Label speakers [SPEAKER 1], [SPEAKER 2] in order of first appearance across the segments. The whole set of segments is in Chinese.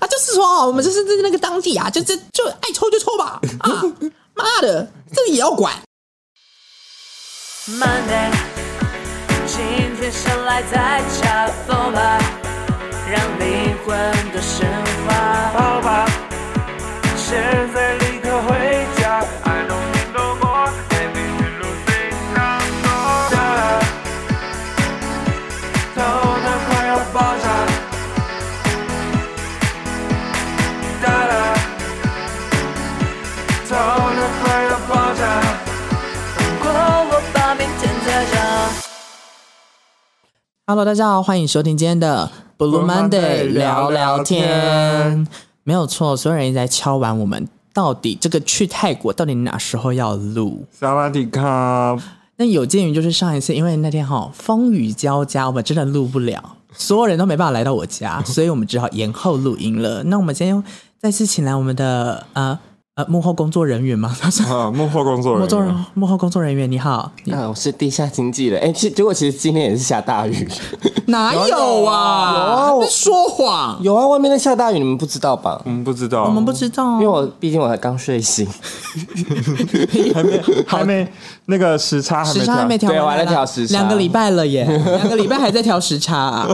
[SPEAKER 1] 啊，就是说哦，我们就是那个当地啊，就这就爱抽就抽吧啊，妈的，这个也要管。
[SPEAKER 2] Monday，今天醒来在恰逢吧，让灵魂的升华。
[SPEAKER 3] 好吧，现在立刻回家。I don't need no more, everything losing now. No. 的头脑快要爆炸。哒啦，头脑快要爆炸。
[SPEAKER 2] 如果我把明天再找。
[SPEAKER 1] Hello，大家好，欢迎收听今天的 Blue Monday 聊聊天。没有错，所有人一直在敲完我们，到底这个去泰国到底哪时候要录？
[SPEAKER 3] 萨瓦迪卡，
[SPEAKER 1] 那有鉴于就是上一次，因为那天哈、风雨交加，我们真的录不了，所有人都没办法来到我家，所以我们只好延后录音了。那我们今天再次请来我们的呃呃幕后工作人员吗？他是
[SPEAKER 3] 啊，幕后工作
[SPEAKER 1] 幕
[SPEAKER 3] 人
[SPEAKER 1] 后
[SPEAKER 3] 员，
[SPEAKER 1] 幕后工作人员，你好，你
[SPEAKER 4] 啊，我是地下经济人。哎、其结果其实今天也是下大 雨。
[SPEAKER 1] 哪有啊？
[SPEAKER 4] 有啊
[SPEAKER 1] 在说谎，
[SPEAKER 4] 有啊，外面在下大雨，你们不知道吧？
[SPEAKER 3] 嗯，不知道，
[SPEAKER 1] 我们不知道
[SPEAKER 4] 因为，我毕竟我才刚睡醒，
[SPEAKER 3] 还没 还没那个时差还没
[SPEAKER 1] 时差还没调
[SPEAKER 4] 对
[SPEAKER 1] 完啊，
[SPEAKER 4] 我还在调时差
[SPEAKER 1] 两个礼拜了 耶，两个礼拜还在调时差啊，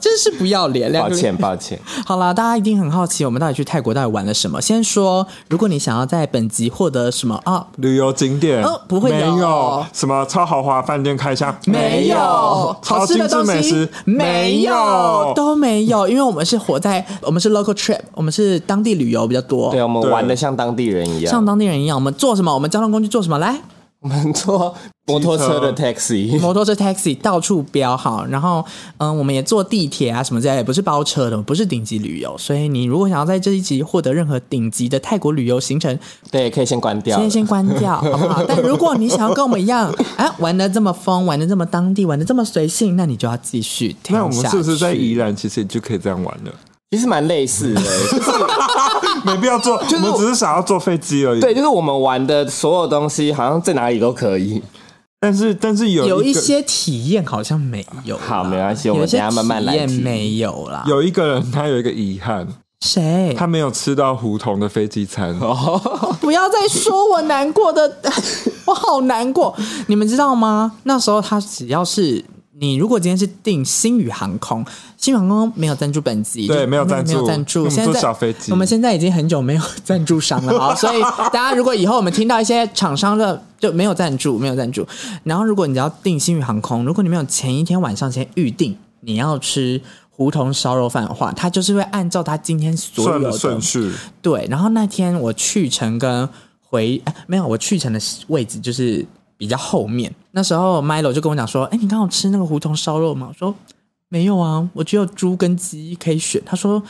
[SPEAKER 1] 真是不要脸，两
[SPEAKER 4] 抱
[SPEAKER 1] 个礼
[SPEAKER 4] 歉抱歉。
[SPEAKER 1] 好啦，大家一定很好奇，我们到底去泰国到底玩了什么？先说，如果你想要在本集获得什么啊，
[SPEAKER 3] 旅游景点，
[SPEAKER 1] 哦不会有
[SPEAKER 3] 没有什么超豪华饭店开箱，
[SPEAKER 1] 没有好
[SPEAKER 3] 超
[SPEAKER 1] 吃
[SPEAKER 3] 精
[SPEAKER 1] 的
[SPEAKER 3] 致
[SPEAKER 1] 东
[SPEAKER 3] 美
[SPEAKER 1] 西
[SPEAKER 3] 食，
[SPEAKER 1] 没有，
[SPEAKER 3] 有。
[SPEAKER 1] 都没有，因为我们是活在我们是 local trip，我们是当地旅游比较多
[SPEAKER 4] 对，，我们
[SPEAKER 3] 对
[SPEAKER 4] 玩的像当地人一样，
[SPEAKER 1] 像当地人一样，我们做什么，我们交通工具做什么，来，
[SPEAKER 4] 我们坐摩托车的 taxi。
[SPEAKER 1] 摩托车 taxi 到处飙好，然后嗯，我们也坐地铁啊什么之类的，不是包车的，不是顶级旅游，所以你如果想要在这一集获得任何顶级的泰国旅游行程，
[SPEAKER 4] 对，可以先关掉
[SPEAKER 1] 今
[SPEAKER 4] 了
[SPEAKER 1] 天。先关掉，好不好？但如果你想要跟我们一样，哎、玩的这么疯，玩的这么当地，玩的这么随性，那你就要继续听
[SPEAKER 3] 那我们
[SPEAKER 1] 下
[SPEAKER 3] 是不是在
[SPEAKER 1] 去
[SPEAKER 3] 宜兰，其实也就可以这样玩了？
[SPEAKER 4] 其实蛮类 似的、欸就是
[SPEAKER 3] 没必要坐，我们只是想要坐飞机而已。
[SPEAKER 4] 对，，就是我们玩的所有东西，好像在哪里都可以。
[SPEAKER 3] 但是但是有
[SPEAKER 1] 有
[SPEAKER 3] 一
[SPEAKER 1] 一
[SPEAKER 3] 个
[SPEAKER 1] 些体验好像没有啦？
[SPEAKER 4] 好没关系我
[SPEAKER 1] 有
[SPEAKER 4] 们
[SPEAKER 1] 一些
[SPEAKER 4] 等一下慢慢来
[SPEAKER 1] 体验
[SPEAKER 4] 提
[SPEAKER 1] 没有啦。
[SPEAKER 3] 有一个人他有一个遗憾，
[SPEAKER 1] 谁？
[SPEAKER 3] 他没有吃到胡同的飞机餐。
[SPEAKER 1] 哦不要再说我难过的， 我好难过。你们知道吗？那时候他只要是你，如果今天是订星宇航空，星宇航空没有赞助本集，
[SPEAKER 3] 对
[SPEAKER 1] 就
[SPEAKER 3] 没有赞助
[SPEAKER 1] 没有赞助。
[SPEAKER 3] 我们
[SPEAKER 1] 现在
[SPEAKER 3] 坐
[SPEAKER 1] 在
[SPEAKER 3] 小飞机
[SPEAKER 1] 我们现在已经很久没有 赞助商了 啊，所以大家如果以后我们听到一些厂商的就没有赞助，没有赞助。然后如果你要订星宇航空，如果你没有前一天晚上先预定，你要吃。胡同烧肉饭的话，它就是会按照它今天所有
[SPEAKER 3] 顺
[SPEAKER 1] 的
[SPEAKER 3] 的顺序，
[SPEAKER 1] 对，然后那天我去程跟回、哎没有，我去程的位置就是比较后面。那时候 Milo 就跟我讲说：“哎，你刚好吃那个胡同烧肉吗？”我说：“没有啊，我只有猪跟鸡可以选。”他说。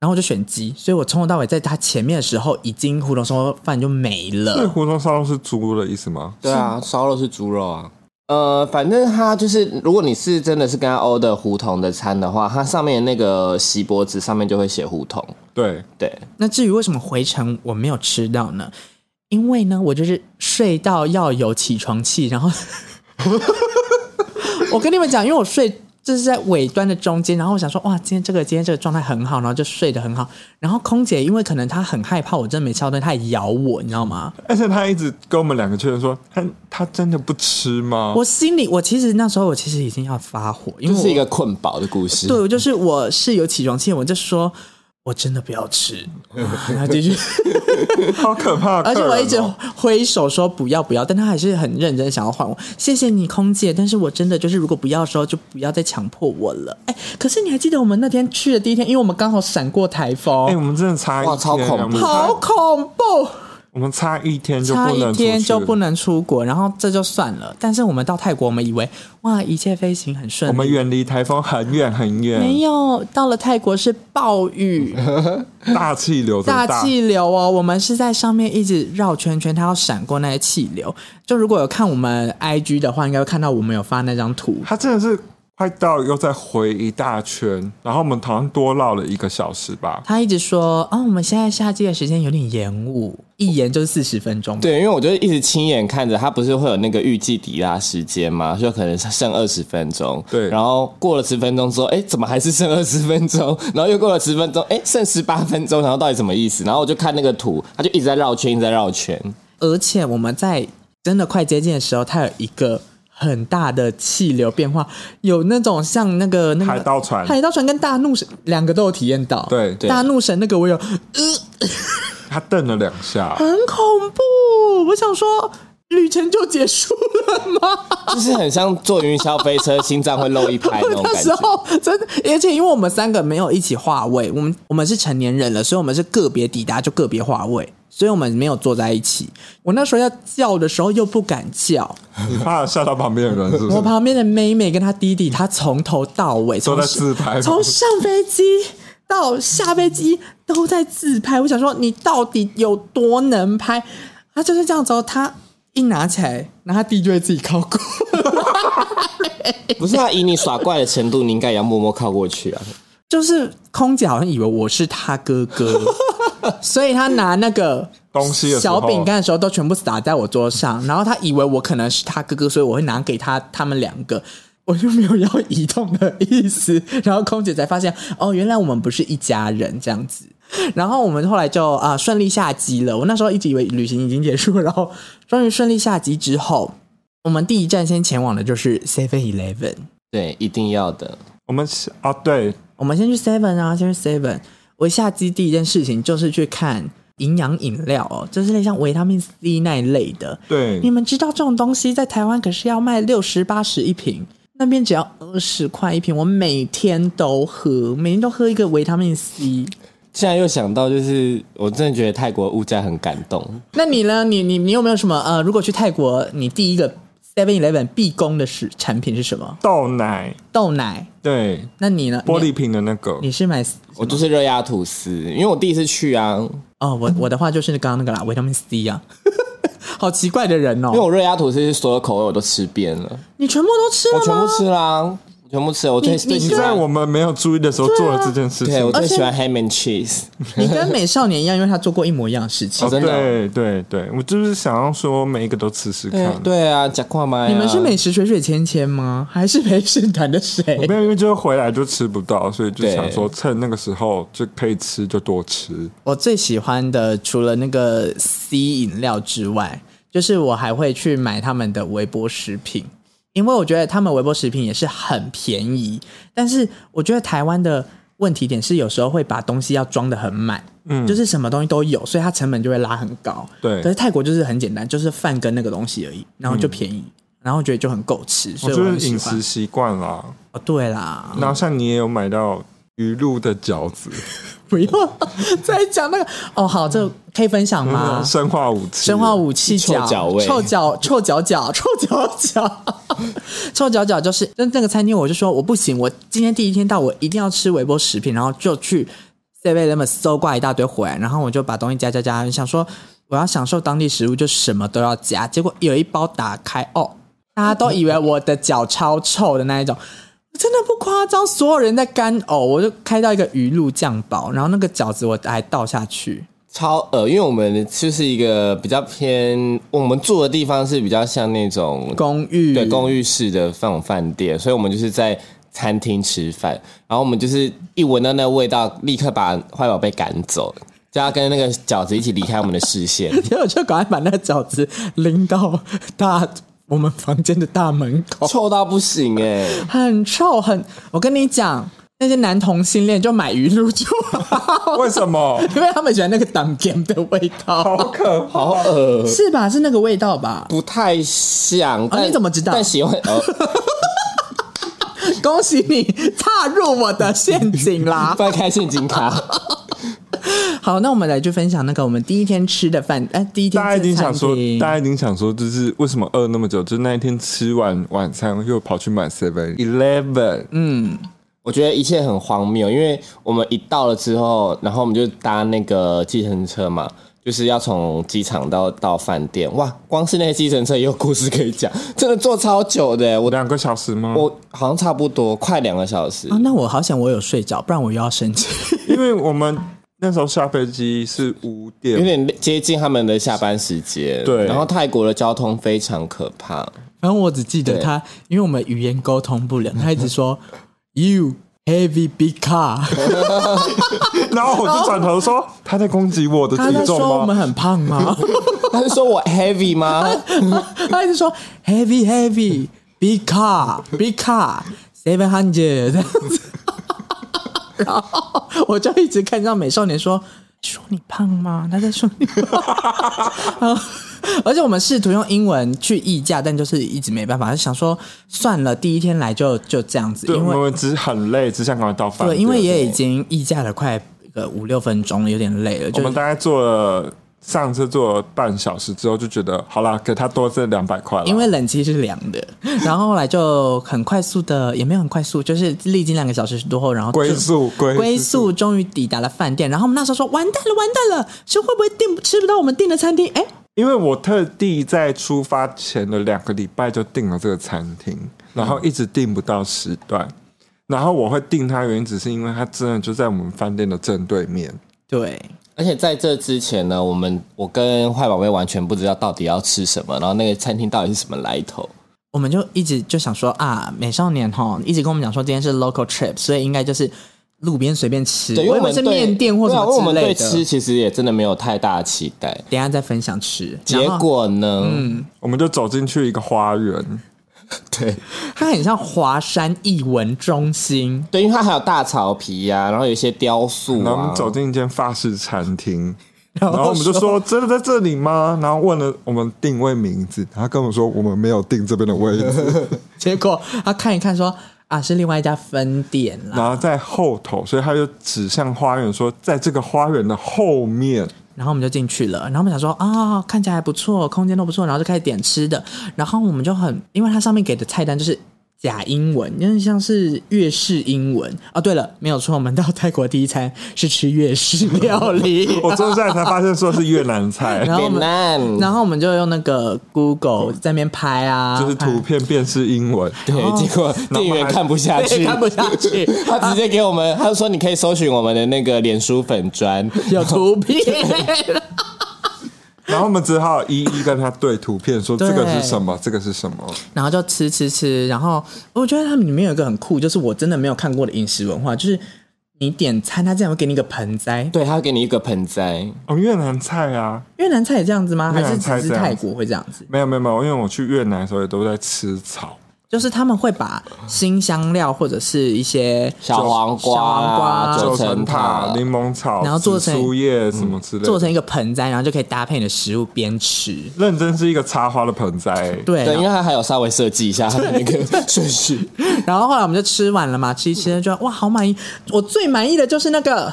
[SPEAKER 1] 然后我就选鸡，所以我从头到尾在他前面的时候，已经胡同烧肉饭就没
[SPEAKER 3] 那
[SPEAKER 1] 了。
[SPEAKER 3] 胡同烧肉是猪的意思吗？
[SPEAKER 4] 对啊，烧肉是猪肉啊。呃，反正它就是，如果你是真的是跟他欧的胡同的餐的话，它上面那个锡箔纸上面就会写胡同。
[SPEAKER 3] 对，
[SPEAKER 4] 对，
[SPEAKER 1] 那至于为什么回程我没有吃到呢？因为呢，我就是睡到要有起床气，然后 我跟你们讲，因为我睡就是在尾端的中间，然后我想说，哇，今天这个今天这个状态很好，然后就睡得很好。然后空姐因为可能她很害怕我真的没敲灯，她也咬我，你知道吗？
[SPEAKER 3] 而且他一直跟我们两个确认说，他他真的不吃吗？
[SPEAKER 1] 我心里我其实那时候我其实已经要发火，因
[SPEAKER 4] 就
[SPEAKER 1] 为
[SPEAKER 4] 哦是一
[SPEAKER 1] 我
[SPEAKER 4] 个困饱的故事。
[SPEAKER 1] 对，我就是我是有起床气，我就说我真的不要 吃，然后继续。
[SPEAKER 3] 好可 怕！
[SPEAKER 1] 而且我一直
[SPEAKER 3] 客人哦
[SPEAKER 1] 挥手说不要不要，但他还是很认真想要换我。谢谢你，空姐，但是我真的就是如果不要的时候，就不要再强迫我了。哎，可是你还记得我们那天去的第一天，因为我们刚好闪过台风，
[SPEAKER 3] 哎、我们真的差一天，
[SPEAKER 4] 哇超恐怖
[SPEAKER 3] 我们差
[SPEAKER 1] 好恐怖，
[SPEAKER 3] 我们差一天就
[SPEAKER 1] 差
[SPEAKER 3] 不
[SPEAKER 1] 一
[SPEAKER 3] 能
[SPEAKER 1] 天
[SPEAKER 3] 出去
[SPEAKER 1] 就不能出国，然后这就算了。但是我们到泰国，我们以为哇，一切飞行很顺
[SPEAKER 3] 我
[SPEAKER 1] 利，
[SPEAKER 3] 们远离台风很远很
[SPEAKER 1] 没
[SPEAKER 3] 远，
[SPEAKER 1] 有到了泰国是暴雨。
[SPEAKER 3] 大气流这么
[SPEAKER 1] 大气流哦，我们是在上面一直绕圈圈，它要闪过那些气流。就如果有看我们 IG 的话，应该会看到我们有发那张图。
[SPEAKER 3] 它真的是
[SPEAKER 5] 快到又再回一大圈，然后我们好像多绕了一个小时吧。
[SPEAKER 1] 他一直说啊、我们现在下机的时间有点延误，一延就是四十分钟。，
[SPEAKER 4] 对，因为我就一直亲眼看着，它不是会有那个预计抵达时间吗？就可能剩二十分钟，
[SPEAKER 5] 对
[SPEAKER 4] 然后过了十分钟之后，哎，怎么还是剩二十分钟？ 然后又过了十分钟，哎，剩十八分钟，然后到底什么意思？然后我就看那个图，它就一直在绕圈，一直在绕圈。
[SPEAKER 1] 而且我们在真的快接近的时候，它有一个很大的气流变化，有那种像那个那个
[SPEAKER 5] 海盗船
[SPEAKER 1] 海盗船跟大怒神两个都有体验到。
[SPEAKER 5] 对对
[SPEAKER 1] 大怒神那个我有，呃，
[SPEAKER 5] 他瞪了两下，
[SPEAKER 1] 很恐怖。我想说，旅程就结束了吗？
[SPEAKER 4] 就是很像坐云霄飞车，心脏会漏一拍那种
[SPEAKER 1] 那
[SPEAKER 4] 感
[SPEAKER 1] 时
[SPEAKER 4] 觉。
[SPEAKER 1] 候真的，而且因为我们三个没有一起划位，我们我们是成年人了，所以我们是个别抵达就个别划位，所以我们没有坐在一起。我那时候要叫的时候又不敢叫，
[SPEAKER 5] 你怕吓到旁边的人是不
[SPEAKER 1] 我
[SPEAKER 5] 是？
[SPEAKER 1] 旁边的妹妹跟她弟弟，她从头到尾
[SPEAKER 5] 都
[SPEAKER 1] 从
[SPEAKER 5] 在自拍吗
[SPEAKER 1] 从上飞机到下飞机都在自拍。我想说，你到底有多能拍？她就是这样子哦，她一拿起来，然后她弟就会自己靠过。
[SPEAKER 4] 不是啊，以你耍怪的程度，你应该也要默默靠过去啊。
[SPEAKER 1] 就是空姐好像以为我是她哥哥，所以她拿那个
[SPEAKER 5] 东西的时候
[SPEAKER 1] 小饼干的时候都全部撒在我桌上，然后她以为我可能是她哥哥，所以我会拿给她他们两个。我就没有要移动的意思，然后空姐才发现哦，原来我们不是一家人这样子。然后我们后来就啊、顺利下机了。我那时候一直以为旅行已经结束了，然后终于顺利下机之后，我们第一站先前往的就是 Seven Eleven。
[SPEAKER 4] 对，一定要的。
[SPEAKER 5] 我们是啊，对，
[SPEAKER 1] 我们先去 Seven 啊，先去 Seven。我下机第一件事情就是去看营养饮料哦，就是类像维他命 C 那一类的。
[SPEAKER 5] 对
[SPEAKER 1] 你们知道这种东西在台湾可是要卖六十八十一瓶，那边只要二十块一瓶。我每天都喝，每天都喝一个维他命 C。
[SPEAKER 4] 现在又想到，就是我真的觉得泰国物价很感动。
[SPEAKER 1] 那你呢？你你你有没有什么呃？如果去泰国，你第一个 Seven Eleven 必攻的是产品是什么？
[SPEAKER 5] 豆奶，
[SPEAKER 1] 豆奶。
[SPEAKER 5] 对，
[SPEAKER 1] 那你呢？
[SPEAKER 5] 玻璃瓶的那个
[SPEAKER 1] 你，你是买
[SPEAKER 4] 我就是热压吐司，因为我第一次去啊，
[SPEAKER 1] 哦，我我的话就是刚刚那个啦，维他命 C 啊， 好奇怪的人哦
[SPEAKER 4] 因为。我热压吐司是所有口味我都吃遍了，
[SPEAKER 1] 你全部都吃了
[SPEAKER 4] 我
[SPEAKER 1] 吗？
[SPEAKER 4] 全部吃啦、我全部吃了。我最
[SPEAKER 1] 你
[SPEAKER 4] 最
[SPEAKER 1] 你
[SPEAKER 4] 喜
[SPEAKER 5] 在
[SPEAKER 4] 欢，
[SPEAKER 5] 我们没有注意的时
[SPEAKER 1] 啊
[SPEAKER 5] 候做了这件事
[SPEAKER 4] 对
[SPEAKER 5] 情
[SPEAKER 4] 我。最
[SPEAKER 1] 而且
[SPEAKER 4] 喜欢 ham and cheese。
[SPEAKER 1] 你跟美少年一样，因为他做过一模一样的事情。
[SPEAKER 5] 哦，
[SPEAKER 4] 真的 哦
[SPEAKER 5] 对对对，我就是想要说每一个都吃吃
[SPEAKER 4] 对
[SPEAKER 5] 看。
[SPEAKER 4] 对啊，假跨吗？
[SPEAKER 1] 你们是美食水水芊芊吗？还是陪审团的谁
[SPEAKER 5] 没？有，因为就是回来就吃不到，所以就
[SPEAKER 4] 对
[SPEAKER 5] 想说趁那个时候就可以吃就多吃。
[SPEAKER 1] 我最喜欢的除了那个 C 饮料之外，就是我还会去买他们的微波食品，因为我觉得他们微波食品也是很便宜。但是我觉得台湾的问题点是，有时候会把东西要装的很满，嗯，就是什么东西都有，所以它成本就会拉很高。
[SPEAKER 5] 对
[SPEAKER 1] 可是泰国就是很简单，就是饭跟那个东西而已，然后就便宜，然后觉得就很够吃，所
[SPEAKER 5] 我
[SPEAKER 1] 以
[SPEAKER 5] 嗯哦就
[SPEAKER 1] 我
[SPEAKER 5] 是
[SPEAKER 1] 很喜
[SPEAKER 5] 饮
[SPEAKER 1] 欢
[SPEAKER 5] 食。习惯啦，
[SPEAKER 1] 哦，对啦，
[SPEAKER 5] 然后像你也有买到鱼露的饺子，
[SPEAKER 1] 不要 再讲那个哦，好，这可以分享吗？
[SPEAKER 5] 生化武器，
[SPEAKER 1] 啊生化武器
[SPEAKER 4] 臭
[SPEAKER 1] 角、
[SPEAKER 4] 脚味
[SPEAKER 1] 臭脚、臭脚脚、臭脚脚、臭脚脚，就是那那个餐厅，我就说我不行，我今天第一天到，我一定要吃微波食品，然后就去 Seven Eleven 搜刮一大堆回来，然后我就把东西加加加，想说我要享受当地食物，就什么都要加。结果有一包打开，哦，大家都以为我的脚超臭的那一种。真的不夸张，所有人在干呕，我就开到一个鱼露酱包，然后那个饺子我还倒下去，
[SPEAKER 4] 超呃，因为我们就是一个比较偏，我们住的地方是比较像那种
[SPEAKER 1] 公寓
[SPEAKER 4] 对公寓式的那种饭店，所以我们就是在餐厅吃饭，然后我们就是一闻到那个味道，立刻把坏宝贝赶走，叫他跟那个饺子一起离开我们的 视线。
[SPEAKER 1] 结果就赶快把那啊个饺子拎到大我们房间的大门口，
[SPEAKER 4] 臭到不行哎、
[SPEAKER 1] 很臭，很。我跟你讲，那些男同性恋就买鱼露就好，
[SPEAKER 5] 为什 么？
[SPEAKER 1] 因为他们喜欢那个挡 game 的味道，
[SPEAKER 5] 好可怕！哦
[SPEAKER 4] 好恶，
[SPEAKER 1] 是吧？是那个味道吧？
[SPEAKER 4] 不太像。但
[SPEAKER 1] 啊你怎么知道
[SPEAKER 4] 但喜欢哦，
[SPEAKER 1] 恭喜你踏入我的陷阱啦
[SPEAKER 4] 不！然开现金卡。
[SPEAKER 1] 好，那我们来去分享那个我们第一天吃的饭，哎、第一天
[SPEAKER 5] 大家一
[SPEAKER 1] 吃的
[SPEAKER 5] 定想
[SPEAKER 1] 餐
[SPEAKER 5] 说，
[SPEAKER 1] 厅
[SPEAKER 5] 大。家一定想说，就是为什么饿那么久？就是那一天吃完晚餐又跑去买 Seven Eleven，嗯，
[SPEAKER 4] 我觉得一切很荒谬，因为我们一到了之后，然后我们就搭那个计程车嘛，就是要从机场到到饭店，哇，光是那些计程车也有故事可以讲， 真的坐超久的，我
[SPEAKER 5] 两个小时吗？
[SPEAKER 4] 我好像差不多快两个小时
[SPEAKER 1] 啊，，那我好想我有睡着，不然我又要生气。
[SPEAKER 5] 因为我们那时候下飞机是五
[SPEAKER 4] 有
[SPEAKER 5] 点，
[SPEAKER 4] 点接近他们的下班时间。
[SPEAKER 5] 对
[SPEAKER 4] 然后泰国的交通非常可怕，
[SPEAKER 1] 反正我只记得
[SPEAKER 4] 对
[SPEAKER 1] 他，因为我们语言沟通不了， 他一直说 “you heavy big car”，
[SPEAKER 5] 哦然后我就转头说他在攻击我的
[SPEAKER 1] 他在
[SPEAKER 5] 体重
[SPEAKER 1] 说我们
[SPEAKER 5] 吗？
[SPEAKER 1] 很胖吗？
[SPEAKER 4] 他是说我 heavy 吗？
[SPEAKER 1] 他一直说 “heavy heavy big car big car seven hundred” 这样子，然后我就一直看到美少年说。说你胖吗？他在说你胖，然后 而且我们试图用英文去议价，但就是一直没办法。就想说算了，第一天来就就这样子，
[SPEAKER 5] 对，
[SPEAKER 1] 因为
[SPEAKER 5] 我们只是很累，只想赶快到饭
[SPEAKER 1] 对，
[SPEAKER 5] 店。
[SPEAKER 1] 因为也已经议价了快个五六分钟了，有点累了。
[SPEAKER 5] 我
[SPEAKER 1] 就
[SPEAKER 5] 们
[SPEAKER 4] 啊
[SPEAKER 5] 大概坐了上车坐了半小时之后，就觉得好啦，给他多这两百块了。
[SPEAKER 1] 因为冷气是凉的， 然后后来就很快速的，也没有很快速，就是历经两个小时多后，然后就
[SPEAKER 5] 归宿归
[SPEAKER 1] 归宿终于抵达了饭店。然后我们那时候说完蛋了，完蛋了，是会不会订吃不到我们订的餐厅？哎，
[SPEAKER 5] 因为我特地在出发前的两个礼拜就订了这个餐厅，然后一直订不到时段。然后我会订它，原因只是因为它真的就在我们饭店的正对面。
[SPEAKER 1] 对，
[SPEAKER 4] 而且在这之前呢，我们我跟坏宝贝完全不知道到底要吃什么，然后那个餐厅到底是什么来头。
[SPEAKER 1] 我们就一直就想说啊，美少年哈，一直跟我们讲说今天是 local trip，所以应该就是路边随便吃，
[SPEAKER 4] 对，因
[SPEAKER 1] 我
[SPEAKER 4] 为
[SPEAKER 1] 以
[SPEAKER 4] 我
[SPEAKER 1] 为
[SPEAKER 4] 们
[SPEAKER 1] 是
[SPEAKER 4] 对
[SPEAKER 1] 面店或什
[SPEAKER 4] 对啊因为我
[SPEAKER 1] 么之
[SPEAKER 4] 们
[SPEAKER 1] 类
[SPEAKER 4] 对
[SPEAKER 1] 的。
[SPEAKER 4] 吃其实也真的没有太大的期待。
[SPEAKER 1] 等一下再分享吃，
[SPEAKER 4] 结
[SPEAKER 1] 然后嗯
[SPEAKER 4] 果呢？
[SPEAKER 5] 我们就走进去一个花园，
[SPEAKER 4] 对
[SPEAKER 1] 它很像华山艺文中心，
[SPEAKER 4] 对，因为它还有大草皮呀、然后有一些雕塑、啊。
[SPEAKER 5] 然后我们走进一间法式餐厅，
[SPEAKER 1] 然
[SPEAKER 5] 然
[SPEAKER 1] 后
[SPEAKER 5] 后我们就说：“真的在这里吗？”然后问了我们定位名字，他跟我说我们没有定这边的位置，
[SPEAKER 1] 结果他看一看说啊是另外一家分店啦，
[SPEAKER 5] 然后在后头，所以他就指向花园说：“在这个花园的后面。
[SPEAKER 1] 然后我们就进去了，然后我们想说啊、看起来还不错，空间都不错，然后就开始点吃的，然后我们就很因为它上面给的菜单就是。假英文，因为像是粤式英文哦。对了，没有错，我们到泰国第一餐 是吃粤式料 理，”
[SPEAKER 5] 我坐下来才发现说是越南 菜，
[SPEAKER 1] 然后我
[SPEAKER 4] 扁
[SPEAKER 1] 们
[SPEAKER 4] 担，
[SPEAKER 1] 然后我们就用那个 Google 在那边拍啊，
[SPEAKER 5] 就是
[SPEAKER 1] 拍
[SPEAKER 5] 图片辨识英文。
[SPEAKER 4] 对，结果店员看不下
[SPEAKER 1] 哦对
[SPEAKER 4] 去，
[SPEAKER 1] 看不下去，
[SPEAKER 4] 他直接给我们，他说你可以搜寻我们的那个脸书粉砖，
[SPEAKER 1] 有图 片。
[SPEAKER 5] 然后我们只好一一跟他对图片，说
[SPEAKER 1] 对
[SPEAKER 5] 这个是什么，这个是什么。
[SPEAKER 1] 然后就吃吃吃，然后我觉得他们里面有一个很酷，就是我真的没有看过的饮食文化，就是你点餐，他竟然会给你一个盆栽。
[SPEAKER 4] 对，他会给你一个盆栽，
[SPEAKER 5] 哦，越南菜啊，
[SPEAKER 1] 越南菜也这样子吗？还
[SPEAKER 5] 越
[SPEAKER 1] 是
[SPEAKER 5] 南菜
[SPEAKER 1] 只是
[SPEAKER 5] 这样
[SPEAKER 1] 泰
[SPEAKER 5] 子
[SPEAKER 1] 国会这样子？
[SPEAKER 5] 没有没有没有，因为我去越南的时候也都在吃草，
[SPEAKER 1] 就是他们会把新香料或者是一些
[SPEAKER 4] 小黄瓜
[SPEAKER 1] 小
[SPEAKER 4] 啊、
[SPEAKER 1] 黄瓜
[SPEAKER 5] 九
[SPEAKER 4] 九
[SPEAKER 5] 层
[SPEAKER 4] 层
[SPEAKER 5] 塔、
[SPEAKER 4] 塔，
[SPEAKER 5] 柠檬草，
[SPEAKER 1] 然后做成
[SPEAKER 5] 紫苏叶什么之类的，
[SPEAKER 1] 做成一个盆栽，然后就可以搭配你的食物边吃。
[SPEAKER 5] 认真是一个插花的盆栽、
[SPEAKER 1] 对，
[SPEAKER 4] 对，因为他还有稍微设计一下他的 那个顺序。
[SPEAKER 1] 然后后来我们就吃完了嘛，吃一吃就哇，好满意。我最满意的就是那个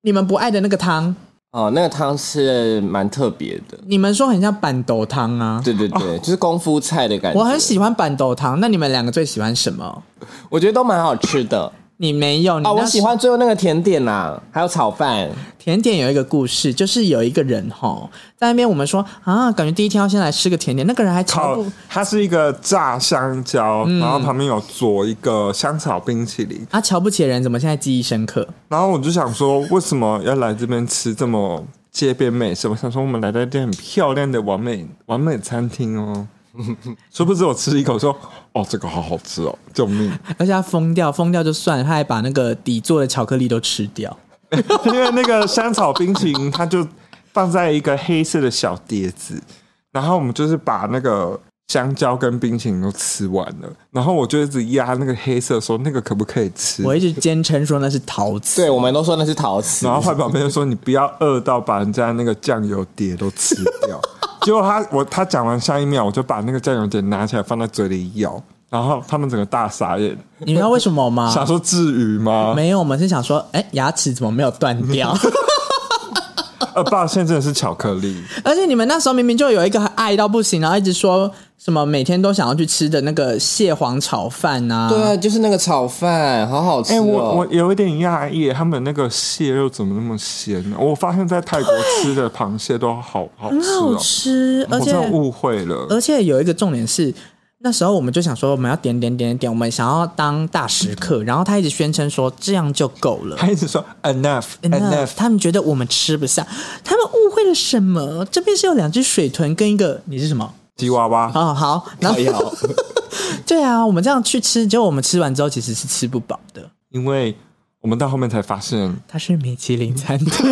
[SPEAKER 1] 你们不爱的那个汤，
[SPEAKER 4] 哦，那个汤是蛮特别的，
[SPEAKER 1] 你们说很像板豆汤啊。
[SPEAKER 4] 对对
[SPEAKER 5] 哦
[SPEAKER 4] 对，就是功夫菜的感觉。
[SPEAKER 1] 我很，喜欢板豆汤，那你们两个最喜欢什么？
[SPEAKER 4] 我觉得都蛮好吃的
[SPEAKER 5] 嗯
[SPEAKER 1] 你没有你
[SPEAKER 4] 啊。
[SPEAKER 1] 那
[SPEAKER 4] 我喜欢最后那个甜点啦、还有炒饭。
[SPEAKER 1] 甜点有一个故事，就是有一个人哈，在那边我们说啊，感觉第一天要先来吃个甜点，那个人还超
[SPEAKER 5] 好
[SPEAKER 1] 不，
[SPEAKER 5] 它是一个炸香蕉，
[SPEAKER 1] 嗯
[SPEAKER 5] 然后旁边有佐一个香草冰淇淋。
[SPEAKER 1] 啊瞧不起的人，怎么现在记忆深刻？
[SPEAKER 5] 然后我就想说，为什么要来这边吃这么街边美食？我想说，我们来到一间很漂亮的完美完美餐厅哦。 殊不知我吃一口说，哦，这个好好吃哦，救命！
[SPEAKER 1] 而且他疯掉，疯掉就算了，他还把那个底座的巧克力都吃掉。
[SPEAKER 5] 因为那个香草冰淇淋，它就放在一个黑色的小碟子，然后我们就是把那个香蕉跟冰淇淋都吃完了，然后我就一直压那个黑色说，那个可不可以吃？
[SPEAKER 1] 我一直坚称说那是陶瓷，
[SPEAKER 4] 对，我们都说那是陶瓷
[SPEAKER 5] 然。后坏宝贝就说：“你不要饿到把人家那个酱油碟都吃掉。” 结果他我他讲完下一秒，我就把那个酱油碟拿起来放在嘴里咬，然后他们整个大傻眼，
[SPEAKER 1] 你知道为什么 吗？
[SPEAKER 5] 想说至于吗？
[SPEAKER 1] 没有，我们是想说，哎，牙齿怎么没有断掉？
[SPEAKER 5] about 现在真的是巧克力，
[SPEAKER 1] 而且你们那时候明明就有一个爱到不行，然后一直说什么每天都想要去吃的那个蟹黄炒饭呐、
[SPEAKER 4] 对啊，就是那个炒饭，好好吃
[SPEAKER 5] 哎、
[SPEAKER 4] 哦。
[SPEAKER 1] 啊
[SPEAKER 5] 我我有一点讶异，他们那个蟹肉怎么那么咸呢？我发现在泰国吃的螃蟹都好好
[SPEAKER 1] 很
[SPEAKER 5] 吃
[SPEAKER 1] 好
[SPEAKER 5] 哦，
[SPEAKER 1] 吃，而
[SPEAKER 5] 我
[SPEAKER 1] 且
[SPEAKER 5] 真的误会了。
[SPEAKER 1] 而且有一个重点是，那时候我们就想说我们要点点点点，我们想要当大食客，然后他一直宣称说这样就够了。
[SPEAKER 5] 他一直说 enough
[SPEAKER 1] Enough，
[SPEAKER 5] enough，
[SPEAKER 1] 他们觉得我们吃不下，他们误会了什么？这边是有两只水豚跟一个你是什么？
[SPEAKER 5] 吉娃娃，
[SPEAKER 1] 哦，好，然后
[SPEAKER 4] 哎呀
[SPEAKER 1] 对啊，我们这样去吃，结果我们吃完之后其实是吃不饱的。
[SPEAKER 5] 因为我们到后面才发现，
[SPEAKER 1] 它是米其林餐 厅，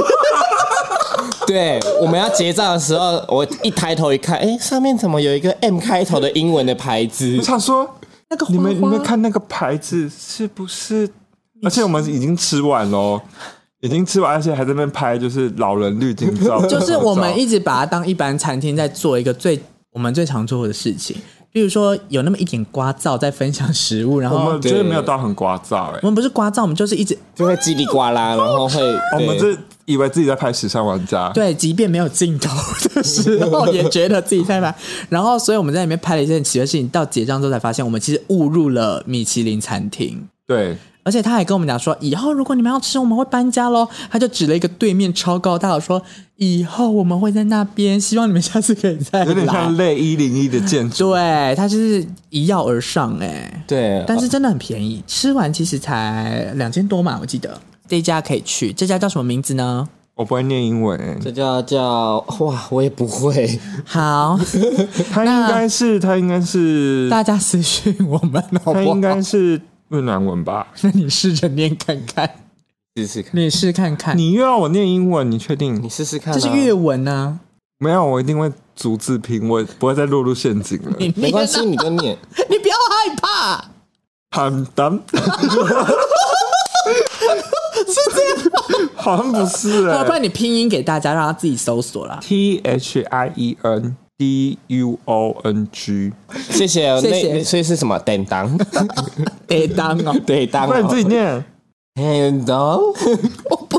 [SPEAKER 4] 对，我们要结账的时候，我一抬头一看，哎、上面怎么有一个 M 开头的英文的牌子
[SPEAKER 5] 我？想说
[SPEAKER 1] 那个花花
[SPEAKER 5] 你们你们看那个牌子是不是？而且我们已经吃完喽，已经吃完，而且还在那边拍就是老人滤镜 照，
[SPEAKER 1] 就是我们
[SPEAKER 5] 合
[SPEAKER 1] 一直把它当一般餐厅在做一个最我们最常做的事情，比如说有那么一点刮噪在分享食物，然
[SPEAKER 5] 照
[SPEAKER 1] 后
[SPEAKER 5] 我们觉得
[SPEAKER 4] 对
[SPEAKER 5] 没有到很聒噪哎、
[SPEAKER 1] 我们不是刮噪，我们就是一直
[SPEAKER 5] 啊
[SPEAKER 4] 就会叽里呱啦，然后会
[SPEAKER 5] 我们
[SPEAKER 4] 对
[SPEAKER 5] 这以为自己在拍时尚玩家，
[SPEAKER 1] 对，即便没有镜头的 时候，也觉得自己在拍。然后，所以我们在里面拍了一件很奇怪的事情，到结账之后才发现，我们其实误入了米其林餐厅。
[SPEAKER 5] 对
[SPEAKER 1] 而且他还跟我们讲说，以后如果你们要吃，我们会搬家喽。他就指了一个对面超高大的说，以后我们会在那边，希望你们下次可以再
[SPEAKER 5] 有点
[SPEAKER 1] 来
[SPEAKER 5] 像。类一零一的建筑，
[SPEAKER 1] 对，他就是一跃而上哎、
[SPEAKER 4] 对，
[SPEAKER 1] 但是真的很便宜，吃完其实才两千多嘛，我记得。这一家可以去，这家叫什么名字 呢？
[SPEAKER 5] 我不会念英文、
[SPEAKER 4] 这叫叫哇，我也不会。
[SPEAKER 1] 好，
[SPEAKER 5] 它应该是它应该是
[SPEAKER 1] 大家私讯我们 好不
[SPEAKER 5] 它应
[SPEAKER 4] 哦
[SPEAKER 1] 好？
[SPEAKER 5] 该是越南文吧？
[SPEAKER 1] 那你试着念看看，
[SPEAKER 4] 试试看，
[SPEAKER 1] 你试看看，
[SPEAKER 5] 你又要我念英文，你确定
[SPEAKER 4] 你？试试看、啊。
[SPEAKER 1] 这是粤文呢、
[SPEAKER 5] 没有，我一定会逐字拼，我不会再落入陷阱了。
[SPEAKER 1] 你念
[SPEAKER 4] 没
[SPEAKER 1] 啊
[SPEAKER 4] 关系，你就念。
[SPEAKER 1] 你不要害怕，
[SPEAKER 5] 坦 当，是这样？ 好像不是
[SPEAKER 1] 要不
[SPEAKER 5] 哎、
[SPEAKER 1] 然你拼音给大家，让他自己搜索啦。
[SPEAKER 5] t H I E N D U O N G，
[SPEAKER 4] 谢谢哦。
[SPEAKER 1] 谢谢
[SPEAKER 4] 那所以是什么？典当，
[SPEAKER 1] 得当哦，
[SPEAKER 4] 对当
[SPEAKER 5] 不
[SPEAKER 4] 哦。
[SPEAKER 5] 然你自己念。
[SPEAKER 4] 典当，
[SPEAKER 1] 我不知道，不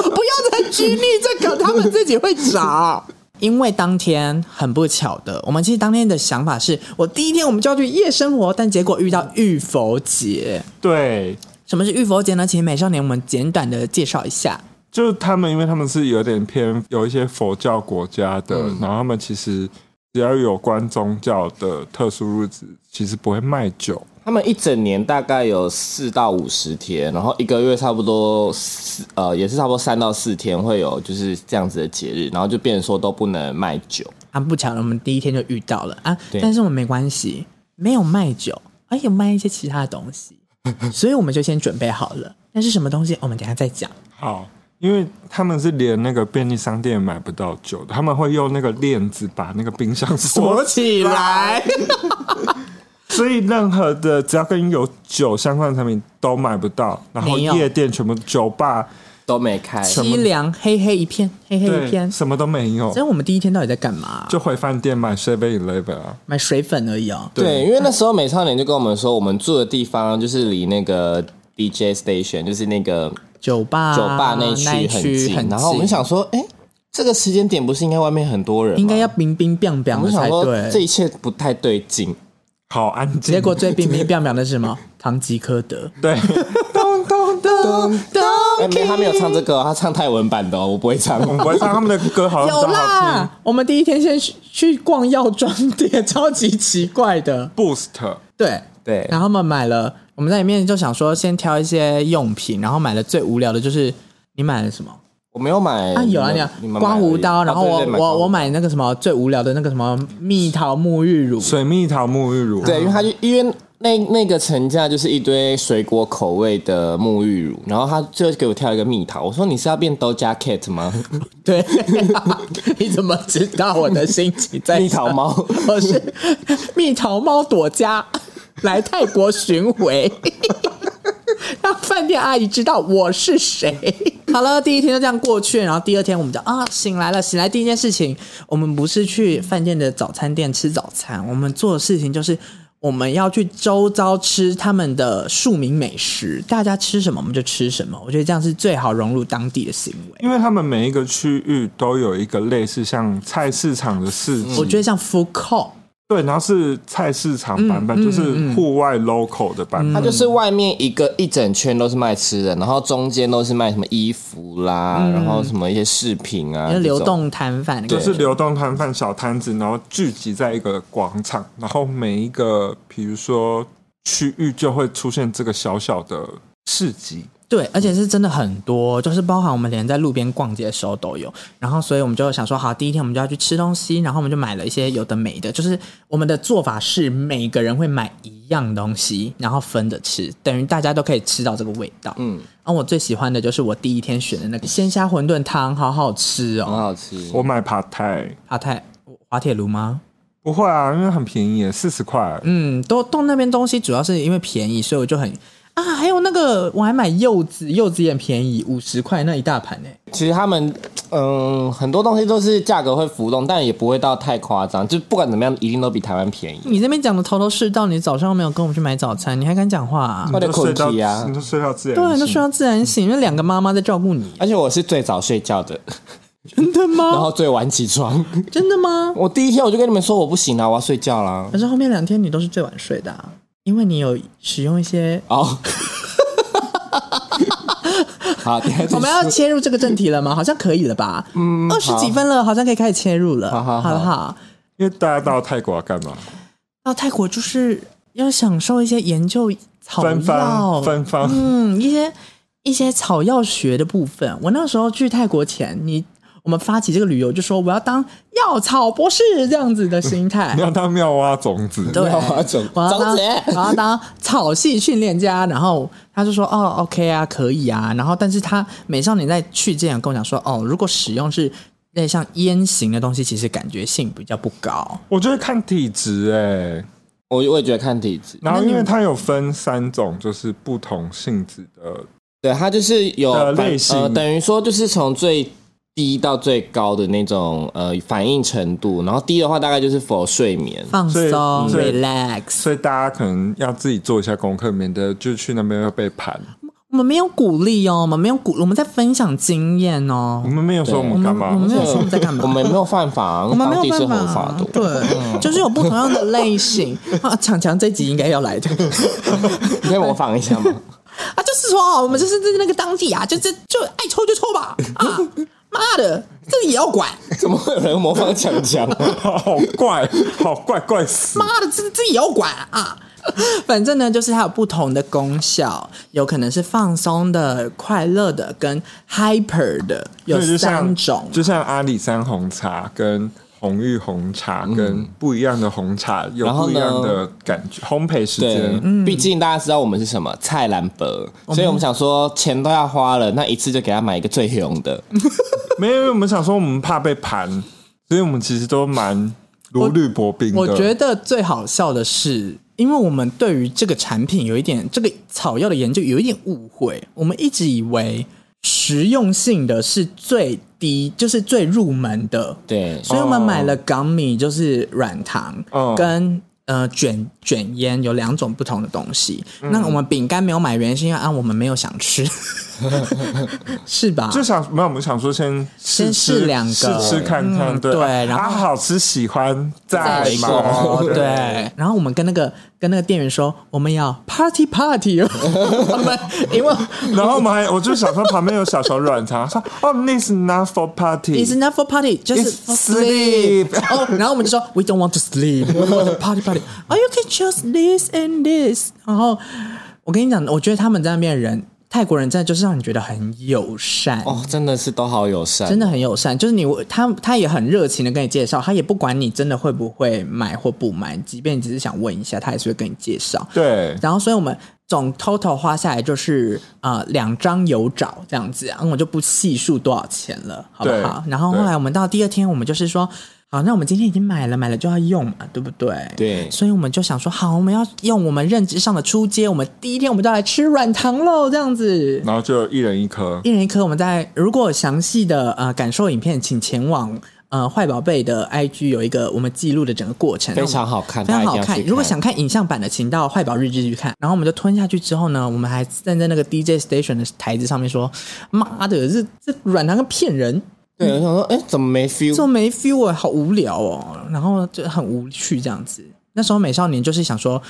[SPEAKER 1] 要再拘泥这个，他们自己会找。 因为当天很不巧的，我们其实当天的想法是我第一天我们就要去夜生活，但结果遇到浴佛节。
[SPEAKER 5] 对，
[SPEAKER 1] 什么是浴佛节呢？请美少年我们简短的介绍一下。
[SPEAKER 5] 就是他们，因为他们是有点偏有一些佛教国家的，
[SPEAKER 1] 嗯
[SPEAKER 5] 然后他们其实只要有关宗教的特殊日子，其实不会卖酒。
[SPEAKER 4] 他们一整年大概有四到五十天，然后一个月差不多四呃，也是差不多三到四天会有就是这样子的节日，然后就变成说都不能卖酒。
[SPEAKER 1] 啊，不巧了，我们第一天就遇到了啊，
[SPEAKER 4] 对
[SPEAKER 1] 但是我们没关系，没有卖酒，而有卖一些其他的东西，所以我们就先准备好了。但是什么东西，我们等一下再讲。
[SPEAKER 5] 好，因为他们是连那个便利商店也买不到酒的，他们会用那个链子把那个冰箱锁起
[SPEAKER 1] 起来，
[SPEAKER 5] 所以任何的只要跟有酒相关的产品都买不到，然后
[SPEAKER 1] 没有
[SPEAKER 5] 夜店全部酒吧
[SPEAKER 4] 都没开，
[SPEAKER 1] 凄凉，黑黑一片，黑黑一
[SPEAKER 5] 对
[SPEAKER 1] 片。
[SPEAKER 5] 什么都没有
[SPEAKER 1] 所以，我们第一天到底在干嘛？
[SPEAKER 5] 就回饭店买 Seven Eleven 啊，
[SPEAKER 1] 买水粉而已哦。
[SPEAKER 4] 对，因为那时候美少年就跟我们说，我们住的地方就是离那个 DJ station，就是那个
[SPEAKER 1] 酒吧，
[SPEAKER 4] 酒吧那一区
[SPEAKER 1] 啊一
[SPEAKER 4] 很
[SPEAKER 1] 区
[SPEAKER 4] 近。然后我们想说，哎、这个时间点不是应该外面很多人吗？
[SPEAKER 1] 应该要冰冰冰冰
[SPEAKER 4] 我
[SPEAKER 1] 的
[SPEAKER 4] 们想
[SPEAKER 1] 才
[SPEAKER 4] 说这
[SPEAKER 1] 对。
[SPEAKER 4] 一切不太对劲，
[SPEAKER 5] 好安静。
[SPEAKER 1] 结果最冰冰冰冰的是什么？堂吉诃德。
[SPEAKER 5] 对，咚咚咚，
[SPEAKER 4] 哎、没他没有唱这个哦、他唱泰文版的哦，我不会唱。
[SPEAKER 5] 我们不会唱他们的歌，好像
[SPEAKER 1] 有
[SPEAKER 5] 比较好听。
[SPEAKER 1] 啦，哦我们第一天先去去逛药妆店，超级奇怪的。
[SPEAKER 5] Boost
[SPEAKER 1] 对，
[SPEAKER 4] 对，
[SPEAKER 1] 然后我们买了，我们在里面就想说先挑一些用品，然后买了最无聊的就是你买了什么
[SPEAKER 4] 我没有买
[SPEAKER 1] 啊？有啊，你
[SPEAKER 4] 你们
[SPEAKER 1] 啊
[SPEAKER 4] 你们买
[SPEAKER 1] 刮
[SPEAKER 4] 而
[SPEAKER 1] 胡
[SPEAKER 4] 已
[SPEAKER 1] 刀，然后
[SPEAKER 4] 啊
[SPEAKER 1] 我
[SPEAKER 4] 对对对
[SPEAKER 1] 我我
[SPEAKER 4] 刮胡
[SPEAKER 1] 买那个什么最无聊的那个什么蜜桃沐浴乳，
[SPEAKER 5] 水蜜桃沐浴乳，
[SPEAKER 4] 对，因为他就因为那那个层架就是一堆水果口味的沐浴乳，然后他就给我挑一个蜜桃，我说你是要变 Doja Cat 吗？
[SPEAKER 1] 对，你怎么知道我的心情在？
[SPEAKER 4] 蜜桃猫，
[SPEAKER 1] 我是蜜桃猫朵家来泰国巡回， 让饭店阿姨知道我是谁。好了，第一天就这样过去，然后第二天我们就啊醒来了。醒来第一件事情，我们不是去饭店的早餐店吃早餐，我们做的事情就是。我们要去周遭吃他们的庶民美食，大家吃什么我们就吃什么。我觉得这样是最好融入当地的行为。
[SPEAKER 5] 因为他们每一个区域都有一个类似像菜市场的市集，
[SPEAKER 4] 嗯
[SPEAKER 1] 我觉得像 food court，
[SPEAKER 5] 对，然后是菜市场版
[SPEAKER 4] 嗯
[SPEAKER 5] 本，就是户外 local 的版本。
[SPEAKER 4] 它就是外面一个一整圈都是卖吃的，然后中间都是卖什么衣服啦，然后什么一些饰品啊，
[SPEAKER 1] 就是嗯流
[SPEAKER 4] 这种
[SPEAKER 1] 动摊贩的
[SPEAKER 5] 嗯就
[SPEAKER 1] 感觉，
[SPEAKER 5] 是流动摊贩、小摊子，然后聚集在一个广场，然后每一个比如说区域就会出现这个小小的市集。
[SPEAKER 4] 嗯
[SPEAKER 1] 对，而且是真的很多，就是包含我们连在路边逛街的时候都有。然后，所以我们就想说，好，第一天我们就要去吃东西，然后我们就买了一些有的没的。就是我们的做法是，每个人会买一样东西，然后分着吃，等于大家都可以吃到这个味道。嗯，然后我最喜欢的就是我第一天选的那个鲜虾馄饨汤，好好吃
[SPEAKER 5] 嗯
[SPEAKER 4] 很
[SPEAKER 1] 哦。
[SPEAKER 4] 好吃。
[SPEAKER 5] 我买 p a t
[SPEAKER 1] 阿泰，滑铁卢吗？
[SPEAKER 5] 不会啊，因为很便宜耶，四十块。
[SPEAKER 1] 嗯，都东那边东西主要是因为便宜，所以我就很啊，还有那个我还买柚子，柚子也很便宜，五十块那一大盘呢、欸
[SPEAKER 4] 其实他们嗯很多东西都是价格会浮动，但也不会到太夸张，就不管怎么样，一定都比台湾便宜。
[SPEAKER 1] 你这边讲的头头是道，你早上没有跟我们去买早餐，你还敢讲话、啊？
[SPEAKER 4] 我
[SPEAKER 5] 你嗯
[SPEAKER 4] 的
[SPEAKER 5] 就睡到
[SPEAKER 4] 口蹄啊
[SPEAKER 5] 你就睡到自
[SPEAKER 1] 对，
[SPEAKER 5] 然
[SPEAKER 1] 那睡
[SPEAKER 5] 醒。
[SPEAKER 1] 到自然醒，因为两个妈妈在照顾你，
[SPEAKER 4] 而且我是最早睡觉的，
[SPEAKER 1] 真的
[SPEAKER 4] 然
[SPEAKER 1] 吗？
[SPEAKER 4] 后最晚起床。
[SPEAKER 1] 真的吗？
[SPEAKER 4] 我第一天我就跟你们说我不行啊了，我要睡觉啦。
[SPEAKER 1] 可是后面两天你都是最晚睡的、啊，因为你有使用一些。
[SPEAKER 4] 哦， 好，等一下再
[SPEAKER 1] 我们要
[SPEAKER 4] 说
[SPEAKER 1] 切入这个正题了吗？好像可以了吧？嗯，二十几分了，好像可以开始切入了，
[SPEAKER 4] 好好好
[SPEAKER 1] 了哈。
[SPEAKER 5] 因为大家到泰国要干嘛？
[SPEAKER 1] 到泰国就是要享受一些研究草
[SPEAKER 5] 芬芳，
[SPEAKER 1] 药，
[SPEAKER 5] 芬芳。
[SPEAKER 1] 嗯，一些一些草药学的部分。我那时候去泰国前，你我们发起这个旅游，就说我要当药草博士这样子的心态
[SPEAKER 5] 你。要当妙蛙种子，
[SPEAKER 1] 对，
[SPEAKER 4] 妙蛙种
[SPEAKER 1] 我要当
[SPEAKER 4] 种子
[SPEAKER 1] 我要当草系训练家，然后他就说哦，OK 啊，可以啊，然后但是他美少女在去之前跟我讲说，哦，如果使用是那像烟型的东西，其实感觉性比较不高，
[SPEAKER 5] 我觉得看体质哎、
[SPEAKER 4] 我我也觉得看体质，
[SPEAKER 5] 然后因为它有分三种，就是不同性质的，
[SPEAKER 4] 对，它就是有
[SPEAKER 5] 的
[SPEAKER 4] 反
[SPEAKER 5] 类型
[SPEAKER 4] 呃，等于说就是从最低到最高的那种呃反应程度，然后低的话大概就是否睡眠，
[SPEAKER 1] 放松
[SPEAKER 5] 所以所以
[SPEAKER 1] ，relax。
[SPEAKER 5] 所以大家可能要自己做一下功课，免得就去那边又被盘。
[SPEAKER 1] 我们没有鼓励哦，我们没有鼓，我们在分享经验哦
[SPEAKER 5] 我。们没有说我
[SPEAKER 1] 我
[SPEAKER 5] 们干
[SPEAKER 1] 们
[SPEAKER 5] 嘛，
[SPEAKER 1] 我们没有说我们在 干嘛，
[SPEAKER 4] 嗯我们没有犯法，
[SPEAKER 1] 我们没
[SPEAKER 4] 当地
[SPEAKER 1] 有
[SPEAKER 4] 是合
[SPEAKER 1] 办
[SPEAKER 4] 法嗯
[SPEAKER 1] 法
[SPEAKER 4] 的，，
[SPEAKER 1] 对，就是有不同样的类型 啊。强强这集应该要来的 啊，
[SPEAKER 4] 你可以模仿一 下吗？
[SPEAKER 1] 就是说哦我们就是在那个当地啊，就这就爱抽就抽吧啊，妈的，这个也要管，
[SPEAKER 4] 怎么会有人模仿强强？
[SPEAKER 5] 好怪，好怪怪死！
[SPEAKER 1] 妈的，这这也要管啊。 反正呢，就是它有不同的功效，有可能是放松的、快乐的跟 hyper 的，有
[SPEAKER 5] 所以就
[SPEAKER 1] 三
[SPEAKER 5] 像
[SPEAKER 1] 种。
[SPEAKER 5] 就像阿里山红茶跟红玉红茶跟不一样的红茶有
[SPEAKER 4] 然后
[SPEAKER 5] 不一
[SPEAKER 4] 呢
[SPEAKER 5] 样的感觉，烘焙时
[SPEAKER 4] 对
[SPEAKER 5] 间。，
[SPEAKER 1] 嗯
[SPEAKER 4] 毕竟大家知道我们是什么菜篮伯，所以我们想说钱都要花了，那一次就给他买一个最红的。
[SPEAKER 5] 没有，因为我们想说我们怕被盘，所以我们其实都蛮如履薄冰的。
[SPEAKER 1] 我觉得最好笑的是，因为我们对于这个产品有一点这个草药的研究有一点误会，我们一直以为实用性的是最低，就是最入门的。，
[SPEAKER 4] 对，
[SPEAKER 1] 所以我们买了 gummy，就是软糖，
[SPEAKER 5] 哦
[SPEAKER 1] 跟呃卷卷烟有两种不同的东西。那我们饼干没有买，原因是因为啊我们没有想吃，是吧？
[SPEAKER 5] 就想没有，我们想说先
[SPEAKER 1] 先试
[SPEAKER 5] 吃
[SPEAKER 1] 两个
[SPEAKER 5] 试吃看看，
[SPEAKER 1] 嗯
[SPEAKER 5] 对
[SPEAKER 1] 对然后哦
[SPEAKER 5] 啊好吃喜欢再
[SPEAKER 4] 再
[SPEAKER 5] 买
[SPEAKER 4] 购，
[SPEAKER 1] 对， 然后我们跟那个跟那个店员说，我们要 party party，哦 我们因为
[SPEAKER 5] 然后我们还我就想说旁边有小小软糖，说哦，this not for party，
[SPEAKER 1] it's not for party，就是
[SPEAKER 5] It's
[SPEAKER 1] for sleep
[SPEAKER 5] sleep。
[SPEAKER 1] 哦，然后我们就说 we don't want to sleep，we want to party party。Oh, you can choose this and this。然后我跟你讲，我觉得他们在那边的人，泰国人真的就是让你觉得很友善。
[SPEAKER 4] 哦，真的是都好友善，
[SPEAKER 1] 真的很友善，就是你他他也很热情的跟你介绍，他也不管你真的会不会买或不买，即便你只是想问一下，他也是会跟你介绍。
[SPEAKER 5] 对，
[SPEAKER 1] 然后，所以我们总 total 花下来就是呃两张油找这样子、啊，嗯我就不细数多少钱了，好不好？
[SPEAKER 5] 对
[SPEAKER 1] 然后后
[SPEAKER 5] 对
[SPEAKER 1] 来我们到第二天，我们就是说，好，那我们今天已经买了，买了就要用嘛，对不对？
[SPEAKER 4] 对
[SPEAKER 1] 所以我们就想说，好，我们要用我们认知上的出街，我们第一天我们就来吃软糖喽，这样子。
[SPEAKER 5] 然后就一人一颗，
[SPEAKER 1] 一人一颗，我们在如果有详细的呃感受影片，请前往呃坏宝贝的 IG 有一个我们记录的整个过程，
[SPEAKER 4] 非常好看
[SPEAKER 1] 非常好
[SPEAKER 4] 大家一定要去看
[SPEAKER 1] 如果想看影像版的，请到坏宝日志去看。然后我们就吞下去之后呢，我们还站在那个 DJ station 的台子上面说：“妈的，这这软糖跟骗人，
[SPEAKER 4] 对，我想说，哎、怎么没
[SPEAKER 1] 这
[SPEAKER 4] feel？
[SPEAKER 1] 种没 feel，、好欸无聊哦。”然后就很无趣这样子。那时候美少年就是想说，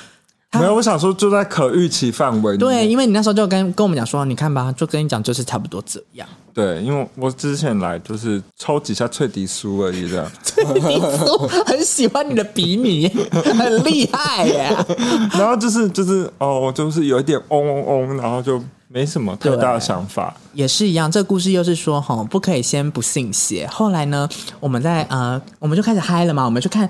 [SPEAKER 1] 他
[SPEAKER 5] 没有，我想说就在可预期范围里
[SPEAKER 1] 对，
[SPEAKER 4] 嗯
[SPEAKER 5] 面。
[SPEAKER 1] 因为你那时候就跟跟我们讲说，你看吧，就跟你讲就是差不多这样。
[SPEAKER 5] 对，因为我之前来就是抽几下脆笛酥而已的。
[SPEAKER 1] 你说很喜欢你的比你 耶，很厉害耶。
[SPEAKER 5] 然后就是就是哦，我就是有一点嗡嗡嗡，然后就没什么太大的想法。
[SPEAKER 1] 也是一样，这个故事又是说，哈，不可以先不信邪。后来呢，我们在呃，我们就开始嗨了嘛，我们就看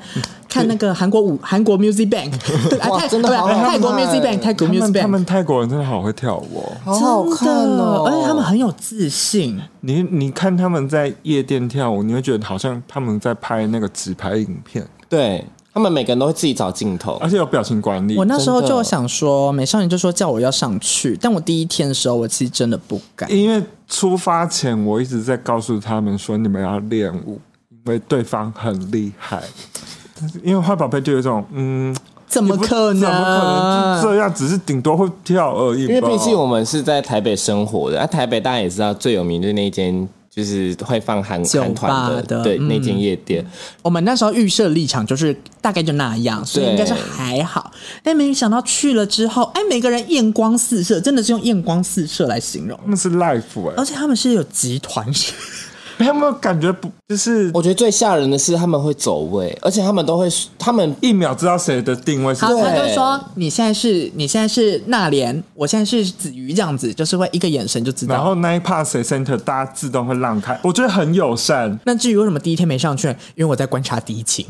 [SPEAKER 1] 看那个韩国舞，韩国 Music Bank，对 啊，
[SPEAKER 4] 哇
[SPEAKER 1] 泰
[SPEAKER 4] 真的
[SPEAKER 1] 对啊
[SPEAKER 4] 好好看
[SPEAKER 1] 泰国 Music Bank，泰国
[SPEAKER 5] 他
[SPEAKER 1] Music
[SPEAKER 5] 们他
[SPEAKER 1] Bank，
[SPEAKER 5] 们泰国人真的好会跳舞、哦，
[SPEAKER 4] 好好看哦，
[SPEAKER 1] 真的而且他们很有自信，
[SPEAKER 5] 你你看他们在夜店跳舞，你会觉得好像他们在拍那个纸牌影片，
[SPEAKER 4] 对他们每个人都会自己找镜头
[SPEAKER 5] 而，且有表情管理。
[SPEAKER 1] 我那时候
[SPEAKER 4] 真的
[SPEAKER 1] 就想说，美少女就说叫我要上去，但我第一天的时候，我其实真的不敢。
[SPEAKER 5] 因为出发前我一直在告诉他们说你们要练舞，因为对方很厉害。但是因为坏宝贝就有一种嗯，
[SPEAKER 1] 怎么可能？
[SPEAKER 5] 怎么可能就这样？只是顶多会跳而已吧。
[SPEAKER 4] 因为毕竟我们是在台北生活的，啊，台北大家也知道最有名就是那间就是会放韩
[SPEAKER 1] 酒吧
[SPEAKER 4] 韩团
[SPEAKER 1] 的
[SPEAKER 4] 对、
[SPEAKER 1] 嗯
[SPEAKER 4] 那间夜店，
[SPEAKER 1] 我们那时候预设立场就是大概就那样，所以
[SPEAKER 4] 对
[SPEAKER 1] 应该是还好。但没想到去了之后，哎，每个人艳光四射，真的是用艳光四射来形容。
[SPEAKER 5] 他们是 life 哎、
[SPEAKER 1] 而且他们是有集团，
[SPEAKER 5] 他们感觉不就是
[SPEAKER 4] 我觉得最吓人的是他们会走位，而且他们都会他们
[SPEAKER 5] 一秒知道谁的定位是
[SPEAKER 1] 好，
[SPEAKER 5] 谁？
[SPEAKER 1] 他就
[SPEAKER 4] 对
[SPEAKER 1] 说你现在是你现在是娜莲，我现在是子瑜，这样子就是会一个眼神就知
[SPEAKER 5] 然
[SPEAKER 1] 道。
[SPEAKER 5] 后那一 part 谁 center，大家自动会让开，我觉得很友善。
[SPEAKER 1] 那至于为什么第一天没上去，因为我在观察敌情。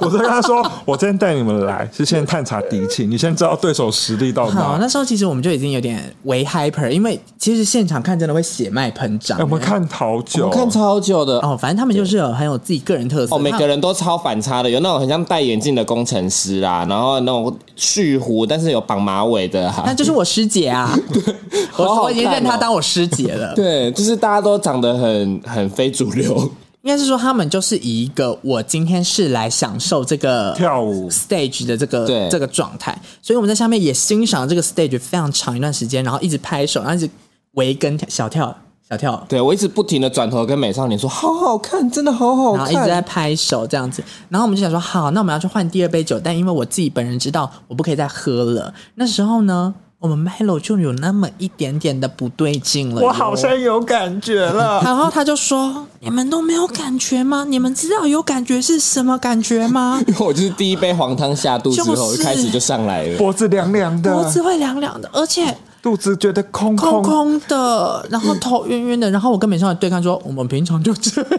[SPEAKER 5] 我就跟他说，我今天带你们来是先探查敌情，你先知道对手实力到
[SPEAKER 1] 好，
[SPEAKER 5] 哪。
[SPEAKER 1] 那时候其实我们就已经有点为 hyper，因为其实现场看真的会血脉喷张、
[SPEAKER 5] 哎我们看好久，
[SPEAKER 4] 我看超久的。
[SPEAKER 1] 哦，反正他们就是有很有自己个人特色。
[SPEAKER 4] 哦，每
[SPEAKER 1] 他
[SPEAKER 4] 个人都超反差的，有那种很像戴眼镜的工程师啦，然后那种蓄胡但是有绑马尾 的、啊，
[SPEAKER 1] 那就是我师姐啊！ 我
[SPEAKER 4] 好好看哦
[SPEAKER 1] 我已经认她当我师姐了。
[SPEAKER 4] 对，就是大家都长得很很非主流，
[SPEAKER 1] 应该是说他们就是以一个我今天是来享受这个
[SPEAKER 5] 跳舞
[SPEAKER 1] stage 的这个
[SPEAKER 4] 对
[SPEAKER 1] 这个状态，所以我们在下面也欣赏这个 stage 非常长一段时间，然后一直拍手，然后一直围跟跳小跳小跳。
[SPEAKER 4] 对我一直不停的转头跟美少年说，好好看，真的好好
[SPEAKER 1] 然后
[SPEAKER 4] 看，
[SPEAKER 1] 一直在拍手这样子，然后我们就想说，好，那我们要去换第二杯酒，但因为我自己本人知道我不可以再喝了。那时候呢，我们 Milo 就有那么一点点的不对劲了哟，
[SPEAKER 5] 我好像有感觉了。
[SPEAKER 1] 然后他就说：“你们都没有感觉吗？你们知道有感觉是什么感觉 吗？
[SPEAKER 4] 因为我就是第一杯黄汤下肚之后，
[SPEAKER 1] 就是
[SPEAKER 4] 开始就上来了。
[SPEAKER 5] 脖子凉凉的，
[SPEAKER 1] 脖子会凉凉的，而且
[SPEAKER 5] 肚子觉得空
[SPEAKER 1] 空
[SPEAKER 5] 啊空，
[SPEAKER 1] 空的，然后头晕晕的。然后我跟美少女对看说，我们平常就这样。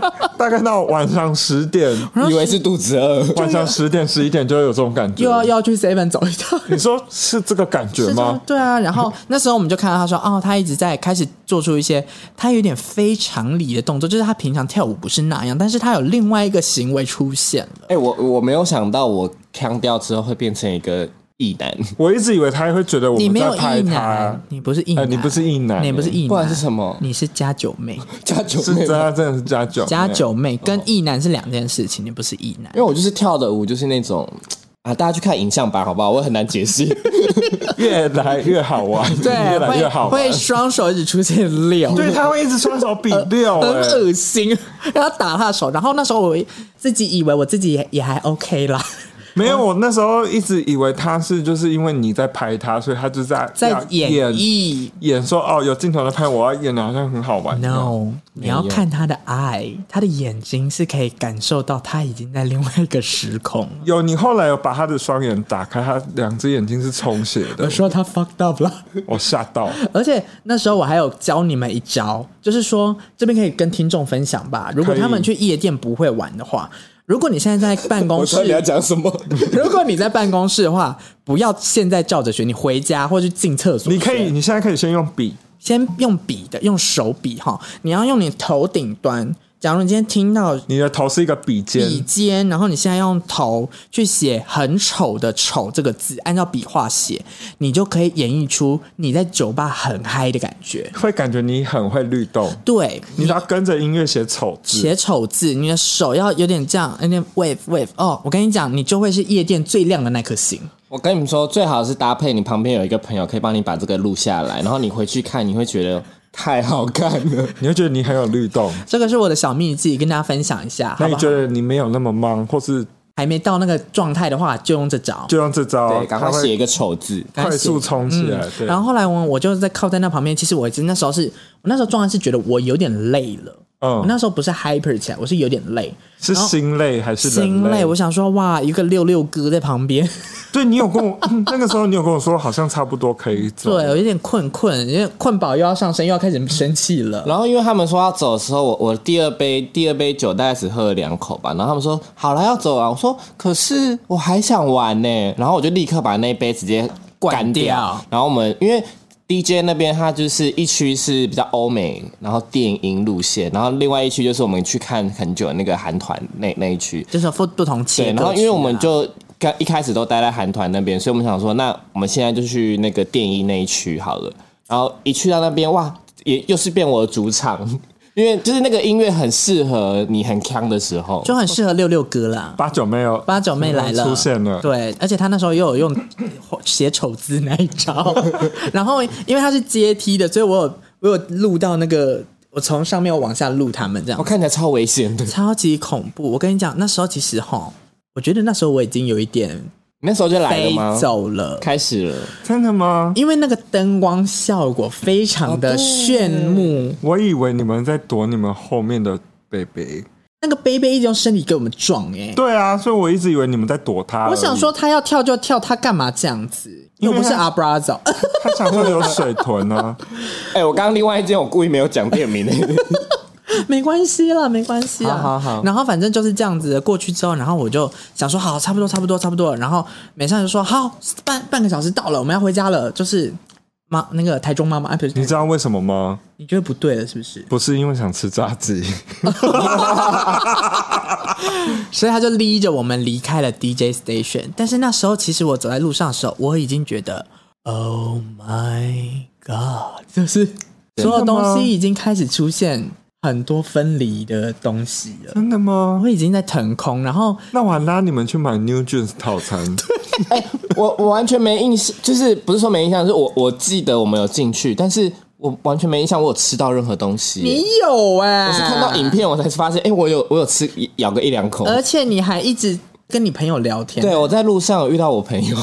[SPEAKER 5] 大大概到晚上十点，
[SPEAKER 4] 以为是肚子饿，
[SPEAKER 5] 晚上十点十一点就会有这种感觉。
[SPEAKER 1] 又要又要去 seven 走一趟。”
[SPEAKER 5] 你说是这个感觉
[SPEAKER 1] 是
[SPEAKER 5] 吗？
[SPEAKER 1] 对啊，然后那时候我们就看到他说，哦，他一直在开始做出一些他有点非常理的动作，就是他平常跳舞不是那样，但是他有另外一个行为出现了。
[SPEAKER 4] 哎、我我没有想到我腔调之后会变成一个异男，
[SPEAKER 5] 我一直以为他会觉得我
[SPEAKER 1] 你
[SPEAKER 5] 们
[SPEAKER 1] 没有啊
[SPEAKER 5] 在拍
[SPEAKER 1] 意
[SPEAKER 5] 他
[SPEAKER 1] 男，，你不是意
[SPEAKER 5] 呃
[SPEAKER 1] 男，
[SPEAKER 5] 你不是意男
[SPEAKER 1] 你不是意男，
[SPEAKER 4] 不然是什么
[SPEAKER 1] 你是加九妹。
[SPEAKER 4] 加九
[SPEAKER 5] 是
[SPEAKER 4] 妹
[SPEAKER 5] 真
[SPEAKER 4] 吗，
[SPEAKER 5] 的真的是加酒
[SPEAKER 1] 加九妹跟异男是两件事情，你不是异男
[SPEAKER 4] 因。为我就是跳的舞就是那种啊，大家去看影像版好不好？我很难解释，
[SPEAKER 5] 越来越好玩， 越来越好
[SPEAKER 1] 会
[SPEAKER 5] 玩
[SPEAKER 1] 会。双手一直出现六，
[SPEAKER 5] 对，他会一直双手比六、
[SPEAKER 1] 很
[SPEAKER 5] 哎
[SPEAKER 1] 恶心。然后打他的手，然后那时候我自己以为我自己也也还 OK 啦，
[SPEAKER 5] 没有，我那时候一直以为他是就是因为你在拍他，所以他就在
[SPEAKER 1] 在
[SPEAKER 5] 要
[SPEAKER 1] 演
[SPEAKER 5] 演
[SPEAKER 1] 绎。
[SPEAKER 5] 演说哦，有镜头在拍，我要演的好像很好玩。
[SPEAKER 1] No，你要看他的 eye，他的眼睛是可以感受到他已经在另外一个时空了。
[SPEAKER 5] 有你后来有把他的双眼打开，他两只眼睛是充血
[SPEAKER 1] 我
[SPEAKER 5] 的，
[SPEAKER 1] 说他 fucked up 了。
[SPEAKER 5] 我吓到。
[SPEAKER 1] 而且那时候我还有教你们一招，就是说这边可以跟听众分享吧。如果他们去夜店不会玩的话，如果你现在 在办公
[SPEAKER 4] 我知道你要
[SPEAKER 1] 室，
[SPEAKER 4] 讲什么。
[SPEAKER 1] 如果你在办公室的话，不要现在照着学，你回家或去进厕所学，
[SPEAKER 5] 你可以，你现在可以先用笔，
[SPEAKER 1] 先用笔的，用手笔哈，你要用你头顶端。假如你今天听到
[SPEAKER 5] 你的头是一个笔尖，
[SPEAKER 1] 笔尖，然后你现在用头去写很丑的“丑”这个字，按照笔画写，你就可以演绎出你在酒吧很嗨的感觉。
[SPEAKER 5] 会感觉你很会律动。
[SPEAKER 1] 对，
[SPEAKER 5] 你只要跟着音乐写丑字，
[SPEAKER 1] 写丑字，你的手要有点这样，有点 wave wave。哦，我跟你讲，你就会是夜店最亮的那颗星。
[SPEAKER 4] 我跟你们说，最好是搭配你旁边有一个朋友可以帮你把这个录下来，然后你回去看，你会觉得太好看了。
[SPEAKER 5] 你会觉得你很有律动。
[SPEAKER 1] 这个是我的小秘籍，跟大家分享一下。
[SPEAKER 5] 那
[SPEAKER 1] 好
[SPEAKER 5] 你
[SPEAKER 1] 不好
[SPEAKER 5] 觉得你没有那么忙，或是
[SPEAKER 1] 还没到那个状态的话，就用这招。
[SPEAKER 5] 就用这招，
[SPEAKER 4] 对，赶快
[SPEAKER 5] 它会
[SPEAKER 4] 写一个丑字。
[SPEAKER 5] 快速冲起来。
[SPEAKER 1] 嗯
[SPEAKER 5] 对，
[SPEAKER 1] 然后后来我我就在靠在那旁边，其实我其实那时候是我那时候状态是觉得我有点累了。
[SPEAKER 5] 嗯
[SPEAKER 1] 我那时候不是 hyper 起来，我是有点累，
[SPEAKER 5] 是
[SPEAKER 1] 然后
[SPEAKER 5] 心累还是人
[SPEAKER 1] 心累。我想说，哇，一个六六哥在旁 边，
[SPEAKER 5] 对你有跟我、 嗯那个时候，你有跟我说，好像差不多可以走。
[SPEAKER 1] 对我有点困困，因为困饱又要上身，又要开始生气了。
[SPEAKER 4] 然后因为他们说要走的时候，我我第二杯第二杯酒大概只喝了两口吧，然后他们说好了要走啊，我说可是我还想玩呢、然后我就立刻把那一杯直接干
[SPEAKER 1] 灌掉
[SPEAKER 4] 然后我们因为 DJ 那边它就是一区是比较欧美，然后电音路线，然后另外一区就是我们去看很久的那个韩团那那一区，
[SPEAKER 1] 就是不不同切、
[SPEAKER 4] 对，然后因为我们
[SPEAKER 1] 啊
[SPEAKER 4] 就刚一开始都待在韩团那边，所以我们想说，那我们现在就去那个电音那一区好了。然后一去到那边，哇，也又是变我的主场， 因为就是那个音乐很适合你很强的时候。
[SPEAKER 1] 就很适合六六哥啦。
[SPEAKER 5] 八九没有，
[SPEAKER 1] 八九妹来了，
[SPEAKER 5] 出现了。
[SPEAKER 1] 对，而且她那时候又有用 写丑字那一招， 然后因为她是阶梯的，所以我有我有录到那个，我从上面往下录他们这样
[SPEAKER 4] 我，看起来超危险的，
[SPEAKER 1] 超级恐怖。我跟你讲，那时候其实哈，我觉得那时候我已经有一点
[SPEAKER 4] 你那时候就来了
[SPEAKER 1] 飞
[SPEAKER 4] 吗？
[SPEAKER 1] 走了。
[SPEAKER 4] 开始了，
[SPEAKER 5] 真的吗？
[SPEAKER 1] 因为那个灯光效果非常
[SPEAKER 5] 哦
[SPEAKER 1] 的炫目，
[SPEAKER 5] 我以为你们在躲你们后面的 baby。
[SPEAKER 1] 那个贝贝一直用身体给我们撞哎、
[SPEAKER 5] 对啊，所以我一直以为你们在躲他。
[SPEAKER 1] 我想，说他要跳就跳，他干嘛这样子？又不是
[SPEAKER 5] 因为他
[SPEAKER 1] 阿布拉走，
[SPEAKER 5] 他想说有水 豚啊，
[SPEAKER 4] 哎、我刚刚另外一间我故意没有讲店名，
[SPEAKER 1] 没关系啦，没关系啦。
[SPEAKER 4] 好好好
[SPEAKER 1] 然后反正就是这样子，过去之后，然后我就想说，好，差不多，差不多，差不多了。然后美善就说，好，半半个小时到了，我们要回家了。就是妈，那个台中妈妈，哎，不是，
[SPEAKER 5] 你知道为什么吗？
[SPEAKER 1] 你觉得不对了，是不是？
[SPEAKER 5] 不是因为想吃炸 鸡，
[SPEAKER 1] 所以他就逼着我们离开了 DJ station。但是那时候，其实我走在路上的时候，我已经觉得，Oh my God，就是所有东西已经开始出现很多分离的东西了。
[SPEAKER 5] 真的吗？
[SPEAKER 1] 我已经在腾空，然后
[SPEAKER 5] 那我还拉你们去买 New Jeans 套餐，
[SPEAKER 4] 哎、我我完全没印象，就是不是说没印象，是我我记得我们有进去，但是我完全没印象，我有吃到任何东西。
[SPEAKER 1] 你有哎、
[SPEAKER 4] 我是看到影，片我才发现，哎、我有我有吃咬个一两口。
[SPEAKER 1] 而且你还一直跟你朋友聊天，
[SPEAKER 4] 对，我在路上有遇到我朋友，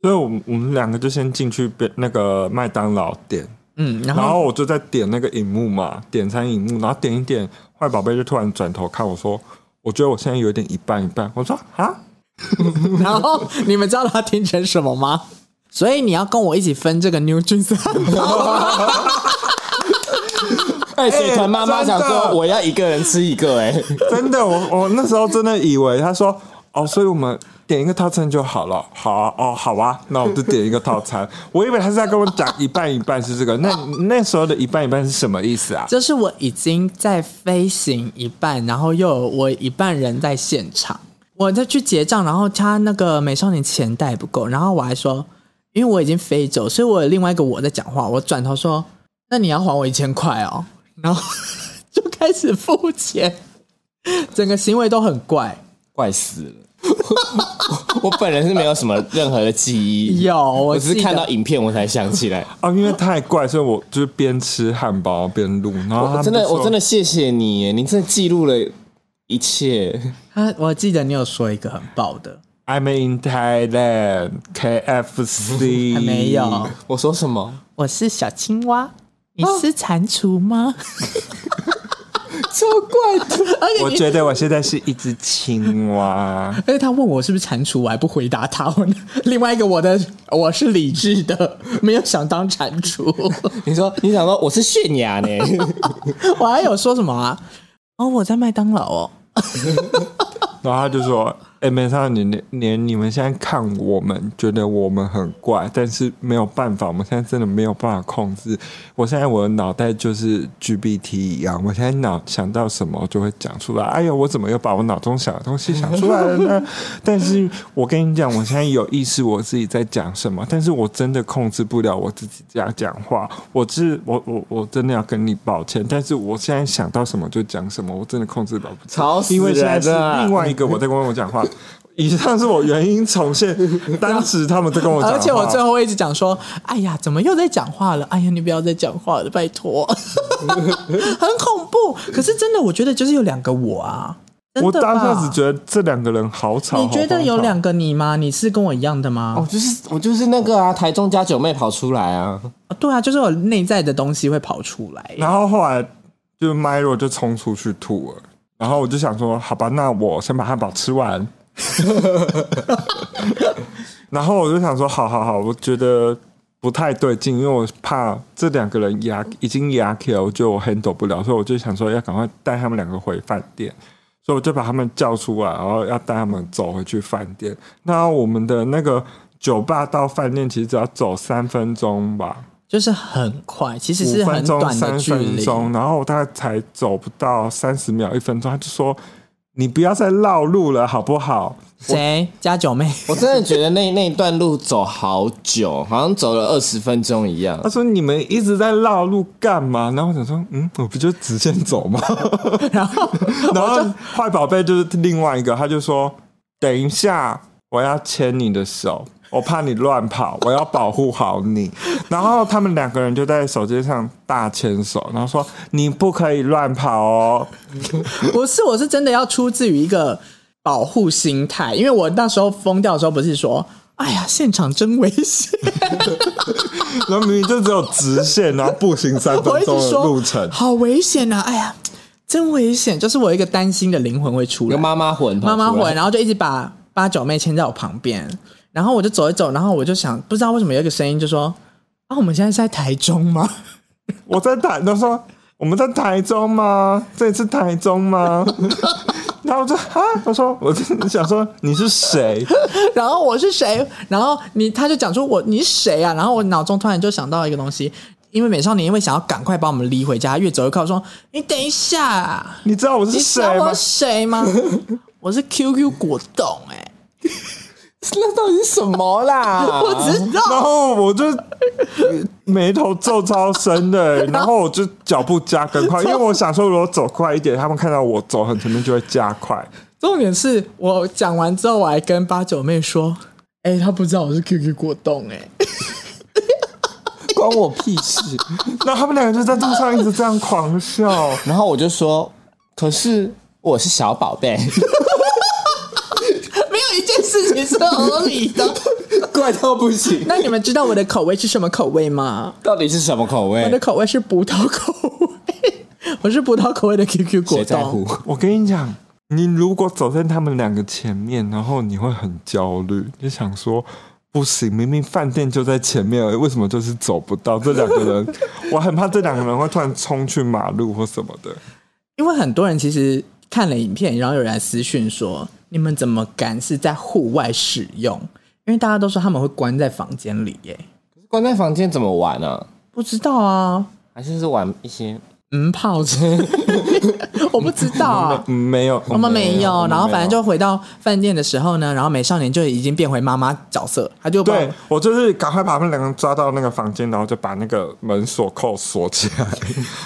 [SPEAKER 5] 所以我们我们两个就先进去边那个麦当劳点，
[SPEAKER 1] 嗯，然
[SPEAKER 5] 然
[SPEAKER 1] 后
[SPEAKER 5] 后我就在点那个荧幕嘛，点餐荧幕，然后点一点，坏宝贝就突然转头看我说：“我觉得我现在有点一半一半。”我说：“啊，
[SPEAKER 1] 然后你们知道他听成什么 吗？所以你要跟我一起分这个 New Jeans 汉堡
[SPEAKER 4] 哎、水豚妈妈
[SPEAKER 5] 真的
[SPEAKER 4] 想说我要一个人吃一个、哎，
[SPEAKER 5] 真的，我我那时候真的以为他说哦，所以我们点一个套餐就好了，好啊，哦，好啊，那我就点一个套餐。我以为他是在跟我讲一半一半是这个，那那时候的一半一半是什么意思啊？
[SPEAKER 1] 就是我已经在飞行一半，然后又有我一半人在现场，我在去结账，然后他那个美少女钱袋不够，然后我还说，因为我已经飞走，所以我有另外一个我在讲话，我转头说，那你要还我一千块哦， 然后就开始付钱，整个行为都很怪。
[SPEAKER 4] 怪死了。 我我本人是没有什么任何的记忆，
[SPEAKER 1] 有我
[SPEAKER 4] 我
[SPEAKER 1] 记
[SPEAKER 4] 只是
[SPEAKER 1] 得
[SPEAKER 4] 看到影片我才想起来。
[SPEAKER 5] 哦，因为太怪，所以我就是边吃汉堡边录，然后他
[SPEAKER 4] 我
[SPEAKER 5] 们
[SPEAKER 4] 真
[SPEAKER 5] 就
[SPEAKER 4] 的，
[SPEAKER 5] 说
[SPEAKER 4] 我真的谢谢你，哎你真的记录了一切。
[SPEAKER 1] 他我记得你有说一个很爆的，
[SPEAKER 5] I'm in Thailand KFC
[SPEAKER 1] 还没有，
[SPEAKER 5] 啊
[SPEAKER 4] 我说什么？
[SPEAKER 1] 我是小青蛙，你是蟾蜍吗？ 超怪的，而且
[SPEAKER 5] 我
[SPEAKER 1] 你
[SPEAKER 5] 觉得我现在是一只青蛙，
[SPEAKER 1] 而且他问我是不是蟾蜍，我还不回答他。我 另外一个我的我是理智的，没有想当蟾蜍。
[SPEAKER 4] 你说你想说我是泫雅呢？
[SPEAKER 1] 我还有说什么啊？哦，我在麦当劳哦，
[SPEAKER 5] 然后他就说哎，没错，你连连你们现在看我们，觉得我们很怪，但是没有办法，我们现在真的没有办法控制。我现在我的脑袋就是 GPT 一样，我现在脑想到什么就会讲出来。哎呀，我怎么又把我脑中想的东西想出来了呢？ 但是我跟你讲，我现在有意识我自己在讲什么，但是我真的控制不了我自己这样讲话。我是我我我真的要跟你抱歉，但是我现在想到什么就讲什么，我真的控制不了。
[SPEAKER 4] 吵死
[SPEAKER 5] 因为现在
[SPEAKER 4] 人
[SPEAKER 5] 是
[SPEAKER 4] 了
[SPEAKER 5] 另。外啊一个我在跟我讲话。以上是我原因重现，当时他们在跟我讲话，
[SPEAKER 1] 而且我最后一直讲说：“哎呀，怎么又在讲话了？哎呀，你不要再讲话了，拜 托，很恐怖。”可是真的，我觉得就是有两个我啊，真
[SPEAKER 5] 我
[SPEAKER 1] 的
[SPEAKER 5] 当
[SPEAKER 1] 吧
[SPEAKER 5] 下只觉得这两个人好吵。
[SPEAKER 1] 你觉
[SPEAKER 5] 好
[SPEAKER 1] 得
[SPEAKER 5] 荒
[SPEAKER 1] 有
[SPEAKER 5] 唐
[SPEAKER 1] 两个你吗？你是跟我一样的吗？
[SPEAKER 4] 哦，就是我就是那个啊，台中加九妹跑出来啊，
[SPEAKER 1] 对啊，就是我内在的东西会跑出来。
[SPEAKER 5] 然后后来就是 Miro 就冲出去吐了，然后我就想说，好吧，那我先把汉堡吃完。 然后我就想说，好好好，我觉得不太对劲，因为我怕这两个人牙已经牙 Q，就我 handle 不了，所以我就想说要赶快带他们两个回饭店。所以我就把他们叫出来，然后要带他们走回去饭店。那我们的那个酒吧到饭店其实只要走三分钟吧，
[SPEAKER 1] 就是很快，其实是
[SPEAKER 5] 五
[SPEAKER 1] 很
[SPEAKER 5] 分钟、
[SPEAKER 1] 短的
[SPEAKER 5] 三
[SPEAKER 1] 距
[SPEAKER 5] 分
[SPEAKER 1] 离。
[SPEAKER 5] 钟，然后我大概才走不到三十秒、一分钟，他就说：“你不要再绕路了，好不好
[SPEAKER 1] 谁加九妹？
[SPEAKER 4] 我真的觉得那那一段路走好久，好像走了二十分钟一？”样
[SPEAKER 5] 他。说：“你们一直在绕路干嘛？”然后我想说：“嗯，我不就直线走吗？”
[SPEAKER 1] 然后
[SPEAKER 5] 然后坏宝贝就是另外一个，他就说：“等一下，我要牵你的手，我怕你乱跑，我要保护好你。” 然后他们两个人就在手机上大牵手，然后说：“你不可以乱跑哦。”
[SPEAKER 1] 不是，我是真的要出自于一个保护心态，因为我那时候疯掉的时候不是说。哎呀，现场真危险！
[SPEAKER 5] 然后明明就只有直线，然后步行三
[SPEAKER 1] 我
[SPEAKER 5] 分
[SPEAKER 1] 一直
[SPEAKER 5] 钟的
[SPEAKER 1] 说
[SPEAKER 5] 路程，
[SPEAKER 1] 好危险啊！哎呀，真危险！就是我有一个担心的灵魂会出来，
[SPEAKER 4] 有妈妈魂，
[SPEAKER 1] 妈啊妈回，，然后就一直把八九妹牵在我旁边，然后我就走一走，然后我就想，不知道为什么有一个声音就说：“啊，我们现在是在台中吗？”
[SPEAKER 5] 我在台，他说我们在台中吗？这里是台中吗？ 然后我就啊，我说我就想说你是谁？
[SPEAKER 1] 然后我是谁？然后你他就讲出我你是谁啊？然后我脑中突然就想到一个东西，因为美少年因为想要赶快把我们离回家，越走越靠，说你等一下，啊
[SPEAKER 5] 你知道我是
[SPEAKER 1] 你知
[SPEAKER 5] 谁
[SPEAKER 1] 道
[SPEAKER 5] 吗
[SPEAKER 1] 我？谁吗？ 我是 QQ 果冻哎、
[SPEAKER 4] 那到底是什么啦？
[SPEAKER 1] 我只知
[SPEAKER 5] 然
[SPEAKER 1] 道。
[SPEAKER 5] 后我就眉头皱超深的、欸然后我就脚步加更快，因为我想说如果走快一点，他们看到我走很前面就会加快。
[SPEAKER 1] 重点是我讲完之后，我还跟八九妹说，哎、她不知道我是 QQ 果冻哎、
[SPEAKER 4] 关我屁 事。
[SPEAKER 5] 然后他们两个就在路上一直这样狂笑。
[SPEAKER 4] 然后我就说，可是我是小宝贝，
[SPEAKER 1] 没有一件事情是合理的。
[SPEAKER 4] 怪到不行。
[SPEAKER 1] 那你们知道我的口味是什么口味吗？
[SPEAKER 4] 到底是什么口
[SPEAKER 1] 我的
[SPEAKER 4] 味？
[SPEAKER 1] 口味是葡萄口味， 我是葡萄口味的 QQ 果
[SPEAKER 4] 谁在
[SPEAKER 1] 冻
[SPEAKER 4] 乎。？
[SPEAKER 5] 我跟你讲，你如果走在他们两个前面，然后你会很焦虑，就想说。不行，明明饭店就在前面而已，为什么就是走不到？这两个人， 我很怕这两个人会突然冲去马路或什么的。
[SPEAKER 1] 因为很多人其实看了影片，然后有人来私讯说，你们怎么敢是在户外使用？因为大家都说他们会关在房间里耶，
[SPEAKER 4] 关在房间怎么玩啊？
[SPEAKER 1] 不知道啊，
[SPEAKER 4] 还是是玩一些
[SPEAKER 1] 嗯，泡着， 我不知道 啊。
[SPEAKER 5] 嗯没有，
[SPEAKER 1] 我们没有，然后反正
[SPEAKER 5] 就。
[SPEAKER 1] 就回到饭店的时候呢，然后美少年就已经变回妈妈角色，他就把
[SPEAKER 5] 对我就是赶快把他们两个抓到那个房间，然后就把那个门锁扣锁起来，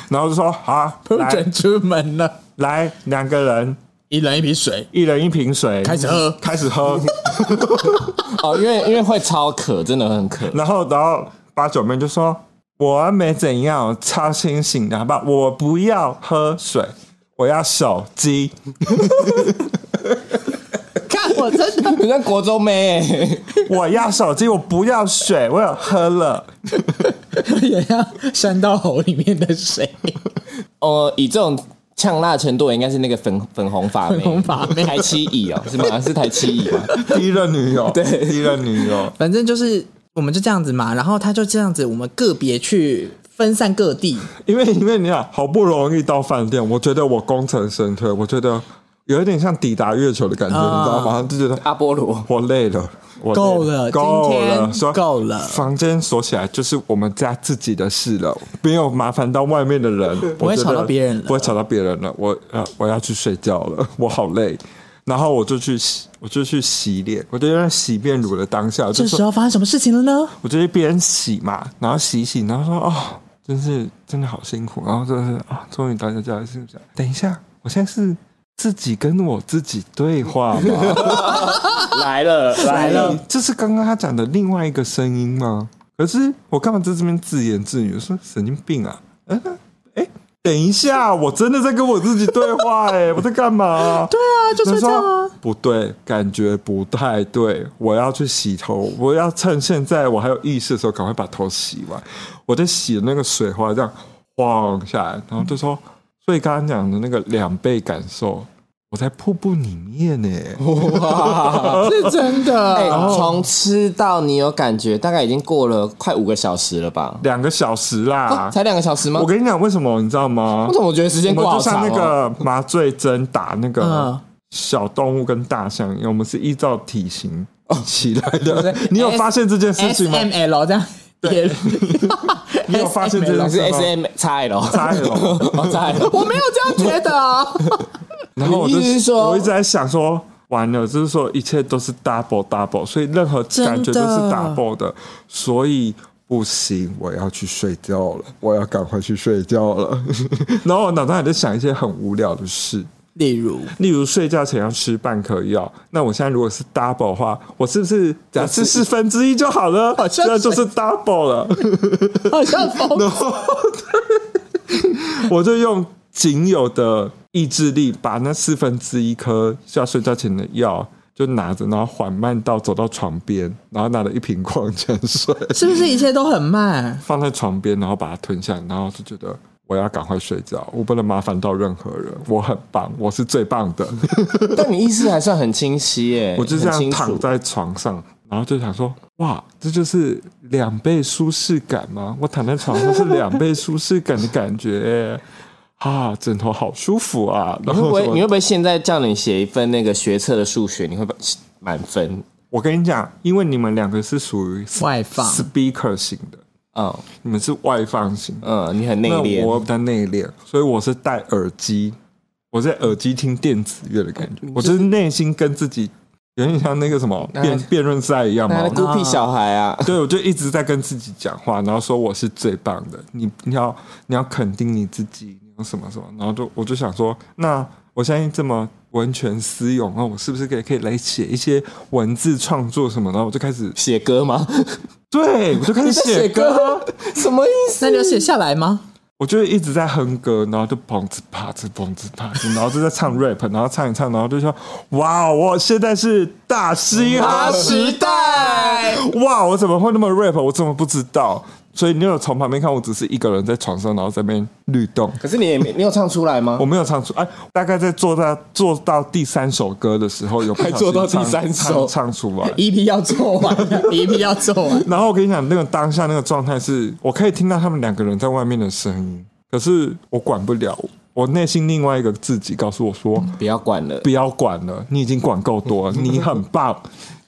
[SPEAKER 5] 然后就说：“好啊，
[SPEAKER 1] 不
[SPEAKER 5] 来
[SPEAKER 1] 准出门了，
[SPEAKER 5] 来，两个人，
[SPEAKER 1] 一人一瓶水，
[SPEAKER 5] 一人一瓶水，
[SPEAKER 1] 开始喝
[SPEAKER 5] 开始喝。”
[SPEAKER 4] 哦，因为因为会超渴，真的很渴。
[SPEAKER 5] 然后，然后八九妹就说：“我没怎样，超清醒的，好不好？我不要喝水，我要手机。
[SPEAKER 1] 看我真的
[SPEAKER 4] 你在国中妹、
[SPEAKER 5] 我要手机，我不要水，我有喝了。
[SPEAKER 1] 也要山到喉里面的水，
[SPEAKER 4] 呃，以这种呛辣程度，应该是那个粉粉红发妹，
[SPEAKER 1] 粉红发妹
[SPEAKER 4] 台七乙哦，是吗？是台七乙吗？
[SPEAKER 5] 第一任女友，对，第一任女友。
[SPEAKER 1] 反正就是我们就这样子嘛，然后他就这样子，我们个别去分散各地，
[SPEAKER 5] 因为因为你看，好不容易到饭店，我觉得我功成身退，我觉得有一点像抵达月球的感觉，
[SPEAKER 1] 啊
[SPEAKER 5] 你知道吗？就觉得
[SPEAKER 4] 阿波罗，
[SPEAKER 5] 我累了，我
[SPEAKER 1] 够
[SPEAKER 5] 累
[SPEAKER 1] 了，
[SPEAKER 5] 够
[SPEAKER 1] 今
[SPEAKER 5] 了，说
[SPEAKER 1] 天够了。
[SPEAKER 5] 房间锁起来就是我们家自己的事了，没有麻烦到外面的 人，
[SPEAKER 1] 不会
[SPEAKER 5] 我觉得
[SPEAKER 1] 吵到别人了
[SPEAKER 5] 不会吵到别人了。我呃，我要去睡觉了， 我好累。然后我就去洗，我就去洗脸，我就在洗面乳的当下，我
[SPEAKER 1] 这
[SPEAKER 5] 就
[SPEAKER 1] 时
[SPEAKER 5] 说，
[SPEAKER 1] 候发生什么事情了呢？
[SPEAKER 5] 我就一边洗嘛，然后洗一洗，然后说哦，真是真的好辛苦，然后真的是啊、终于到家家了，是不是？等一下，我现在是自己跟我自己对话嘛。
[SPEAKER 4] 来了来了，
[SPEAKER 5] 哎这是刚刚他讲的另外一个声音吗？可是我干嘛在这边自言自语？我说神经病啊！嗯、哎，等一下，我真的在跟我自己对话哎、 我在干嘛、对啊，
[SPEAKER 1] 就是这样啊。
[SPEAKER 5] 不对，感觉不太对，我要去洗头，我要趁现在我还有意识的时候，赶快把头洗完。我在洗的那个水花这样晃下来，然后就说，所以刚刚讲的那个两倍感受，我在瀑布里面哎呢、
[SPEAKER 1] 是 真的，
[SPEAKER 4] 哎，从吃到你有感觉，大概已经过了快五个小时了吧？
[SPEAKER 5] 两个小时啦，
[SPEAKER 4] 啊才两个小时吗？
[SPEAKER 5] 我跟你讲，为什么你知道吗
[SPEAKER 4] 我？怎么觉得时间
[SPEAKER 5] 我们
[SPEAKER 4] 过好
[SPEAKER 5] 就像
[SPEAKER 4] 长
[SPEAKER 5] 那
[SPEAKER 4] 哦？
[SPEAKER 5] 个麻醉针打那个
[SPEAKER 1] 嗯
[SPEAKER 5] 小动物跟大象一样，我们是依照体型起来 的。你有发现这件事
[SPEAKER 1] S
[SPEAKER 5] 情吗？
[SPEAKER 1] M L 哦这样，对，
[SPEAKER 5] 你有发现这
[SPEAKER 1] SML
[SPEAKER 5] 件
[SPEAKER 4] 是
[SPEAKER 5] 事
[SPEAKER 4] S
[SPEAKER 5] 吗？
[SPEAKER 4] M 差 L
[SPEAKER 5] 差一了。
[SPEAKER 4] 哦差 L，
[SPEAKER 1] 哦我没有这样觉得啊。
[SPEAKER 5] 然后我就
[SPEAKER 4] 你意思是说
[SPEAKER 5] 我一直在想说，完了，就是说一切都是 double double，所以任何
[SPEAKER 1] 真的
[SPEAKER 5] 感觉都是 double 的，所以。不行，我要去睡觉了，我要赶快去睡觉了。 然后我脑袋还在想一些很无聊的事，
[SPEAKER 1] 例如，
[SPEAKER 5] 例如睡觉前要吃半颗药，那我现在如果是 double 的话，我是不是假设四分之一就好了？
[SPEAKER 1] 好像
[SPEAKER 5] 这样就是 double 了，
[SPEAKER 1] 好像疯了，
[SPEAKER 5] 我就用仅有的意志力把那四分之一颗要睡觉前的药就拿着，然后缓慢到走到床边，然后拿了一瓶矿泉水
[SPEAKER 1] 是不是一切都很慢？
[SPEAKER 5] 放在床边，然后把它吞下，然后就觉得。我要赶快睡觉，我不能麻烦到任何人。我很棒，我是最棒的。
[SPEAKER 4] 但你意识还算很清晰耶，
[SPEAKER 5] 我就这
[SPEAKER 4] 很
[SPEAKER 5] 样
[SPEAKER 4] 清楚
[SPEAKER 5] 躺在床上，然后就想说，哇，这就是两倍舒适感吗？我躺在床上是两倍舒适感的感觉、啊，枕头好舒服啊！然
[SPEAKER 4] 你会
[SPEAKER 5] 后
[SPEAKER 4] 不 会你
[SPEAKER 5] 我
[SPEAKER 4] 会不会现在叫你写一份那个学测的数学，你会不会满分？
[SPEAKER 5] 我跟你讲，因为你们两个是属于
[SPEAKER 1] 外放
[SPEAKER 5] speaker 型的，
[SPEAKER 4] 嗯
[SPEAKER 5] 你们是外放型的，
[SPEAKER 4] 嗯，你很内
[SPEAKER 5] 那我
[SPEAKER 4] 敛。
[SPEAKER 5] 比较内敛，所以我是戴耳机，我在耳机听电子乐的感觉，我就是内心跟自己有点像那个什么辩辩论赛一样嘛
[SPEAKER 4] 那，孤僻小孩啊，
[SPEAKER 5] 对，我就一直在跟自己讲话，然后说我是最棒的，你你要你要肯定你自己，你要什么什么，然后就我就想说，那我相信这么文权私用，那我是不是可以可以来写一些文字创作什么？然后我就开始，
[SPEAKER 4] 写歌 吗？
[SPEAKER 5] 对我就开始写歌，
[SPEAKER 4] 歌，啊 什么意
[SPEAKER 1] 那
[SPEAKER 4] 思？
[SPEAKER 1] 你有写下来吗？
[SPEAKER 5] 我就一直在哼歌，然后就砰哧啪哧砰哧啪哧，然后就在唱 rap，然后唱一唱，然后就说哇，我现在是大啊嘻
[SPEAKER 1] 嗯
[SPEAKER 5] 哈时代， 哇，我怎么会那么 rap？我怎么不知道？所以你有从旁边看，我只是一个人在床上，然后在那边律动。
[SPEAKER 4] 可是你也没，你有唱出来吗
[SPEAKER 5] 我？没有唱出，哎，大概在做到做到第三首歌的时候，有不小心
[SPEAKER 4] 还 做到第
[SPEAKER 5] 唱
[SPEAKER 4] 三首
[SPEAKER 5] 唱唱出来，
[SPEAKER 1] 一 E p 要做完一 p 要做完，
[SPEAKER 5] 然后我跟你讲，那个当下那个状态是，我可以听到他们两个人在外面的声音，可是我管不了。我内心另外一个自己告诉我说：“
[SPEAKER 4] 不要管了
[SPEAKER 5] 不，要管了，你已经管够多了，你很棒，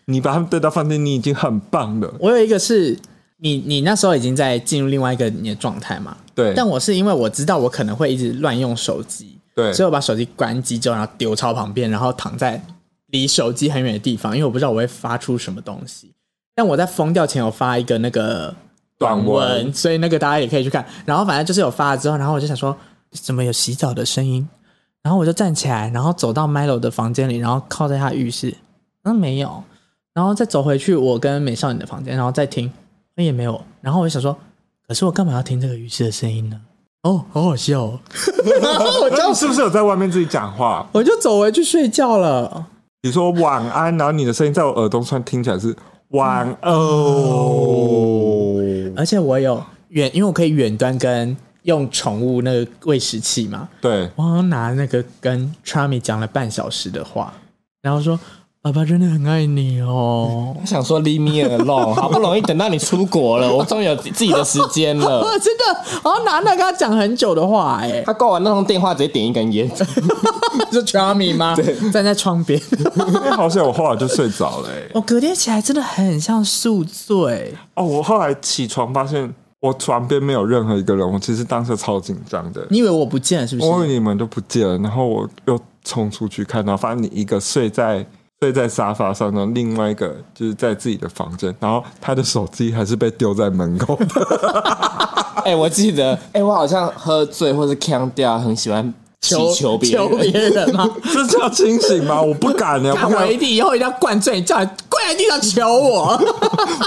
[SPEAKER 5] 你把他们带到饭店，你已经很棒了。
[SPEAKER 1] 我有一个是你，你那时候已经在进入另外一个你的状态嘛？
[SPEAKER 5] 对
[SPEAKER 1] 但我是因为我知道我可能会一直乱用手机，
[SPEAKER 5] 对
[SPEAKER 1] 所以我把手机关机之后，然后丢超旁边，然后躺在离手机很远的地方，因为我不知道我会发出什么东西。但我在疯掉前有发一个那个
[SPEAKER 5] 短文
[SPEAKER 1] 所以那个大家也可以去看。然后反正就是有发了之后，然后我就想说，怎么有洗澡的声音？然后我就站起来，然后走到 Milo 的房间里，然后靠在他浴室，嗯，没有。然后再走回去我跟美少女的房间，然后再听，那也没有。然后我就想说，可是我干嘛要听这个浴室的声音呢？哦，好好笑哦！然后我就
[SPEAKER 5] 哎那你是不是有在外面自己讲话？
[SPEAKER 1] 我就走回去睡觉了。
[SPEAKER 5] 你说晚安，然后你的声音在我耳中穿，听起来是晚哦。
[SPEAKER 1] 而且我有远，因为我可以远端跟用宠物那个喂食器嘛，
[SPEAKER 5] 对，
[SPEAKER 1] 我好像拿那个跟 Charmy 讲了半小时的话，然后说。爸爸真的很爱你 哦。
[SPEAKER 4] 想说 leave me alone，好不容易等到你出国 了，我终于有自己的时间了。
[SPEAKER 1] 啊，真的，然后拿那跟他讲很久的话、哎，
[SPEAKER 4] 他挂完那通电话，直接点一根烟。
[SPEAKER 1] 是 Charmy 吗？站在窗 边，
[SPEAKER 5] 因为好险我后来就睡着了、欸。
[SPEAKER 1] 我隔天起来真的很像宿醉，
[SPEAKER 5] 哦，我后来起床发现我床边没有任何一个人，我其实当时超紧张的。
[SPEAKER 1] 你以为我不见了是不
[SPEAKER 5] 我以
[SPEAKER 1] 是？
[SPEAKER 5] 为你们都不见了，然后我又冲出去看，然后发现你一个睡在睡在沙发上，然后另外一个就是在自己的房间，然后他的手机还是被丢在门口 的。
[SPEAKER 4] 哎、我记得，哎、我好像喝醉或是呛掉，很喜欢祈求别
[SPEAKER 1] 求别
[SPEAKER 4] 人。
[SPEAKER 1] 人 吗？
[SPEAKER 5] 这叫清醒吗？我不敢呢、 我不
[SPEAKER 1] 我
[SPEAKER 5] 敢
[SPEAKER 1] 一，定以后一定要灌醉你，叫你跪在地上求我。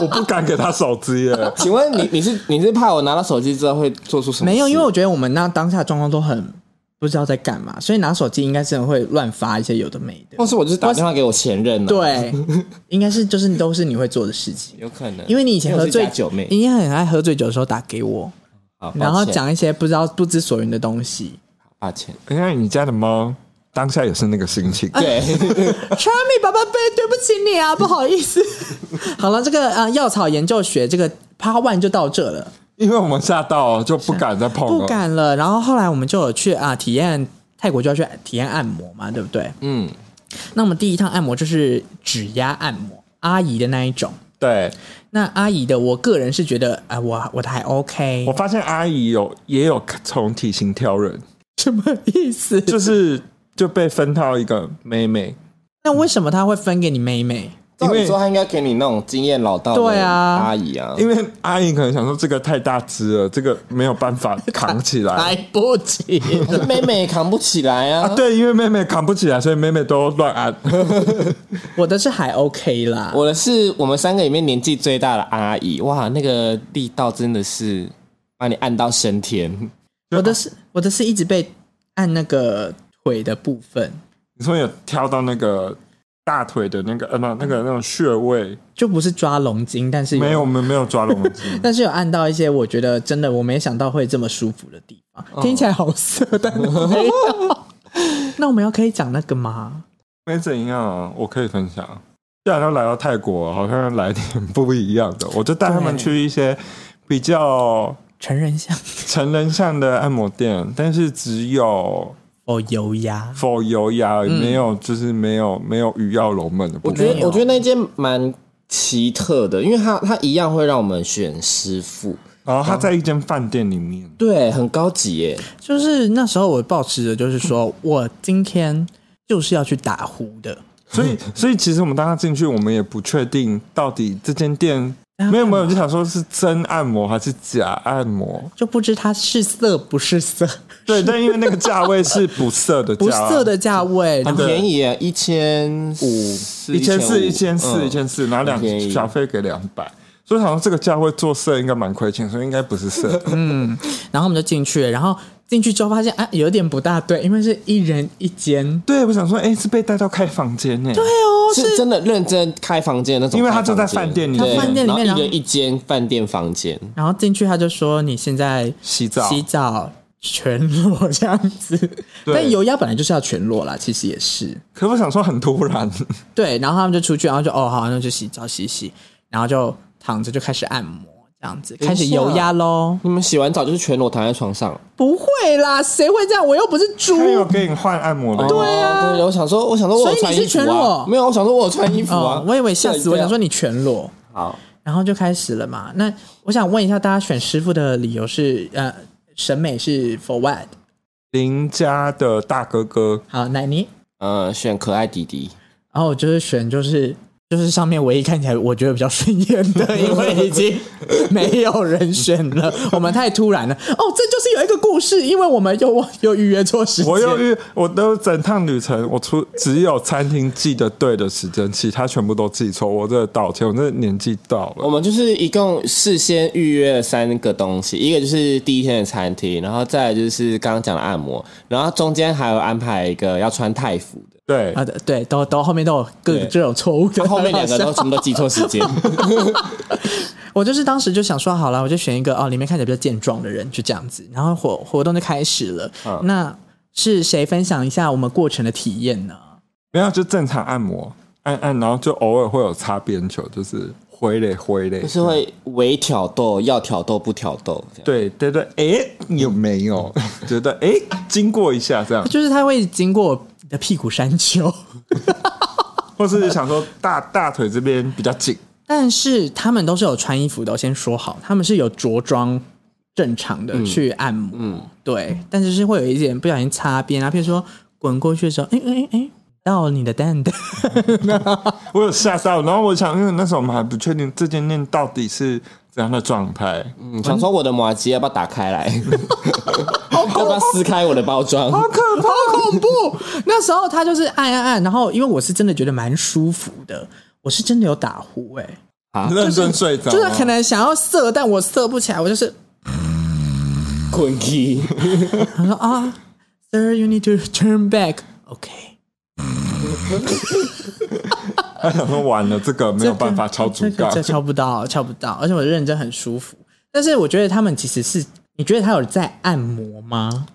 [SPEAKER 5] 我不敢给他手机欸耶、
[SPEAKER 4] 请问你你是你是怕我拿到手机之后会做出什 么事？
[SPEAKER 1] 没有，因为我觉得我们那当下状况都很不知道在干嘛，所以拿手机应该真的会乱发一些有的没的
[SPEAKER 4] 或。是我就是打电话给我前任、啊。，
[SPEAKER 1] 对，应该是就是都是你会做的事情，
[SPEAKER 4] 有可能，
[SPEAKER 1] 因为你以前喝
[SPEAKER 4] 因为我是
[SPEAKER 1] 醉
[SPEAKER 4] 假酒妹，
[SPEAKER 1] 你也很爱喝醉酒的时候打给我，
[SPEAKER 4] 好
[SPEAKER 1] 然后
[SPEAKER 4] 抱歉
[SPEAKER 1] 讲一些不知道不知所云的东 西。
[SPEAKER 4] 抱歉，
[SPEAKER 5] 因为你家的猫当下也是那个心情，
[SPEAKER 1] 呃
[SPEAKER 4] 对，
[SPEAKER 1] Charmy 宝宝贝，对不起你啊，不好意 思。好了，这个呃药草研究学这个 Part One 就到这了，
[SPEAKER 5] 因为我们吓到就不敢再碰了。
[SPEAKER 1] 不敢了。然后后来我们就有去啊、体验泰国就要去体验按摩嘛，对不对？
[SPEAKER 4] 嗯，
[SPEAKER 1] 那我们第一趟按摩就是指压按摩，阿姨的那一种。
[SPEAKER 5] 对，
[SPEAKER 1] 那阿姨的，我个人是觉得啊、我我的还 OK，
[SPEAKER 5] 我发现阿姨有也有从体型挑人，
[SPEAKER 1] 什么意思？
[SPEAKER 5] 就是就被分到一个妹妹，
[SPEAKER 1] 那为什么她会分给你妹妹？
[SPEAKER 4] 照
[SPEAKER 5] 因为
[SPEAKER 4] 理说他应该给你那种经验老道的
[SPEAKER 1] 对啊
[SPEAKER 4] 阿姨啊，
[SPEAKER 5] 因为阿姨可能想说这个太大只了，这个没有办法扛起
[SPEAKER 1] 来
[SPEAKER 5] 来。
[SPEAKER 1] 不 及了，
[SPEAKER 4] 可是妹妹也扛不起来啊。
[SPEAKER 5] 啊，对，因为妹妹扛不起来，所以妹妹都乱 按。
[SPEAKER 1] 我的是还 OK 啦。
[SPEAKER 4] 我的是我们三个里面年纪最大的阿姨，哇，那个力道真的是把你按到升天。
[SPEAKER 1] 我的是我的是一直被按那个腿的部分，
[SPEAKER 5] 你说有挑到那个大腿的那个呃，那那个那种穴位，
[SPEAKER 1] 就不是抓龙筋，但是。
[SPEAKER 5] 没有，我，们没有抓龙筋
[SPEAKER 1] 但是有按到一些我觉得真的我没想到会这么舒服的地方，
[SPEAKER 5] 哦
[SPEAKER 1] 听起来好色，但是没 有。那我们要可以讲那个吗？
[SPEAKER 5] 没怎样啊，我可以分享。既然都来到泰国，好像来点 不一样的，我就带他们
[SPEAKER 1] 对
[SPEAKER 5] 去一些比较
[SPEAKER 1] 成人像
[SPEAKER 5] 成人向的按摩店，但是只有
[SPEAKER 1] 哦，油压
[SPEAKER 5] 否油牙而已，
[SPEAKER 1] 嗯
[SPEAKER 5] 没有就是没有没有鱼跃龙门的部
[SPEAKER 4] 我
[SPEAKER 5] 分。
[SPEAKER 4] 觉
[SPEAKER 1] 没
[SPEAKER 4] 得
[SPEAKER 1] 有
[SPEAKER 4] 我觉得那间蛮奇特的，因为它它一样会让我们选师傅，
[SPEAKER 5] 然后他在一间饭店里面，
[SPEAKER 4] 对，很高级耶。
[SPEAKER 1] 就是那时候我抱持的就是 说我今天就是要去打呼的，
[SPEAKER 5] 所以
[SPEAKER 1] 嗯
[SPEAKER 5] 所以其实我们当他进去，我们也不确定到底这间店没有没有，就想说是真按摩还是假按摩。
[SPEAKER 1] 就不知它是色不是 色，
[SPEAKER 5] 对，但因为那个价位是不色的价，
[SPEAKER 1] 不色的价位，然
[SPEAKER 4] 很
[SPEAKER 1] 后
[SPEAKER 4] 便宜耶，一千五，
[SPEAKER 5] 一千四一千四
[SPEAKER 4] 嗯
[SPEAKER 5] 一千四，然后两
[SPEAKER 4] 很便宜
[SPEAKER 5] 小费给两百。所以好像这个价位做色应该蛮亏钱，所以应该不是色。
[SPEAKER 1] 然后我们就进去了，然后进去之后发现啊有点不大对，因为是一人一间。
[SPEAKER 5] 对，我想说，哎、是被带到开房间呢、
[SPEAKER 1] 对哦，
[SPEAKER 4] 是真的认真开房间的那种
[SPEAKER 5] 因
[SPEAKER 4] 啊开
[SPEAKER 5] 为他
[SPEAKER 4] 房间，
[SPEAKER 5] 就在饭店里
[SPEAKER 4] 对
[SPEAKER 5] 面
[SPEAKER 1] 他饭店里面
[SPEAKER 4] 然
[SPEAKER 1] 然
[SPEAKER 4] 后
[SPEAKER 1] 后
[SPEAKER 4] 一人一间饭店房间，
[SPEAKER 1] 然后进去他就说你现在
[SPEAKER 5] 洗澡
[SPEAKER 1] 洗澡全裸这样子。
[SPEAKER 5] 对
[SPEAKER 1] 但油压本来就是要全裸啦，其实也是
[SPEAKER 5] 可我想说很突 然，
[SPEAKER 1] 对。然后他们就出去，然后就哦好，那就洗澡洗洗，然后就躺着就开始按摩。这样子开始油压喽？
[SPEAKER 4] 你们洗完澡就是全裸躺在床上。
[SPEAKER 1] 不会啦，谁会这样？我又不是猪
[SPEAKER 5] 他。有给你换按摩的，
[SPEAKER 1] 对啊
[SPEAKER 4] 哦对我想说，我想说我有穿
[SPEAKER 1] 所以
[SPEAKER 4] 衣
[SPEAKER 1] 你是全
[SPEAKER 4] 服
[SPEAKER 1] 裸
[SPEAKER 4] 啊，没有，我想说我有穿衣服啊
[SPEAKER 1] 哦，，我以为吓死我，
[SPEAKER 4] 对
[SPEAKER 1] 想说，你全裸，
[SPEAKER 4] 对好，
[SPEAKER 1] 然后就开始了嘛。那我想问一下，大家选师傅的理由是呃，审美是 for what？
[SPEAKER 5] 邻家的大哥哥，
[SPEAKER 1] 好，奶妮，
[SPEAKER 4] 嗯，选可爱弟弟，
[SPEAKER 1] 然后我就是选就是就是上面唯一看起来我觉得比较顺眼的，因为已经没有人选 了，我们太突然了。哦，这就是有一个故事，因为我们又又预约错时间，
[SPEAKER 5] 我又遇，我都整趟旅程，我出只有餐厅记得对的时间，其他全部都记错，我这道歉，我这年纪到
[SPEAKER 4] 我
[SPEAKER 5] 了。
[SPEAKER 4] 们就是一共事先预约了三个东西，一个就是第一天的餐厅，然后再来就是刚刚讲的按摩，然后中间还有安排一个要穿泰服 的，
[SPEAKER 5] 对，
[SPEAKER 1] 啊，对，都都后面都有各
[SPEAKER 4] 对
[SPEAKER 1] 这种错误的，
[SPEAKER 4] 后面两个
[SPEAKER 1] 很好
[SPEAKER 4] 都
[SPEAKER 1] 笑
[SPEAKER 4] 全部都记错时间，
[SPEAKER 1] 我就是当时就想说，好了，我就选一个哦，里面看起来比较健壮的人，就这样子。然后活活动就开始了。那是谁分享一下我们过程的体验呢？
[SPEAKER 5] 没有就正常按摩，按按，然后就偶尔会有擦边球，就是挥嘞挥嘞
[SPEAKER 4] 就，是会微挑逗，要挑逗不挑逗，这样
[SPEAKER 5] 对对对，哎，有没有 觉得哎经过一下这样，
[SPEAKER 1] 就是他会经过你的屁股山丘，
[SPEAKER 5] 或是想说大大腿这边比较紧，
[SPEAKER 1] 但是他们都是有穿衣服的，我先说好，他们是有着装正常的去按摩，对，但是是会有一点不小心擦边啊，譬如说滚过去的时候，哎哎哎，到你的蛋蛋，
[SPEAKER 5] 我有吓到，然后我想，因为那时候我们还不确定这间店到底是怎样的状态，
[SPEAKER 4] 嗯想说我的麻吉要不要打 开来？ 要不要撕开我的包装？
[SPEAKER 1] 好恐怖！ 那时候他就是按按按，然后因为我是真的觉得蛮舒服的，我是真的有打呼、哎，
[SPEAKER 5] 啊认真睡着吗，
[SPEAKER 1] 就是可能想要射，但我射不起来，我就是
[SPEAKER 4] 困 key，
[SPEAKER 1] 他说啊，Sir, you need to turn back. OK，
[SPEAKER 5] 他想说完了这个没有办法超主
[SPEAKER 1] 这个
[SPEAKER 5] 杠
[SPEAKER 1] 这，敲不到，敲不到，而且我认真很舒服。但是我觉得他们其实是，你觉得他有在按摩吗？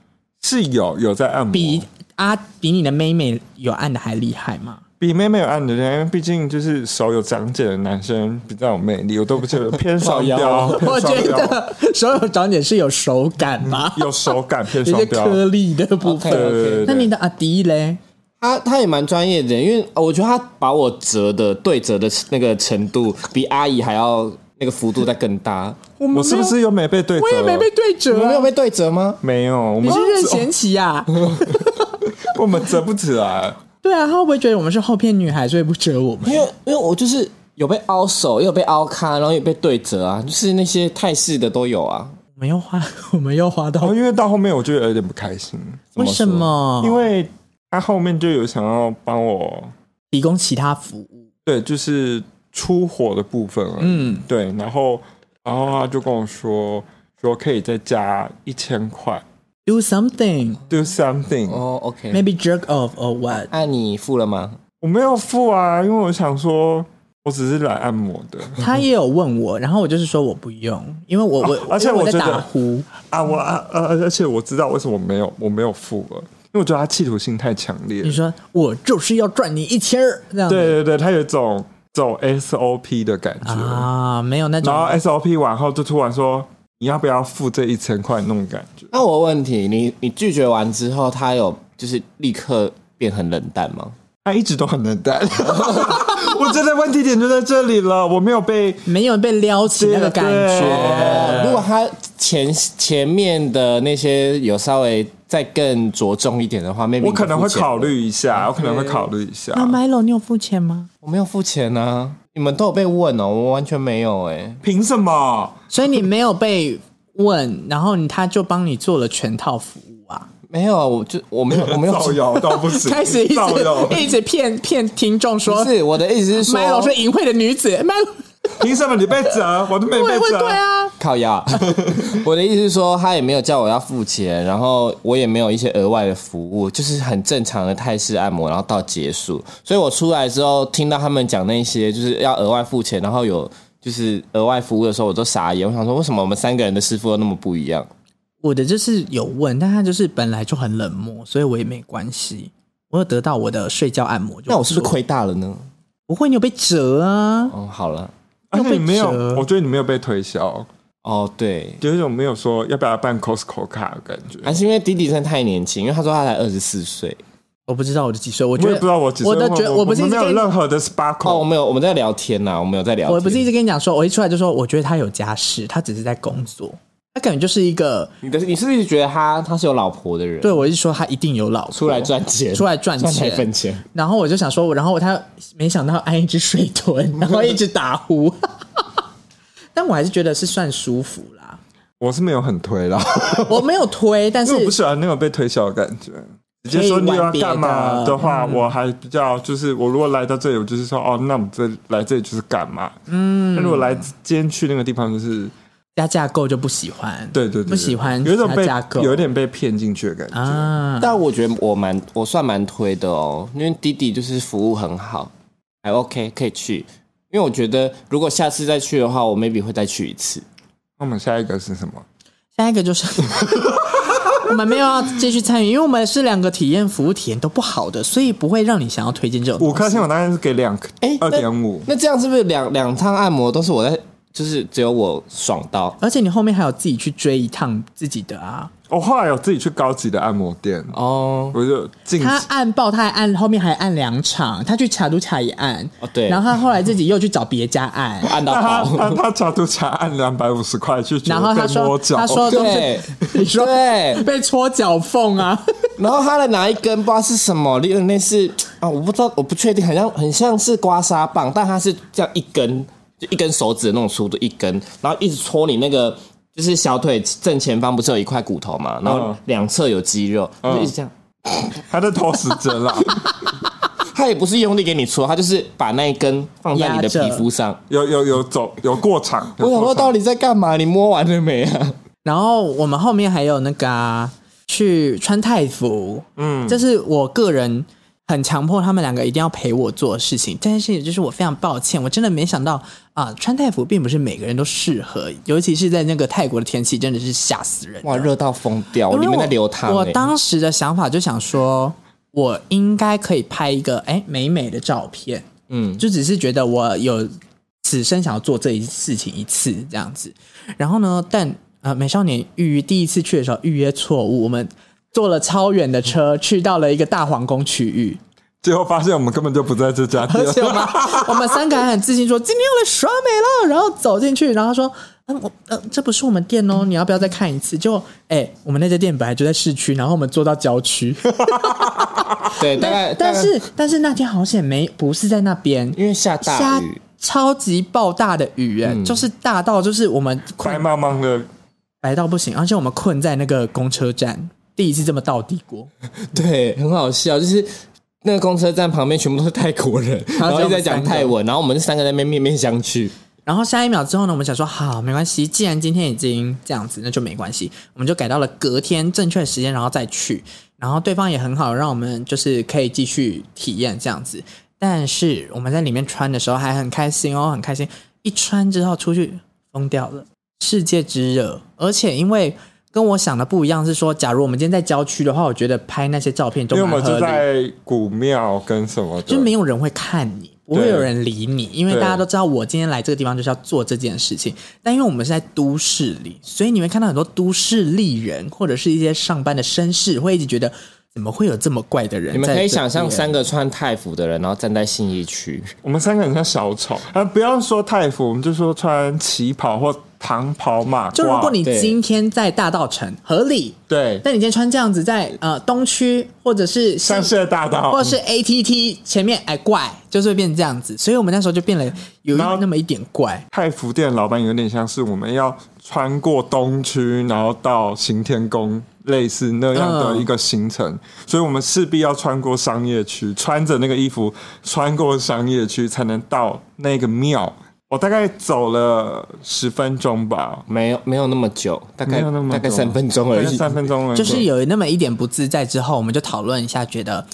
[SPEAKER 5] 是有有在按摩，
[SPEAKER 1] 比啊比你的妹妹有按的还厉害吗？
[SPEAKER 5] 比妹妹有按的人，因为毕竟就是手有长茧的男生比较有魅力，我都不觉得 偏双标，偏
[SPEAKER 1] 我
[SPEAKER 5] 双
[SPEAKER 1] 觉
[SPEAKER 5] 标
[SPEAKER 1] 得手有长点是有手感吧，
[SPEAKER 5] 嗯有手感偏
[SPEAKER 1] 有
[SPEAKER 5] 双
[SPEAKER 1] 些
[SPEAKER 5] 标，
[SPEAKER 1] 颗粒的部分。
[SPEAKER 5] 对对对对
[SPEAKER 1] 那你的阿迪嘞？
[SPEAKER 4] 他他也蛮专业的，因为呃我觉得他把我折的对折的那个程度，比阿姨还要那个幅度再更大。
[SPEAKER 1] 我们
[SPEAKER 5] 我是不是
[SPEAKER 1] 没有？
[SPEAKER 5] 又没被对折？
[SPEAKER 1] 我也没被对
[SPEAKER 4] 你
[SPEAKER 1] 折
[SPEAKER 4] 们
[SPEAKER 1] 啊，
[SPEAKER 4] 没有被对折吗？
[SPEAKER 5] 没有，我
[SPEAKER 1] 你
[SPEAKER 5] 们
[SPEAKER 1] 是任贤齐啊呀？
[SPEAKER 5] 我们折不起来，
[SPEAKER 1] 对啊，他会不会觉得我们是后骗女孩，所以不折我们？
[SPEAKER 4] 因为因为我就是有被凹手，又有被凹咖，然后也被对折啊，就是那些泰式的都有啊。
[SPEAKER 1] 我们又花， 我们又花
[SPEAKER 5] 然
[SPEAKER 1] 到
[SPEAKER 5] 哦后因为到后面我就有点不开心，
[SPEAKER 1] 为什么？
[SPEAKER 5] 因为他后面就有想要帮我，
[SPEAKER 1] 提供其他服务，
[SPEAKER 5] 对，就是出火的部分，嗯，对，然后然后他就跟我说说可以再加一千块
[SPEAKER 1] ，do something。
[SPEAKER 5] ，do something，
[SPEAKER 4] 哦，OK、o k
[SPEAKER 1] Maybe jerk off or what？
[SPEAKER 4] 那、你付了吗？
[SPEAKER 5] 我没有付啊，因为我想说，我只是来按摩的
[SPEAKER 1] 他也有问我，然后我就是说我不用，因为我我、
[SPEAKER 5] 啊而且
[SPEAKER 1] 因为我
[SPEAKER 5] 我
[SPEAKER 1] 在
[SPEAKER 5] 觉得
[SPEAKER 1] 打呼，
[SPEAKER 5] 啊，我啊呃，而且我知道为什么没有，我没有付了，因为我觉得他企图性太强烈
[SPEAKER 1] 你
[SPEAKER 5] 了。
[SPEAKER 1] 说我就是要赚你一千二这样子
[SPEAKER 5] 对对对，他有一种这种 SOP 的感觉，
[SPEAKER 1] 啊，没有那种
[SPEAKER 5] 然后 SOP 完后就突然说你要不要付这一千块那种感觉，
[SPEAKER 4] 那我问题，你你拒绝完之后，他有就是立刻变很冷淡吗？
[SPEAKER 5] 他一直都很冷淡。 我觉得问题点就在这里了，我没有被
[SPEAKER 1] 没有被撩起那个感觉。
[SPEAKER 4] 呃如果他前前面的那些有稍微再更着重一点的话，maybe
[SPEAKER 5] 我可能会
[SPEAKER 4] 你就付钱了
[SPEAKER 5] 考，虑一下，我可能会考虑一下。
[SPEAKER 1] 那 Milo，你有付钱 吗？
[SPEAKER 4] 我没有付钱啊。你们都有被问哦，我完全没有哎、
[SPEAKER 5] 凭什么？
[SPEAKER 1] 所以你没有被问，然后你他就帮你做了全套服务啊。
[SPEAKER 4] 没有啊，我就我 没有我没有
[SPEAKER 5] 造谣到不 行，
[SPEAKER 1] 开始一直
[SPEAKER 5] 造谣。
[SPEAKER 1] 一直骗骗听众说
[SPEAKER 4] 不是我的意思是说，
[SPEAKER 1] ，Milo 是淫秽的女子，Milo
[SPEAKER 5] 凭什么你被 折，我都没
[SPEAKER 1] 会
[SPEAKER 5] 被
[SPEAKER 1] 会
[SPEAKER 5] 折？
[SPEAKER 1] 对啊，
[SPEAKER 4] 靠压。 我的意思是说，他也没有叫我要付钱，然后我也没有一些额外的服务，就是很正常的泰式按摩，然后到结束。所以我出来之后，听到他们讲那些就是要额外付钱，然后有就是额外服务的时候，我都傻眼。我想说，为什么我们三个人的师傅都那么不一样？
[SPEAKER 1] 我的就是有问，但他就是本来就很冷漠，所以我也没关系。我有得到我的睡觉按摩，就
[SPEAKER 4] 那我是不是
[SPEAKER 1] 错
[SPEAKER 4] 亏大了呢？
[SPEAKER 1] 不会，你有被折啊？
[SPEAKER 4] 哦，好了，
[SPEAKER 5] 而啊且你没有
[SPEAKER 1] 又被折，
[SPEAKER 5] 我觉得你没有被推销，
[SPEAKER 4] 哦对，
[SPEAKER 5] 有一种没有说要不要办 Costco 卡的感觉。
[SPEAKER 1] 哎
[SPEAKER 4] 还啊是因为弟弟真的太年轻，因为他说他才二十四岁。
[SPEAKER 1] 我不知道我的几岁，我觉
[SPEAKER 5] 我
[SPEAKER 1] 得
[SPEAKER 5] 也不知道我几
[SPEAKER 1] 我
[SPEAKER 5] 岁，
[SPEAKER 1] 的觉得
[SPEAKER 5] 我
[SPEAKER 1] 不是一
[SPEAKER 5] 们
[SPEAKER 1] 直
[SPEAKER 5] 没有
[SPEAKER 1] 跟
[SPEAKER 5] 任何的
[SPEAKER 4] 哦，我
[SPEAKER 5] sparkle，
[SPEAKER 4] 们有我们在聊天呐、我们有在聊天。
[SPEAKER 1] 我不是一直跟你讲说，我一出来就说，我觉得他有家室，他只是在工作，他感觉就是一个
[SPEAKER 4] 你的，你是不是觉得他他是有老婆的人？
[SPEAKER 1] 对，我一直说他一定有老婆
[SPEAKER 4] 出来赚钱，
[SPEAKER 1] 出来赚
[SPEAKER 4] 赚奶
[SPEAKER 1] 钱，
[SPEAKER 4] 粉钱。
[SPEAKER 1] 然后我就想说，然后他没想到按一只水 豚，然后一直打呼， 但我还是觉得是算舒服啦。
[SPEAKER 5] 我是没有很推啦，
[SPEAKER 1] 我没有推，但
[SPEAKER 5] 因
[SPEAKER 1] 是
[SPEAKER 5] 为我不喜欢那种被推销的感觉。直接说你要干嘛的话，
[SPEAKER 1] 嗯
[SPEAKER 5] 我还比较就是，我如果来到这里，我就是说哦，那我们这来这里就是干嘛？嗯，那如果来今天去那个地方，就是
[SPEAKER 1] 加架构就不喜欢，
[SPEAKER 5] 对对对，
[SPEAKER 1] 不喜欢
[SPEAKER 5] 有一种
[SPEAKER 1] 加
[SPEAKER 5] 被
[SPEAKER 1] 架构，
[SPEAKER 5] 有一点被骗进去的感觉。
[SPEAKER 1] 啊。
[SPEAKER 4] 但我觉得我蛮我算蛮推的哦，因为弟弟就是服务很好，还 OK 可以去。因为我觉得如果下次再去的话，我 maybe 会再去一次。
[SPEAKER 5] 那我们下一个是什么？
[SPEAKER 1] 下一个就是我们没有要继续参与，因为我们是两个体验服务体验都不好的，所以不会让你想要推荐这种东西
[SPEAKER 5] 五颗星我当然是给两颗
[SPEAKER 4] 哎，，
[SPEAKER 5] 二点五。
[SPEAKER 4] 那这样是不是两两趟按摩都是我在，就是只有我爽到？
[SPEAKER 1] 而且你后面还有自己去追一趟自己的啊，
[SPEAKER 5] 我后来有自己去高级的按摩店，
[SPEAKER 4] 哦
[SPEAKER 5] 我就进
[SPEAKER 1] 他按爆，他还按，后面还按两场，他去查都查也按，
[SPEAKER 4] 哦对，
[SPEAKER 1] 然后他后来自己又去找别家按
[SPEAKER 4] 按到
[SPEAKER 5] 那 他
[SPEAKER 4] 爆。
[SPEAKER 5] 他他假如查按两百五十块去，
[SPEAKER 1] 哦然后他
[SPEAKER 5] 摸
[SPEAKER 1] 说
[SPEAKER 5] 脚，
[SPEAKER 1] 他说都
[SPEAKER 4] 对
[SPEAKER 1] 是，你说
[SPEAKER 4] 对
[SPEAKER 1] 被戳脚缝啊，
[SPEAKER 4] 然后他的哪一根不知道是什么，有点类似啊，我不知道，我不确定，很像很像是刮痧棒，但它是这样一根，就一根手指的那种粗度一根，然后一直戳你那个，就是小腿正前方不是有一块骨头嘛，然后
[SPEAKER 5] 嗯
[SPEAKER 4] 两侧有肌肉，就一直这样。
[SPEAKER 5] 他在拖时间啦。
[SPEAKER 4] 他也不是用力给你戳，他就是把那一根放在你的
[SPEAKER 1] 压着
[SPEAKER 4] 皮肤上。
[SPEAKER 5] 有有有走有过场，
[SPEAKER 4] 我
[SPEAKER 5] 有
[SPEAKER 4] 想
[SPEAKER 5] 过
[SPEAKER 4] 说，
[SPEAKER 5] 场
[SPEAKER 4] 到底在干嘛？你摸完了没啊？
[SPEAKER 1] 然后我们后面还有那个、啊、去穿泰服，嗯，这是我个人很强迫他们两个一定要陪我做的事情。这件事情就是我非常抱歉，我真的没想到啊，穿泰服并不是每个人都适合，尤其是在那个泰国的天气，真的是吓死人。
[SPEAKER 4] 哇，热到疯掉，
[SPEAKER 1] 因为
[SPEAKER 4] 里面在流淌、欸。
[SPEAKER 1] 我当时的想法就想说，我应该可以拍一个哎美美的照片，嗯，就只是觉得我有此生想要做这一事情一次这样子。然后呢，但呃美少年预约第一次去的时候预约错误，我们坐了超远的车去到了一个大皇宫区域。
[SPEAKER 5] 结果发现我们根本就不在这家 店
[SPEAKER 1] 而。且我们我们三个还很自信说今天要来耍美了，然后走进去，然后他说。嗯，我嗯，这不是我们店
[SPEAKER 4] 嗯
[SPEAKER 1] 哦，你要不要再看一次？就哎、我们那家店本来就在市区，然后我们坐到郊区，
[SPEAKER 4] 对， 大概
[SPEAKER 1] 但但
[SPEAKER 4] 大概
[SPEAKER 1] 是但是那天好险没不是在那边，
[SPEAKER 4] 因为下大
[SPEAKER 1] 下
[SPEAKER 4] 雨，嗯
[SPEAKER 1] 超级爆大的雨哎、就是大到就是我们
[SPEAKER 5] 白
[SPEAKER 1] 困
[SPEAKER 5] 茫茫的，
[SPEAKER 1] 白到不行，而且我们困在那个公车站，第一次这么到帝国，
[SPEAKER 4] 对，很好笑，就是。那个公车站旁边全部都是泰国人，
[SPEAKER 1] 然
[SPEAKER 4] 然
[SPEAKER 1] 后只
[SPEAKER 4] 后
[SPEAKER 1] 有
[SPEAKER 4] 一直在讲泰文，然后我们三个在那边面面相觑。
[SPEAKER 1] 然后下一秒之后呢，我们想说好，没关系，既然今天已经这样子，那就没关系，我们就改到了隔天正确的时间，然后再去。然后对方也很好，让我们就是可以继续体验这样子。但是我们在里面穿的时候还很开心哦，很开心。一穿之后出去疯掉了，世界之热。而且因为跟我想的不一样，是说假如我们今天在郊区的话，我觉得拍那些照片都
[SPEAKER 5] 因为
[SPEAKER 1] 蛮
[SPEAKER 5] 我们
[SPEAKER 1] 合
[SPEAKER 5] 就
[SPEAKER 1] 理的。
[SPEAKER 5] 在古庙跟什么的，
[SPEAKER 1] 就没有人会看你，不会
[SPEAKER 5] 对
[SPEAKER 1] 有人理你，因为
[SPEAKER 5] 对
[SPEAKER 1] 大家都知道我今天来这个地方就是要做这件事情。但因为我们是在都市里，所以你会看到很多都市丽人或者是一些上班的绅士，会一直觉得怎么会有这么怪的人
[SPEAKER 4] 你
[SPEAKER 1] 在这
[SPEAKER 4] 们
[SPEAKER 1] 边？
[SPEAKER 4] 可以想象三个穿泰服的人，然后站在信义区，
[SPEAKER 5] 我们三个很像小丑啊！不要说泰服，我们就说穿旗袍或唐袍马褂。
[SPEAKER 1] 就如果你
[SPEAKER 4] 对
[SPEAKER 1] 今天在大道城合理，
[SPEAKER 5] 对
[SPEAKER 1] 但你今天穿这样子在呃东区或者是
[SPEAKER 5] 上
[SPEAKER 1] 新
[SPEAKER 5] 市大道，
[SPEAKER 1] 或者是 ATT 前面哎怪，就是会变成这样子。所以我们那时候就变得有一
[SPEAKER 5] 然后
[SPEAKER 1] 那么一点怪。
[SPEAKER 5] 泰服店老板有点像是我们要穿过东区，然后到行天宫，类似那样的一个行程，
[SPEAKER 4] 嗯
[SPEAKER 5] 所以我们势必要穿过商业区，穿着那个衣服穿过商业区才能到那个庙。我大概走了十分钟吧，
[SPEAKER 4] 没有没有那么久，大
[SPEAKER 5] 没
[SPEAKER 4] 概
[SPEAKER 5] 有那么
[SPEAKER 4] 大概
[SPEAKER 5] 久
[SPEAKER 4] 三分钟
[SPEAKER 5] 大
[SPEAKER 4] 而
[SPEAKER 5] 概
[SPEAKER 4] 已。
[SPEAKER 5] 三分钟而
[SPEAKER 1] 嗯
[SPEAKER 5] 已，
[SPEAKER 1] 就是有那么一点不自在之后，我们就讨论一下，觉得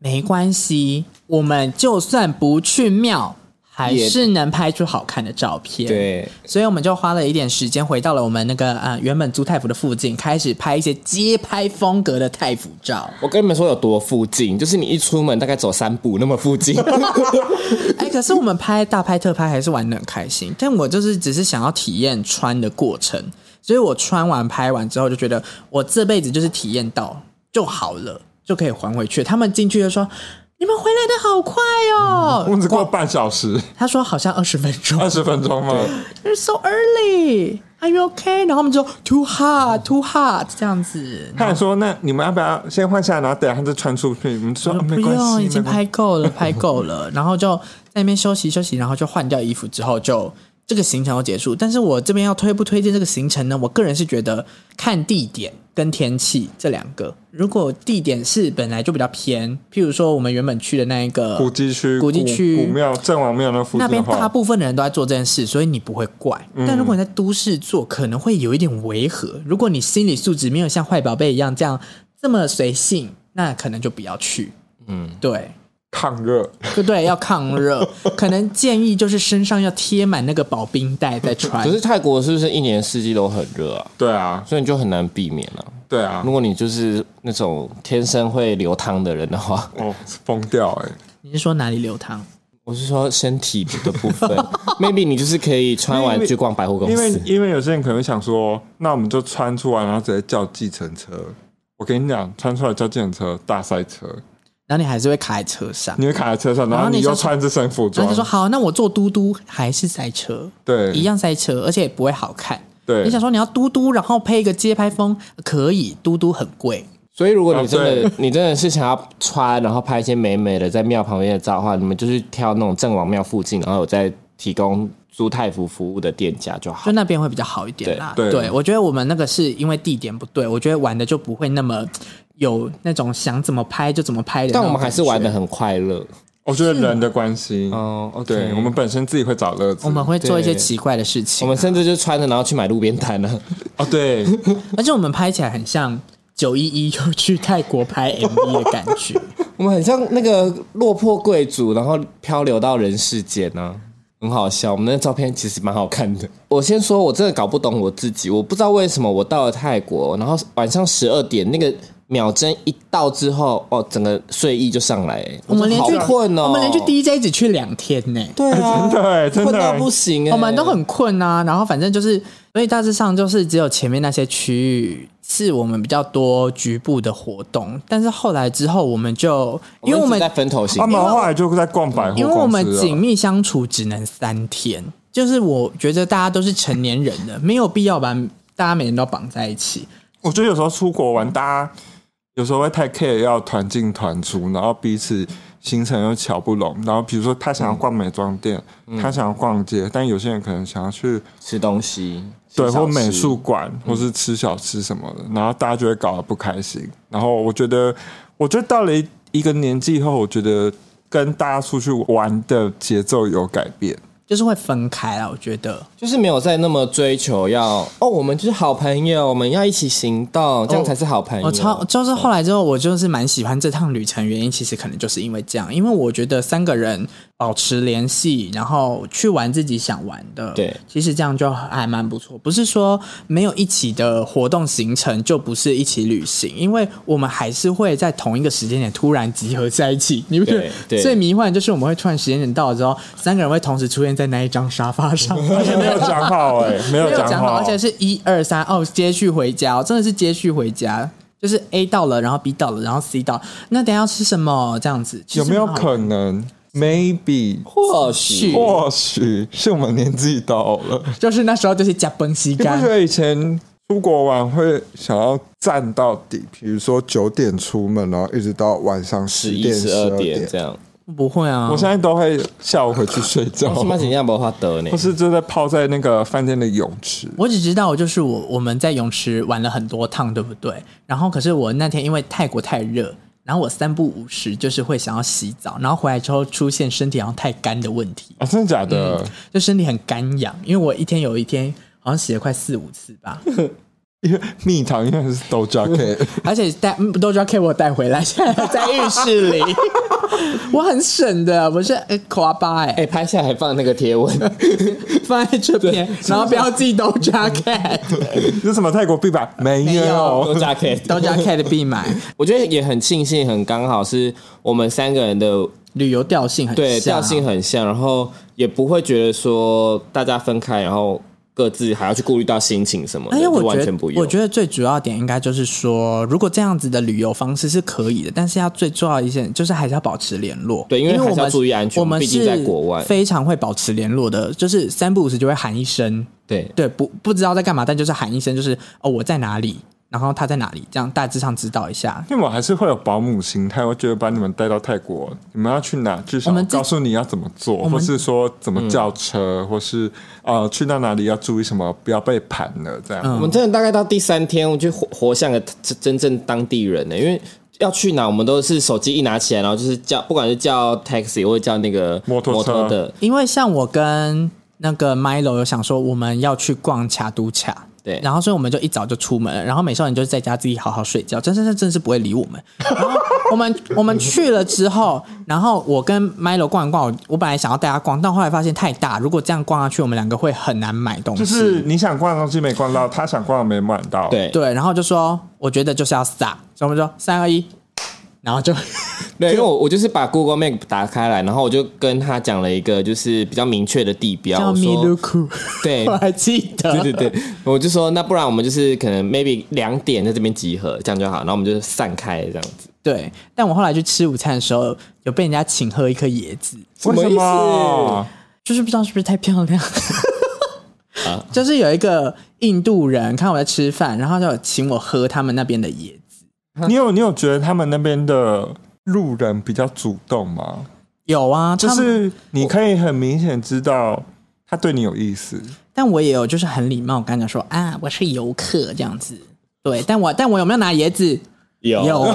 [SPEAKER 1] 没关系，我们就算不去庙，还
[SPEAKER 4] 也
[SPEAKER 1] 是能拍出好看的照片。，
[SPEAKER 4] 对，
[SPEAKER 1] 所以我们就花了一点时间回到了我们那个呃原本租泰服的附近，开始拍一些街拍风格的泰服照。
[SPEAKER 4] 我跟你们说有多附近，就是你一出门大概走三步那么 附近。
[SPEAKER 1] 哎、可是我们拍大拍特拍还是玩的很开心，但我就是只是想要体验穿的过程，所以我穿完拍完之后就觉得我这辈子就是体验到就好了，就可以还回去。他们进去就说。你们回来的好快哦！
[SPEAKER 5] 嗯我们只过半小时，
[SPEAKER 1] 他说好像二十分钟
[SPEAKER 5] 二十分钟吗？
[SPEAKER 1] ，You're so early, are you okay？然后我们就 too hard, too hard 这样子。
[SPEAKER 5] 他还说：“那你们要不要先换下来，然后等一下再穿出去？”我们就说：“啊、
[SPEAKER 1] 不
[SPEAKER 5] 没关
[SPEAKER 1] 用，
[SPEAKER 5] 系，
[SPEAKER 1] 已经
[SPEAKER 5] 没关
[SPEAKER 1] 拍
[SPEAKER 5] 系
[SPEAKER 1] 够了，拍够 了，然后就在那边休息休息，然后就换掉衣服之后就。这个行程就结束，但是我这边要推不推荐这个行程呢？我个人是觉得看地点跟天气这两个。如果地点是本来就比较偏，譬如说我们原本去的那一个
[SPEAKER 5] 古迹区、
[SPEAKER 1] 古迹区
[SPEAKER 5] 古庙、郑王庙那附近
[SPEAKER 1] 那
[SPEAKER 5] 的
[SPEAKER 1] 边
[SPEAKER 5] 话嗯
[SPEAKER 1] 大部分的人都在做这件事，所以你不会怪。但如果你在都市做，可能会有一点违和。如果你心理素质没有像坏宝贝一样这样这么随性，那可能就不要去。嗯，对，
[SPEAKER 5] 抗热，
[SPEAKER 1] 对对，要抗热， 可能建议就是身上要贴满那个保冰袋再穿
[SPEAKER 4] 可。是泰国是不是一年四季都很热啊？
[SPEAKER 5] 对啊，
[SPEAKER 4] 所以你就很难避免了、
[SPEAKER 5] 对啊
[SPEAKER 4] 如，果你就是那种天生会流汤的人的话，
[SPEAKER 5] 哦，疯掉哎、
[SPEAKER 1] 你是说哪里流淌？
[SPEAKER 4] 我是说身体的部分 ，maybe 你就是可以穿完去逛百货公
[SPEAKER 5] 因为
[SPEAKER 4] 司。
[SPEAKER 5] 因为有些人可能会想说，那我们就穿出来，然后直接叫计程车。我跟你讲，穿出来叫计程车，大塞车，
[SPEAKER 1] 然后你还是会卡在车上，
[SPEAKER 5] 你会卡在车上，然
[SPEAKER 1] 然
[SPEAKER 5] 后
[SPEAKER 1] 后
[SPEAKER 5] 你
[SPEAKER 1] 你
[SPEAKER 5] 又
[SPEAKER 1] 上车
[SPEAKER 5] 穿这身服
[SPEAKER 1] 然
[SPEAKER 5] 装
[SPEAKER 1] 后就，说好，那我做嘟嘟还是塞车，
[SPEAKER 5] 对
[SPEAKER 1] 一样塞车，而且也不会好看。
[SPEAKER 5] 对
[SPEAKER 1] 你想说你要嘟嘟，然后配一个街拍风，可以，嘟嘟很贵。
[SPEAKER 4] 所以如果你真的、
[SPEAKER 5] 啊
[SPEAKER 4] 你真的是想要穿，然后拍一些美美的在庙旁边的照的话，你们就是挑那种郑王庙附近，然后有在提供租泰服服务的店家就好
[SPEAKER 1] 就。那边会比较好一点啦。
[SPEAKER 5] 对对
[SPEAKER 1] 我觉得我们那个是因为地点不对，我觉得玩的就不会那么有那种想怎么拍就怎么拍的那
[SPEAKER 4] 但
[SPEAKER 1] 种感觉。
[SPEAKER 4] 我们还是玩的很快乐。
[SPEAKER 5] 我觉得人的关系，
[SPEAKER 4] 哦，OK
[SPEAKER 5] 对我们本身自己会找乐子，
[SPEAKER 1] 我们会做一些
[SPEAKER 4] 对
[SPEAKER 1] 奇怪的事情啊、
[SPEAKER 4] 我们甚至就穿着然后去买路边摊啊呢、
[SPEAKER 5] 哦， 对，
[SPEAKER 1] 而且我们拍起来很像九一一又去泰国拍 MV 的感觉。
[SPEAKER 4] 我们很像那个落魄贵族，然后漂流到人世间呢、很好笑。我们那照片其实蛮好看的。我先说，我真的搞不懂我自己，我不知道为什么我到了泰国，然后晚上十二点那个秒针一到之后，哦，整个睡意就上来，
[SPEAKER 1] 我们连
[SPEAKER 4] 好
[SPEAKER 1] 去
[SPEAKER 4] 困哦，
[SPEAKER 1] 我们连去 DJ 只去两天呢、
[SPEAKER 4] 对啊，
[SPEAKER 5] 真的欸真的
[SPEAKER 4] 困到不行哎，
[SPEAKER 1] 我们都很困啊，然后反正就是，所以大致上就是只有前面那些区域是我们比较多局部的活动，但是后来之后我们就，因为我
[SPEAKER 4] 一直
[SPEAKER 1] 们
[SPEAKER 4] 在分头行
[SPEAKER 5] 他
[SPEAKER 4] 动，
[SPEAKER 5] 们后来就在逛百货公司啊
[SPEAKER 1] 因
[SPEAKER 5] 了，
[SPEAKER 1] 为我们紧密相处只能三天，就是我觉得大家都是成年人了，没有必要把大家每人都绑在一起。
[SPEAKER 5] 我觉得有时候出国玩，大家有时候会太 care 要团进团出，然后彼此行程又瞧不拢。然后比如说他想要逛美妆店，他想要逛街，但有些人可能想要去
[SPEAKER 4] 吃东西，
[SPEAKER 5] 对
[SPEAKER 4] 吃小
[SPEAKER 5] 或美
[SPEAKER 4] 吃
[SPEAKER 5] 术馆，或是吃小吃什么的，然后大家就会搞得不开心。然后我觉得，我觉得到了一一个年纪以后，我觉得跟大家出去玩的节奏有改变。
[SPEAKER 1] 就是会分开啦，我觉得
[SPEAKER 4] 就是没有再那么追求要哦，我们就是好朋友，我们要一起行动，这样才是好朋
[SPEAKER 1] 哦
[SPEAKER 4] 友。
[SPEAKER 1] 我超就是后来之后，我就是蛮喜欢这趟旅程，原因其实可能就是因为这样，因为我觉得三个人保持联系，然后去玩自己想玩的，
[SPEAKER 4] 对
[SPEAKER 1] 其实这样就还蛮不错。不是说没有一起的活动行程就不是一起旅行，因为我们还是会在同一个时间点突然集合在一起。你不觉
[SPEAKER 4] 对对
[SPEAKER 1] 得最迷幻就是我们会突然时间点到了之后，三个人会同时出现在那一张沙发 上，而且
[SPEAKER 5] 没有讲好哎、没有
[SPEAKER 1] 没有
[SPEAKER 5] 讲
[SPEAKER 1] 讲好，
[SPEAKER 5] 好，
[SPEAKER 1] 而且是一二三哦，接续回家、哦，真的是接续回家，就是 A 到了，然后 B 到了，然后 C 到了，那等一下要吃什么这样子？其实
[SPEAKER 5] 有没有
[SPEAKER 1] 蛮好
[SPEAKER 5] 可能？Maybe
[SPEAKER 4] 或许
[SPEAKER 5] 或许是我们年纪到 了。
[SPEAKER 1] 就是那时候就是加崩西
[SPEAKER 5] 你不
[SPEAKER 1] 干
[SPEAKER 5] 觉，得以前出国玩会想要站到底？比如说九点出门，然后一直到晚上
[SPEAKER 4] 十
[SPEAKER 5] 十
[SPEAKER 4] 一、
[SPEAKER 5] 点、
[SPEAKER 4] 十
[SPEAKER 5] 十
[SPEAKER 4] 二点
[SPEAKER 5] 点
[SPEAKER 4] 这。样，哦
[SPEAKER 1] 不会啊
[SPEAKER 5] 我，现在都会下午回去睡
[SPEAKER 1] 哦
[SPEAKER 5] 觉，
[SPEAKER 4] 起码
[SPEAKER 5] 或
[SPEAKER 4] 怎样不话得呢？
[SPEAKER 5] 是就在泡在那个饭店的泳池。
[SPEAKER 1] 我只知道就是我我们在泳池玩了很多趟，对不对？然后可是我那天因为泰国太热。然后我三不五时就是会想要洗澡，然后回来之后出现身体好像太干的问题，
[SPEAKER 5] 啊，真的假的？
[SPEAKER 4] 嗯
[SPEAKER 1] 就身体很干痒，因为我一天有一天好像洗了快四五次吧，
[SPEAKER 5] 因为蜜糖应该是豆 加 K，
[SPEAKER 1] 而且带嗯都叫 K 我带回来，现在在浴室里，我很省的，我是呃夸巴哎、
[SPEAKER 4] 哎、拍下来放那个贴文，
[SPEAKER 1] 放在这边， 然后标记都加 K，
[SPEAKER 5] 是什么泰国必买？没
[SPEAKER 1] 没
[SPEAKER 5] 有
[SPEAKER 1] 有
[SPEAKER 4] 多加 K，
[SPEAKER 1] 都加 K 的必买，
[SPEAKER 4] 我觉得也很庆幸，很刚好是我们三个人的
[SPEAKER 1] 旅游调性很
[SPEAKER 4] 对
[SPEAKER 1] 像
[SPEAKER 4] 调
[SPEAKER 1] 啊
[SPEAKER 4] 性很像，然后也不会觉得说大家分开，然后各自还要去顾虑到心情什么的，
[SPEAKER 1] 而且哎我
[SPEAKER 4] 就完
[SPEAKER 1] 觉
[SPEAKER 4] 全
[SPEAKER 1] 得
[SPEAKER 4] 不，用。
[SPEAKER 1] 我觉得最主要点应该就是说，如果这样子的旅游方式是可以的，但是要最重要一些就是还是要保持联络。
[SPEAKER 4] 对因为
[SPEAKER 1] 为
[SPEAKER 4] 还
[SPEAKER 1] 我
[SPEAKER 4] 是要
[SPEAKER 1] 们
[SPEAKER 4] 注意安全
[SPEAKER 1] 我们
[SPEAKER 4] 毕竟
[SPEAKER 1] 是
[SPEAKER 4] 在国外
[SPEAKER 1] 非常会保持联络的，就是三不五时就会喊一声，
[SPEAKER 4] 对
[SPEAKER 1] 对，不不知道在干嘛，但就是喊一声，就是哦我在哪里，然后他在哪里，这样大致上知道一下。
[SPEAKER 5] 因为我还是会有保姆心态，我觉得把你们带到泰国，你们要去哪，至少
[SPEAKER 1] 我们自
[SPEAKER 5] 告诉你要怎么做，或
[SPEAKER 1] 们
[SPEAKER 5] 是说怎么叫车，或是呃去到哪里要注意什么，不要被盘了这样。
[SPEAKER 4] 我
[SPEAKER 1] 嗯
[SPEAKER 4] 们真的大概到第三天，我就活活像个真真正当地人呢、因为要去哪，我们都是手机一拿起来，然后就是叫，不管是叫 taxi 或者叫那个
[SPEAKER 5] 摩托车
[SPEAKER 4] 的，
[SPEAKER 1] 因为像我跟那个 Milo 有想说我们要去逛卡都卡，
[SPEAKER 4] 对
[SPEAKER 1] 然后所以我们就一早就出门了，然后美少女就在家自己好好睡觉，真是真是不会理我们。然后我们我们去了之后，然后我跟 Milo 逛一逛，我我本来想要带他逛，但后来发现太大，如果这样逛下去，我们两个会很难买东西。
[SPEAKER 5] 就是你想逛的东西没逛到，他想逛的没逛到。，
[SPEAKER 4] 对
[SPEAKER 1] 对，然后就说我觉得就是要撒，所以我们说三二一，然后就
[SPEAKER 4] 对，因为我我就是把 Google Map 打开来，然后我就跟他讲了一个就是比较明确的地标，
[SPEAKER 1] 叫
[SPEAKER 4] 我
[SPEAKER 1] 米鲁
[SPEAKER 4] 说
[SPEAKER 1] 库，
[SPEAKER 4] 对
[SPEAKER 1] 我还记得，
[SPEAKER 4] 对 对对，我就说那不然我们就是可能 maybe 两点在这边集合，这样就好，然后我们就散开这样子。
[SPEAKER 1] 对但我后来去吃午餐的时候，有被人家请喝一颗椰子，
[SPEAKER 5] 为
[SPEAKER 4] 什么
[SPEAKER 5] 什
[SPEAKER 4] 意思
[SPEAKER 5] 么？
[SPEAKER 1] 就是不知道是不是太漂亮。就是有一个印度人看我在吃饭，然后就请我喝他们那边的椰子。
[SPEAKER 5] 你有你有觉得他们那边的路人比较主动吗？
[SPEAKER 1] 有啊，
[SPEAKER 5] 就
[SPEAKER 1] 他们
[SPEAKER 5] 是你可以很明显知道他对你有意思，
[SPEAKER 1] 但我也有就是很礼貌，我跟他讲说啊，我是游客这样子。对，但我但我有没有拿椰子？
[SPEAKER 4] 有
[SPEAKER 1] 有，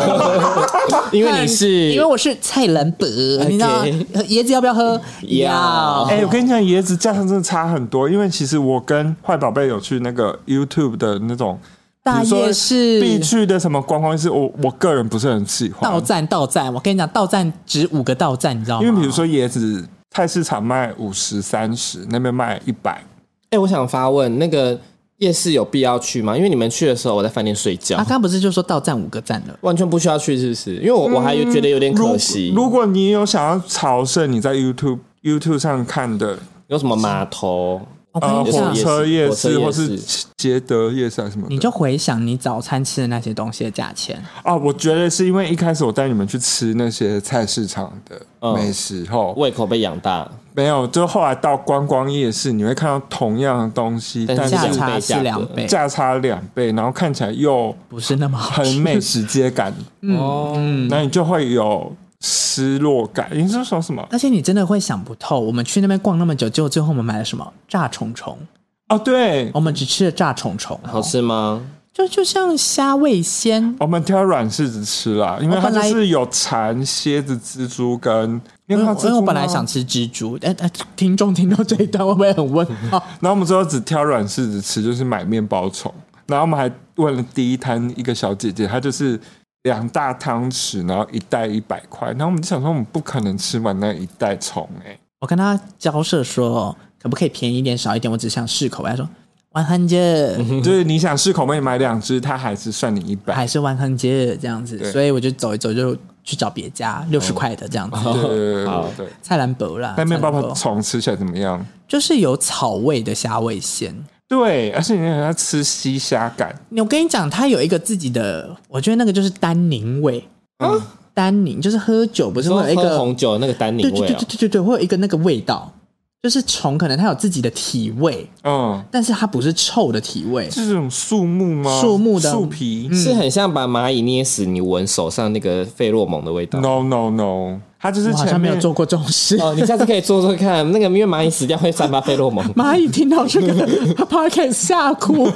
[SPEAKER 4] 因为
[SPEAKER 1] 但
[SPEAKER 4] 你是
[SPEAKER 1] 因为我是蔡伦伯，你知道
[SPEAKER 4] OK
[SPEAKER 1] 椰子要不要喝？
[SPEAKER 4] 要哦
[SPEAKER 5] 哎、我跟你讲，椰子价上真的差很多。因为其实我跟坏宝贝有去那个 YouTube 的那种
[SPEAKER 4] 啊
[SPEAKER 1] 大
[SPEAKER 5] 比如说
[SPEAKER 1] 夜市
[SPEAKER 5] 必去的什么观光夜市，我我个人不是很喜
[SPEAKER 1] 到
[SPEAKER 5] 欢，
[SPEAKER 1] 站到站，我跟你讲，到站值五个到站，你知
[SPEAKER 4] 啊
[SPEAKER 1] 道吗？
[SPEAKER 5] 因为比如说椰子菜市场卖五十、三十，那边卖一百。
[SPEAKER 4] 哎、我想发问，那个夜市有必要去吗？因为你们去的时候我在饭店睡觉，
[SPEAKER 1] 啊，刚刚不是就说到站五个站了？
[SPEAKER 4] 完全不需要去，是不是？因为我、我还觉得有点可惜。
[SPEAKER 1] 嗯
[SPEAKER 5] 如果你有想要朝圣，你在 YouTube YouTube 上看的
[SPEAKER 4] 有什么码头，
[SPEAKER 1] 我跟
[SPEAKER 5] 呃
[SPEAKER 1] 你讲
[SPEAKER 5] 火
[SPEAKER 4] 哦也是，
[SPEAKER 5] 车夜
[SPEAKER 4] 火车夜市
[SPEAKER 5] 市或是捷德夜市还是什么的，
[SPEAKER 1] 你就回想你早餐吃的那些东西的价钱，
[SPEAKER 5] 啊，我觉得是因为一开始我带你们去吃那些菜市场的
[SPEAKER 4] 嗯
[SPEAKER 5] 美食后，
[SPEAKER 4] 胃口被养大，
[SPEAKER 5] 没有，就后来到观光夜市，你会看到同样的东西，
[SPEAKER 4] 但
[SPEAKER 5] 但
[SPEAKER 4] 是
[SPEAKER 5] 是
[SPEAKER 1] 价
[SPEAKER 4] 两
[SPEAKER 1] 差
[SPEAKER 4] 倍价
[SPEAKER 1] 是
[SPEAKER 4] 格
[SPEAKER 1] 两倍，
[SPEAKER 5] 价差两倍，然后看起来又
[SPEAKER 1] 不是那么好
[SPEAKER 5] 很
[SPEAKER 1] 吃。
[SPEAKER 5] 美食街感，
[SPEAKER 1] 嗯
[SPEAKER 4] 哦，
[SPEAKER 5] 那你就会有失落感。你是说什么？
[SPEAKER 1] 而且你真的会想不透，我们去那边逛那么久，结果最后我们买了什么炸虫虫？
[SPEAKER 5] 哦，对，
[SPEAKER 1] 我们只吃了炸虫虫，哦
[SPEAKER 4] 好吃吗？
[SPEAKER 1] 就就像虾味鲜，
[SPEAKER 5] 我们挑软柿子吃啦，因为
[SPEAKER 1] 我
[SPEAKER 5] 它
[SPEAKER 1] 哦本
[SPEAKER 5] 就
[SPEAKER 1] 来
[SPEAKER 5] 是有蝉、蝎子、蜘蛛跟。你
[SPEAKER 1] 因
[SPEAKER 5] 有
[SPEAKER 1] 为我
[SPEAKER 5] 看
[SPEAKER 1] 因
[SPEAKER 5] 到蜘
[SPEAKER 1] 为
[SPEAKER 5] 蛛
[SPEAKER 1] 我本来
[SPEAKER 5] 吗
[SPEAKER 1] 想吃蜘蛛，但但听众听到这一段会不会很问号？
[SPEAKER 5] 然后我们最后只挑软柿子吃，就是买面包虫。然后我们还问了第一摊一个小姐姐，她就是两大汤匙，然后一袋一百块。然后我们就想说，我们不可能吃完那一袋虫哎、欸
[SPEAKER 1] 我跟他交涉说，可不可以便宜一点、少一点？我只想试口味。他说 one
[SPEAKER 4] 嗯
[SPEAKER 1] hundred
[SPEAKER 5] 就是你想试口妹买两只，她还是算你一百
[SPEAKER 1] 还。是 one hundred 这样子，
[SPEAKER 5] 对
[SPEAKER 1] 所以我就走一走，就去找别家六十
[SPEAKER 4] 哦
[SPEAKER 1] 块的这样子。
[SPEAKER 5] 对对对
[SPEAKER 4] 好
[SPEAKER 5] 对对。
[SPEAKER 1] 菜兰博 啦，
[SPEAKER 5] 那面包
[SPEAKER 1] 菜篮
[SPEAKER 5] 包
[SPEAKER 1] 伯
[SPEAKER 5] 虫吃起来怎么样？
[SPEAKER 1] 就是有草味的虾味鲜。
[SPEAKER 5] 对，而且你还要吃西虾感，
[SPEAKER 1] 我跟你讲，它有一个自己的，我觉得那个就是单宁味啊，单宁就是喝酒不是会有一
[SPEAKER 4] 嗯喝
[SPEAKER 1] 个
[SPEAKER 4] 红酒那个单宁
[SPEAKER 1] 对对
[SPEAKER 4] 味
[SPEAKER 1] 对
[SPEAKER 4] 啊、
[SPEAKER 1] 对对对对，会有一个那个味道，就是虫可能它有自己的体味，
[SPEAKER 5] 嗯，
[SPEAKER 1] 但是它不是臭的体味，
[SPEAKER 5] 是这种树木吗？
[SPEAKER 1] 树木的嗯
[SPEAKER 5] 树皮、
[SPEAKER 4] 是很像把蚂蚁捏死，你闻手上那个费洛蒙的味道。
[SPEAKER 5] n o No No，它就是
[SPEAKER 1] 我好
[SPEAKER 5] 前
[SPEAKER 1] 像没有
[SPEAKER 5] 面
[SPEAKER 1] 做过这种事。
[SPEAKER 4] 哦，你下次可以做做看，那个因为蚂蚁死掉会散发费洛 蒙。
[SPEAKER 1] 蚂蚁听到这个 podcast 吓哭，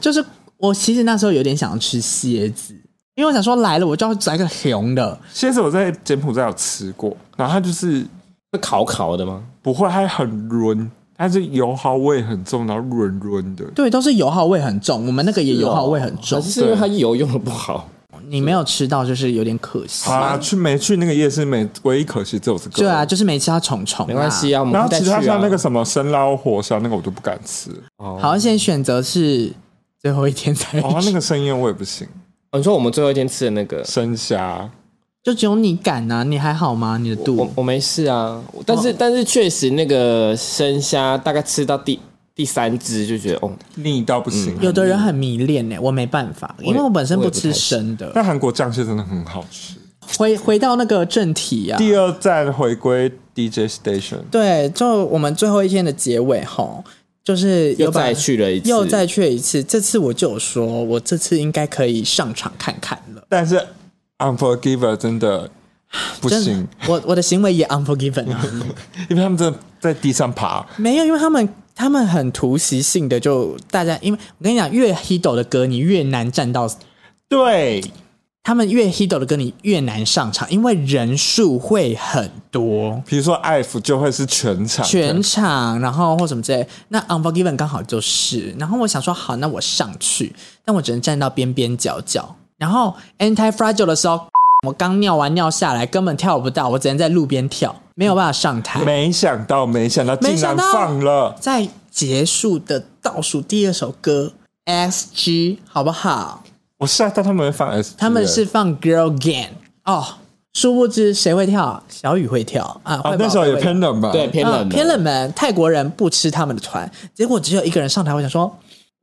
[SPEAKER 1] 就是我其实那时候有点想吃蝎子，因为我想说来了我就要来个熊的，
[SPEAKER 5] 蝎子我在柬埔寨有吃过，然后它就是
[SPEAKER 4] 是烤烤的吗？
[SPEAKER 5] 不会，它很润，它是油耗味很重，然后润润的。
[SPEAKER 1] 对，都是油耗味很重，我们那个也油耗味很重
[SPEAKER 4] 还，是因为它油用的不好？
[SPEAKER 1] 你没有吃到就是有点可惜
[SPEAKER 5] 好。啦，啊去没去那个夜市没，唯一可惜只有这个。
[SPEAKER 1] 啊对啊，。就是没吃到虫虫，
[SPEAKER 4] 没关系。啊，我们
[SPEAKER 5] 然后
[SPEAKER 4] 会再
[SPEAKER 5] 其
[SPEAKER 4] 去
[SPEAKER 5] 他
[SPEAKER 4] 啊
[SPEAKER 5] 像那个什么生捞活虾那个我都不敢吃，
[SPEAKER 1] 好，现在选择是最后一天才
[SPEAKER 5] 哦，那
[SPEAKER 1] 吃，
[SPEAKER 5] 个生腌我也不行，
[SPEAKER 4] 哦你说我们最后一天吃的那个，
[SPEAKER 5] 生虾
[SPEAKER 1] 就只有你敢啊，你还好吗？你的
[SPEAKER 4] 我
[SPEAKER 1] 肚
[SPEAKER 4] 我没事啊，我但
[SPEAKER 1] 哦
[SPEAKER 4] 是但是确实那个生虾大概吃到第第三只就觉得哦，
[SPEAKER 5] 腻到不行。
[SPEAKER 1] 有的人很迷恋呢、我没办法，因为我本身
[SPEAKER 4] 我也
[SPEAKER 1] 不
[SPEAKER 4] 不
[SPEAKER 1] 吃
[SPEAKER 4] 太
[SPEAKER 1] 生的。
[SPEAKER 5] 但韩国酱蟹真的很好吃。
[SPEAKER 1] 回回到那个正题啊，
[SPEAKER 5] 第二站回归 DJ Station，
[SPEAKER 1] 对，就我们最后一天的结尾吼，就是有
[SPEAKER 4] 又
[SPEAKER 1] 把
[SPEAKER 4] 再去了一次，
[SPEAKER 1] 又再去了一次。这次我就有说，我这次应该可以上场看看了。
[SPEAKER 5] 但是 Unforgiver 真的不
[SPEAKER 1] 真的
[SPEAKER 5] 行，，
[SPEAKER 1] 我我的行为也 unforgiven 啊，
[SPEAKER 5] 因为他们真的在地上爬。
[SPEAKER 1] 没有，因为他们他们很突袭性的就大家，因为我跟你讲，越 hido 的歌你越难站到，
[SPEAKER 5] 对，
[SPEAKER 1] 他们越 hido 的歌你越难上场，因为人数会很多。
[SPEAKER 5] 比如说 F E 就会是全场，
[SPEAKER 1] 全场，然后或什么之类。那 Unforgiven 刚好就是，然后我想说好，那我上去，但我只能站到边边角角。然后 anti fragile 的时候， 我刚尿完尿下来，根本跳不到，我只能在路边跳，没有办法上台。
[SPEAKER 5] 没想到，没想到
[SPEAKER 1] 没
[SPEAKER 5] 竟
[SPEAKER 1] 想
[SPEAKER 5] 然
[SPEAKER 1] 到
[SPEAKER 5] 放了，
[SPEAKER 1] 在结束的倒数第二首歌 S G 好不好？
[SPEAKER 5] 我吓到他们会放 S，啊
[SPEAKER 1] 他们是放 Girl Gang 哦，殊不知谁会跳？小雨会跳啊！
[SPEAKER 5] 啊
[SPEAKER 1] 坏，宝
[SPEAKER 5] 那时候也
[SPEAKER 1] 会
[SPEAKER 5] 偏冷吧？
[SPEAKER 4] 对，，偏
[SPEAKER 1] 嗯
[SPEAKER 4] 冷、
[SPEAKER 1] 偏。冷门，泰国人不吃他们的团，结果只有一个人上台，我想说，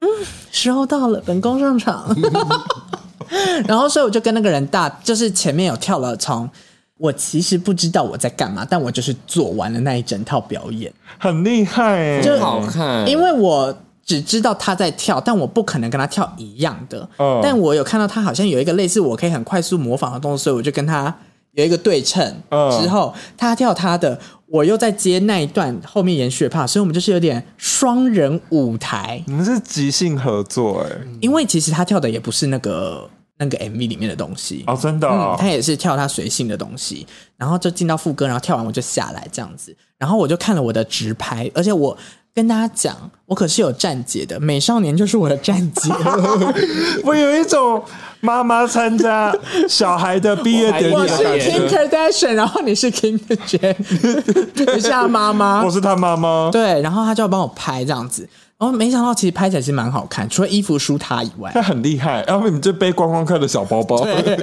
[SPEAKER 1] 嗯，时候到了，本宫上场。 然后，所以我就跟那个人大，就是前面有跳了从。我其实不知道我在干嘛，但我就是做完了那一整套表演，
[SPEAKER 5] 很厉害哎，
[SPEAKER 1] 就
[SPEAKER 4] 好看
[SPEAKER 1] 因为我只知道他在跳，但我不可能跟他跳一样的。
[SPEAKER 5] 哦
[SPEAKER 1] 但我有看到他好像有一个类似我可以很快速模仿的动作，所以我就跟他有一个对称。
[SPEAKER 5] 哦
[SPEAKER 1] 之后他跳他的，我又在接那一段后面延续的 part，所以我们就是有点双人舞台。
[SPEAKER 5] 你们是即兴合作哎，
[SPEAKER 1] 因为其实他跳的也不是那个那个 MV 里面的东西
[SPEAKER 5] 哦，真的哦
[SPEAKER 1] 嗯，，他也是跳他随性的东西，然后就进到副歌，然后跳完我就下来这样子，然后我就看了我的直拍，而且我跟大家讲，我可是有站姐的，美少年就是我的站 姐，
[SPEAKER 5] 我有一种妈妈参加小孩的毕业典礼
[SPEAKER 1] 我
[SPEAKER 5] 的
[SPEAKER 1] 是
[SPEAKER 5] 感
[SPEAKER 1] King
[SPEAKER 5] 觉，
[SPEAKER 1] Kardashian，然后你是 King the J，你是他妈妈
[SPEAKER 5] 我，是他妈妈，
[SPEAKER 1] 对，然后他就要帮我拍这样子，然后没想到其实拍起来是蛮好看，除了衣服输他以 外
[SPEAKER 5] 他。很厉害。然后你们就背观光客的小包包，
[SPEAKER 1] 对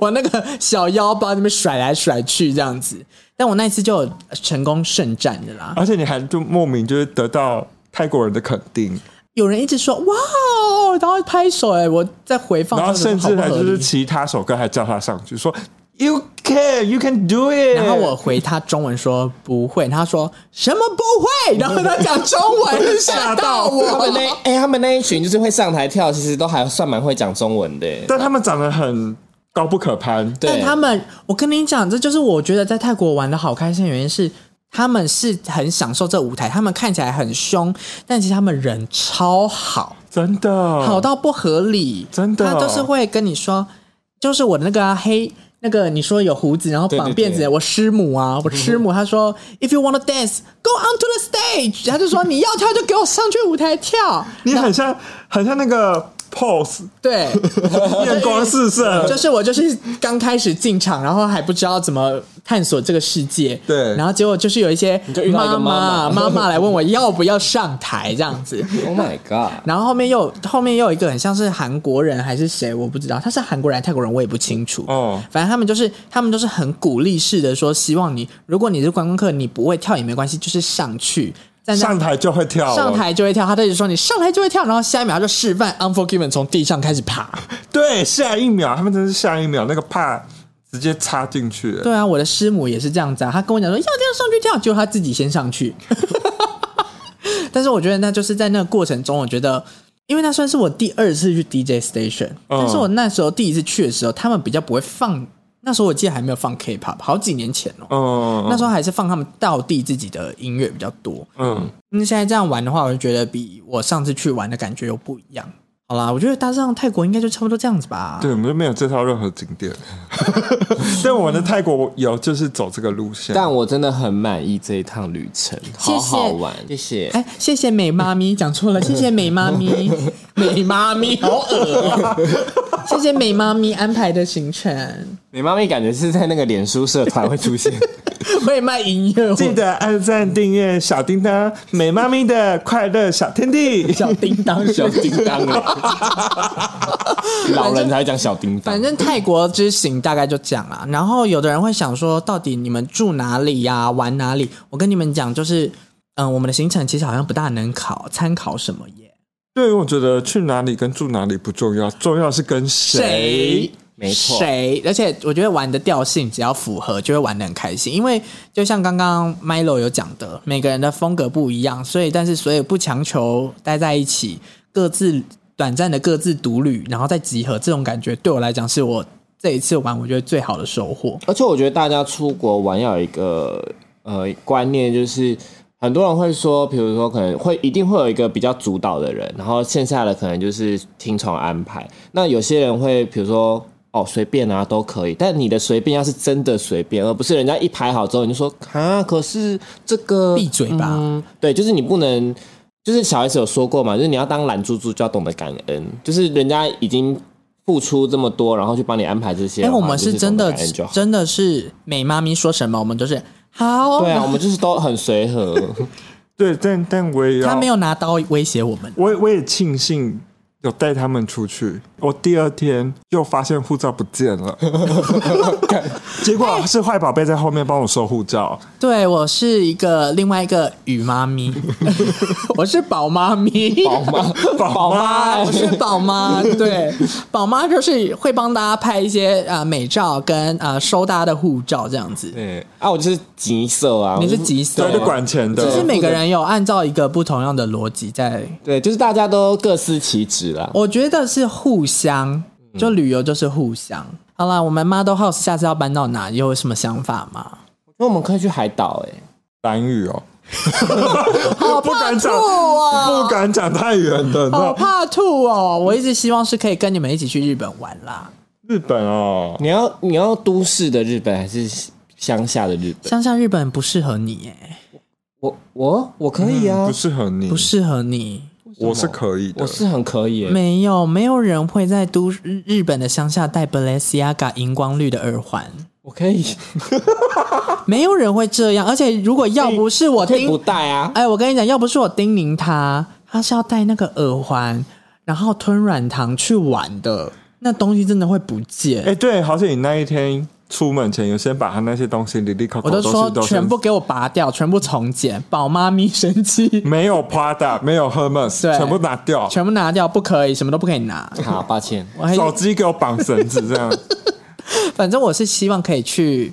[SPEAKER 1] 我那个小腰包那边甩来甩去这样子，但我那一次就有成功胜战的啦。
[SPEAKER 5] 而且你还就莫名就是得到泰国人的肯定，
[SPEAKER 1] 有人一直说哇哦，然后拍手哎、我在回放，
[SPEAKER 5] 然后甚至还就是其他首歌还叫他上去说 “You can, you can do it”，
[SPEAKER 1] 然后我回他中文说不会，他说什么不会， 然后他讲中文吓到
[SPEAKER 4] 他们那
[SPEAKER 1] 我。
[SPEAKER 4] 哎、他们那一群就是会上台跳，其实都还算蛮会讲中文的、
[SPEAKER 5] 但他们长得很高不可攀，
[SPEAKER 1] 但
[SPEAKER 4] 对，
[SPEAKER 1] 他们，我跟你讲，这就是我觉得在泰国玩的好开心的原因是，他们是很享受这舞台，他们看起来很凶，但其实他们人超好。
[SPEAKER 5] 真的
[SPEAKER 1] 好到不合理，
[SPEAKER 5] 嗯真的
[SPEAKER 1] 他就是会跟你说，就是我的那个、啊、黑。那个你说有胡子，然后绑
[SPEAKER 4] 对对
[SPEAKER 1] 辫子，
[SPEAKER 4] 对
[SPEAKER 1] 我师母啊，我师母，她说 If you wanna dance, go onto the stage，她就说你要跳就给我上去舞台跳，
[SPEAKER 5] 你很像很像那个 pose
[SPEAKER 1] 对，
[SPEAKER 5] 艳光四射，
[SPEAKER 1] 就是我就是刚开始进场，然后还不知道怎么探索这个世界，
[SPEAKER 5] 对
[SPEAKER 1] 然后结果就是有一些
[SPEAKER 4] 就遇到一个
[SPEAKER 1] 妈
[SPEAKER 4] 妈妈
[SPEAKER 1] 妈妈来问我要不要上台这样子，
[SPEAKER 4] Oh my god！
[SPEAKER 1] 然后后面又后面又有一个很像是韩国人还是谁，我不知道，他是韩国人还是泰国人，我也不清楚。
[SPEAKER 5] 哦
[SPEAKER 1] 反正他们就是他们都是很鼓励式的说，希望你如果你是观光客，你不会跳也没关系，就是上去站在
[SPEAKER 5] 上台就会跳了，啊
[SPEAKER 1] 上台就会跳。他就一直说你上台就会跳，然后下一秒他就示范 Unforgiven 从地上开始爬。
[SPEAKER 5] 对，下一秒他们真是下一秒那个怕直接插进去了，
[SPEAKER 1] 对啊，我的师母也是这样子啊，她跟我讲说要这样上去跳，结果她自己先上 去。但是我觉得那就是在那个过程中，我觉得，因为那算是我第二次去 DJ station，、
[SPEAKER 5] 嗯
[SPEAKER 1] 但是我那时候第一次去的时候，他们比较不会放，那时候我记得还没有放 K-pop，好几年前哦、
[SPEAKER 5] 嗯
[SPEAKER 1] 那时候还是放他们道地自己的音乐比较多。
[SPEAKER 5] 嗯，
[SPEAKER 1] 那现在这样玩的话，我就觉得比我上次去玩的感觉又不一样。好啦，我觉得搭上泰国应该就差不多这样子吧。
[SPEAKER 5] 对，我们就没有介绍任何景点， 但我们的泰国有就是走这个路线，
[SPEAKER 4] 但我真的很满意这一趟旅程，
[SPEAKER 1] 谢
[SPEAKER 4] 好好玩，谢谢。
[SPEAKER 1] 哎，谢谢美妈咪，讲错 了，谢谢美妈 咪，美妈咪好恶、啊，谢谢美妈咪安排的行程，
[SPEAKER 4] 你妈咪感觉是在那个脸书社团会出现，
[SPEAKER 1] 我也卖音乐
[SPEAKER 5] 记
[SPEAKER 1] 会。
[SPEAKER 5] 得按赞、订阅小叮当美妈咪的快乐小天地。
[SPEAKER 1] 小叮当，
[SPEAKER 4] 小叮当哎、老人才会讲小叮当
[SPEAKER 1] 反。正泰国之行大概就这样啦。然后有的人会想说，到底你们住哪里呀、玩哪里？我跟你们讲，就是嗯、我们的行程其实好像不大能考参考什么耶。
[SPEAKER 5] 对，我觉得去哪里跟住哪里不重要，重要是跟谁。
[SPEAKER 1] 谁？
[SPEAKER 4] 没错
[SPEAKER 1] 谁？而且我觉得玩的调性只要符合，就会玩的很开心。因为就像刚刚 Milo 有讲的，每个人的风格不一样，所以但是所以不强求待在一起，各自短暂的各自独旅，然后再集合，这种感觉对我来讲是我这一次玩我觉得最好的收获。
[SPEAKER 4] 而且我觉得大家出国玩要有一个呃观念，就是很多人会说，比如说可能会一定会有一个比较主导的人，然后剩下的可能就是听从安排。那有些人会比如说哦随便啊都可以，但你的随便要是真的随便，而不是人家一排好之后你就说啊，可是这个
[SPEAKER 1] 闭嘴吧
[SPEAKER 4] 嗯对，就是你不能。就是小 S 有说过嘛，就是你要当懒猪猪就要懂得感恩，就是人家已经付出这么多，然后去帮你安排这些
[SPEAKER 1] 哎、
[SPEAKER 4] 的话，
[SPEAKER 1] 我们
[SPEAKER 4] 就是
[SPEAKER 1] 真的
[SPEAKER 4] 懂得感恩就好。
[SPEAKER 1] 真的是美妈咪说什么，我们就是好。
[SPEAKER 4] 对啊，我们就是都很随 和。
[SPEAKER 5] 对，但但我也要，
[SPEAKER 1] 他没有拿刀威胁我们，
[SPEAKER 5] 我也我也庆幸有带他们出去。我第二天又发现护照不见 了，结果是坏宝贝在后面帮我收护照。
[SPEAKER 1] 对我是一个另外一个雨妈咪，我是宝妈咪，
[SPEAKER 4] 宝妈，宝妈，
[SPEAKER 1] 我是宝妈，对，宝妈就是会帮大家拍一些呃美照跟呃收大家的护照这样子。
[SPEAKER 5] 对，
[SPEAKER 4] 啊，我就是急色啊，
[SPEAKER 1] 你是
[SPEAKER 4] 我就
[SPEAKER 1] 急色
[SPEAKER 5] 他
[SPEAKER 1] 吗，
[SPEAKER 5] 哎就管钱的
[SPEAKER 1] 其，实每个人有按照一个不同样的逻辑在，
[SPEAKER 4] 对，就是大家都各司其职啦。
[SPEAKER 1] 我觉得是互相，就旅游就是互相。好啦，我们 Model House 下次要搬到哪？有什么想法吗？
[SPEAKER 4] 那我们可以去海岛哎、
[SPEAKER 5] 蓝雨哦，
[SPEAKER 1] 好
[SPEAKER 5] 不
[SPEAKER 1] 怕
[SPEAKER 5] 敢
[SPEAKER 1] 吐
[SPEAKER 5] 讲
[SPEAKER 1] 哦，
[SPEAKER 5] 不敢讲太远的。
[SPEAKER 1] 好
[SPEAKER 5] 那
[SPEAKER 1] 怕吐哦！我一直希望是可以跟你们一起去日本玩啦。
[SPEAKER 5] 日本哦，
[SPEAKER 4] 你要你要都市的日本还是乡下的日本？
[SPEAKER 1] 乡下日本不适合你耶，
[SPEAKER 4] 我我我可以啊，
[SPEAKER 5] 不适合你，
[SPEAKER 1] 不适合你。
[SPEAKER 5] 我是可以的
[SPEAKER 4] 我。是很可以、欸。
[SPEAKER 1] 没有，没有人会在都日日本的乡下戴 Balenciaga 荧光绿的耳环，
[SPEAKER 4] 我可以，
[SPEAKER 1] 没有人会这样。而且如果要不是我
[SPEAKER 4] 可以
[SPEAKER 1] 叮
[SPEAKER 4] 不，带啊。
[SPEAKER 1] 哎，我跟你讲，要不是我叮咛他，他是要戴那个耳环，然后吞软糖去玩的，那东西真的会不见。
[SPEAKER 5] 哎，对，好像你那一天出门前有先把他那些东西里里口
[SPEAKER 1] 我
[SPEAKER 5] 口
[SPEAKER 1] 都说
[SPEAKER 5] 是都
[SPEAKER 1] 全
[SPEAKER 5] 先
[SPEAKER 1] 部给我拔掉，全部重剪，宝妈咪生气，
[SPEAKER 5] 没有 Prada，没有 Hermes，
[SPEAKER 1] 对
[SPEAKER 5] 全部拿掉，
[SPEAKER 1] 全部拿掉，不可以，什么都不可以拿。
[SPEAKER 4] 好，抱歉。
[SPEAKER 1] 我还
[SPEAKER 5] 手机给我绑绳子这样。
[SPEAKER 1] 反正我是希望可以去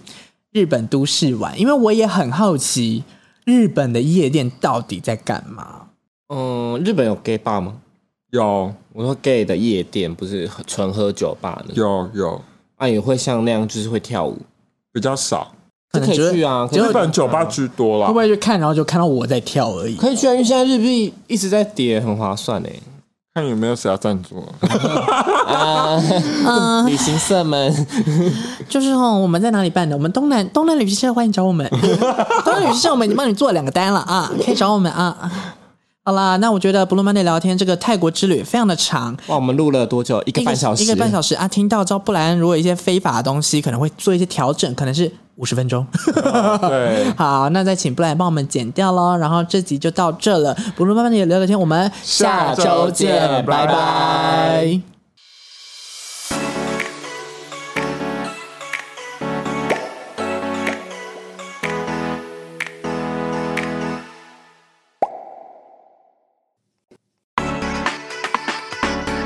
[SPEAKER 1] 日本都市玩，因为我也很好奇日本的夜店到底在干嘛。
[SPEAKER 4] 嗯，日本有 gay bar 吗？
[SPEAKER 5] 有
[SPEAKER 4] 我说 gay 的夜店不是纯喝酒吧的，
[SPEAKER 5] 有有，
[SPEAKER 4] 啊也会像那样，就是会跳舞，
[SPEAKER 5] 比较少。
[SPEAKER 1] 可能
[SPEAKER 4] 可以
[SPEAKER 1] 觉得
[SPEAKER 4] 去啊
[SPEAKER 1] 结
[SPEAKER 4] 可
[SPEAKER 1] 果
[SPEAKER 5] 日
[SPEAKER 4] 是
[SPEAKER 5] 本酒吧居多
[SPEAKER 1] 会不
[SPEAKER 5] 啦，
[SPEAKER 1] 会去看，然后就看到我在跳而已。
[SPEAKER 4] 可以去啊，因为现在日币一直在跌，很划算哎、
[SPEAKER 5] 看有没有谁要赞助。
[SPEAKER 4] 旅行社们，
[SPEAKER 1] 就是哦，我们在哪里办的？我们东南东南旅行社欢迎找我 们，东南旅行社我们已经帮你做两个单了啊，可以找我们啊。好啦，那我觉得 Blue Monday 聊天这个泰国之旅非常的长，
[SPEAKER 4] 哇，我们录了多久？一个半小时，
[SPEAKER 1] 一个半小
[SPEAKER 4] 时。
[SPEAKER 1] 时啊！听到之后，不然如果有一些非法的东西，可能会做一些调整，可能是五十分钟。
[SPEAKER 5] 对，
[SPEAKER 1] 好，那再请布莱帮我们剪掉喽。然后这集就到这了，不如慢慢的聊聊天，我们
[SPEAKER 5] 下周见拜拜。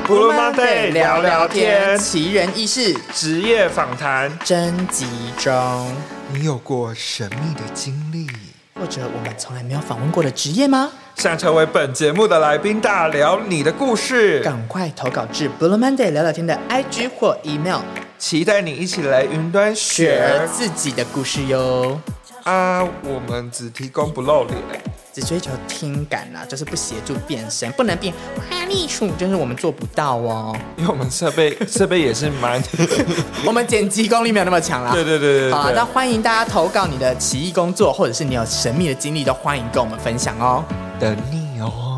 [SPEAKER 5] 布鲁曼 day 聊聊天，
[SPEAKER 1] 奇人异事
[SPEAKER 5] 职业访谈，
[SPEAKER 1] 征集中，
[SPEAKER 6] 你有过神秘的经历？
[SPEAKER 1] 或者我们从来没有访问过的职业吗？
[SPEAKER 5] 想成为本节目的来宾，大聊你的故事，
[SPEAKER 1] 赶快投稿至 Blue Monday 聊聊天的 IG 或 email，
[SPEAKER 5] 期待你一起来云端
[SPEAKER 1] 学
[SPEAKER 5] 学
[SPEAKER 1] 自己的故事哟。
[SPEAKER 5] 啊！我们只提供不露脸。
[SPEAKER 1] 只追求听感啦、就是不协助变身，不能变花栗鼠，就是我们做不到哦。
[SPEAKER 5] 因为我们设备 设备也是蛮， 对
[SPEAKER 1] 我们剪辑功力没有那么强啦。
[SPEAKER 5] 对对对对
[SPEAKER 1] 好啊，
[SPEAKER 5] 对
[SPEAKER 1] 那。欢迎大家投稿你的奇异工作，或者是你有神秘的经历，都欢迎跟我们分享哦。
[SPEAKER 5] 等你哦。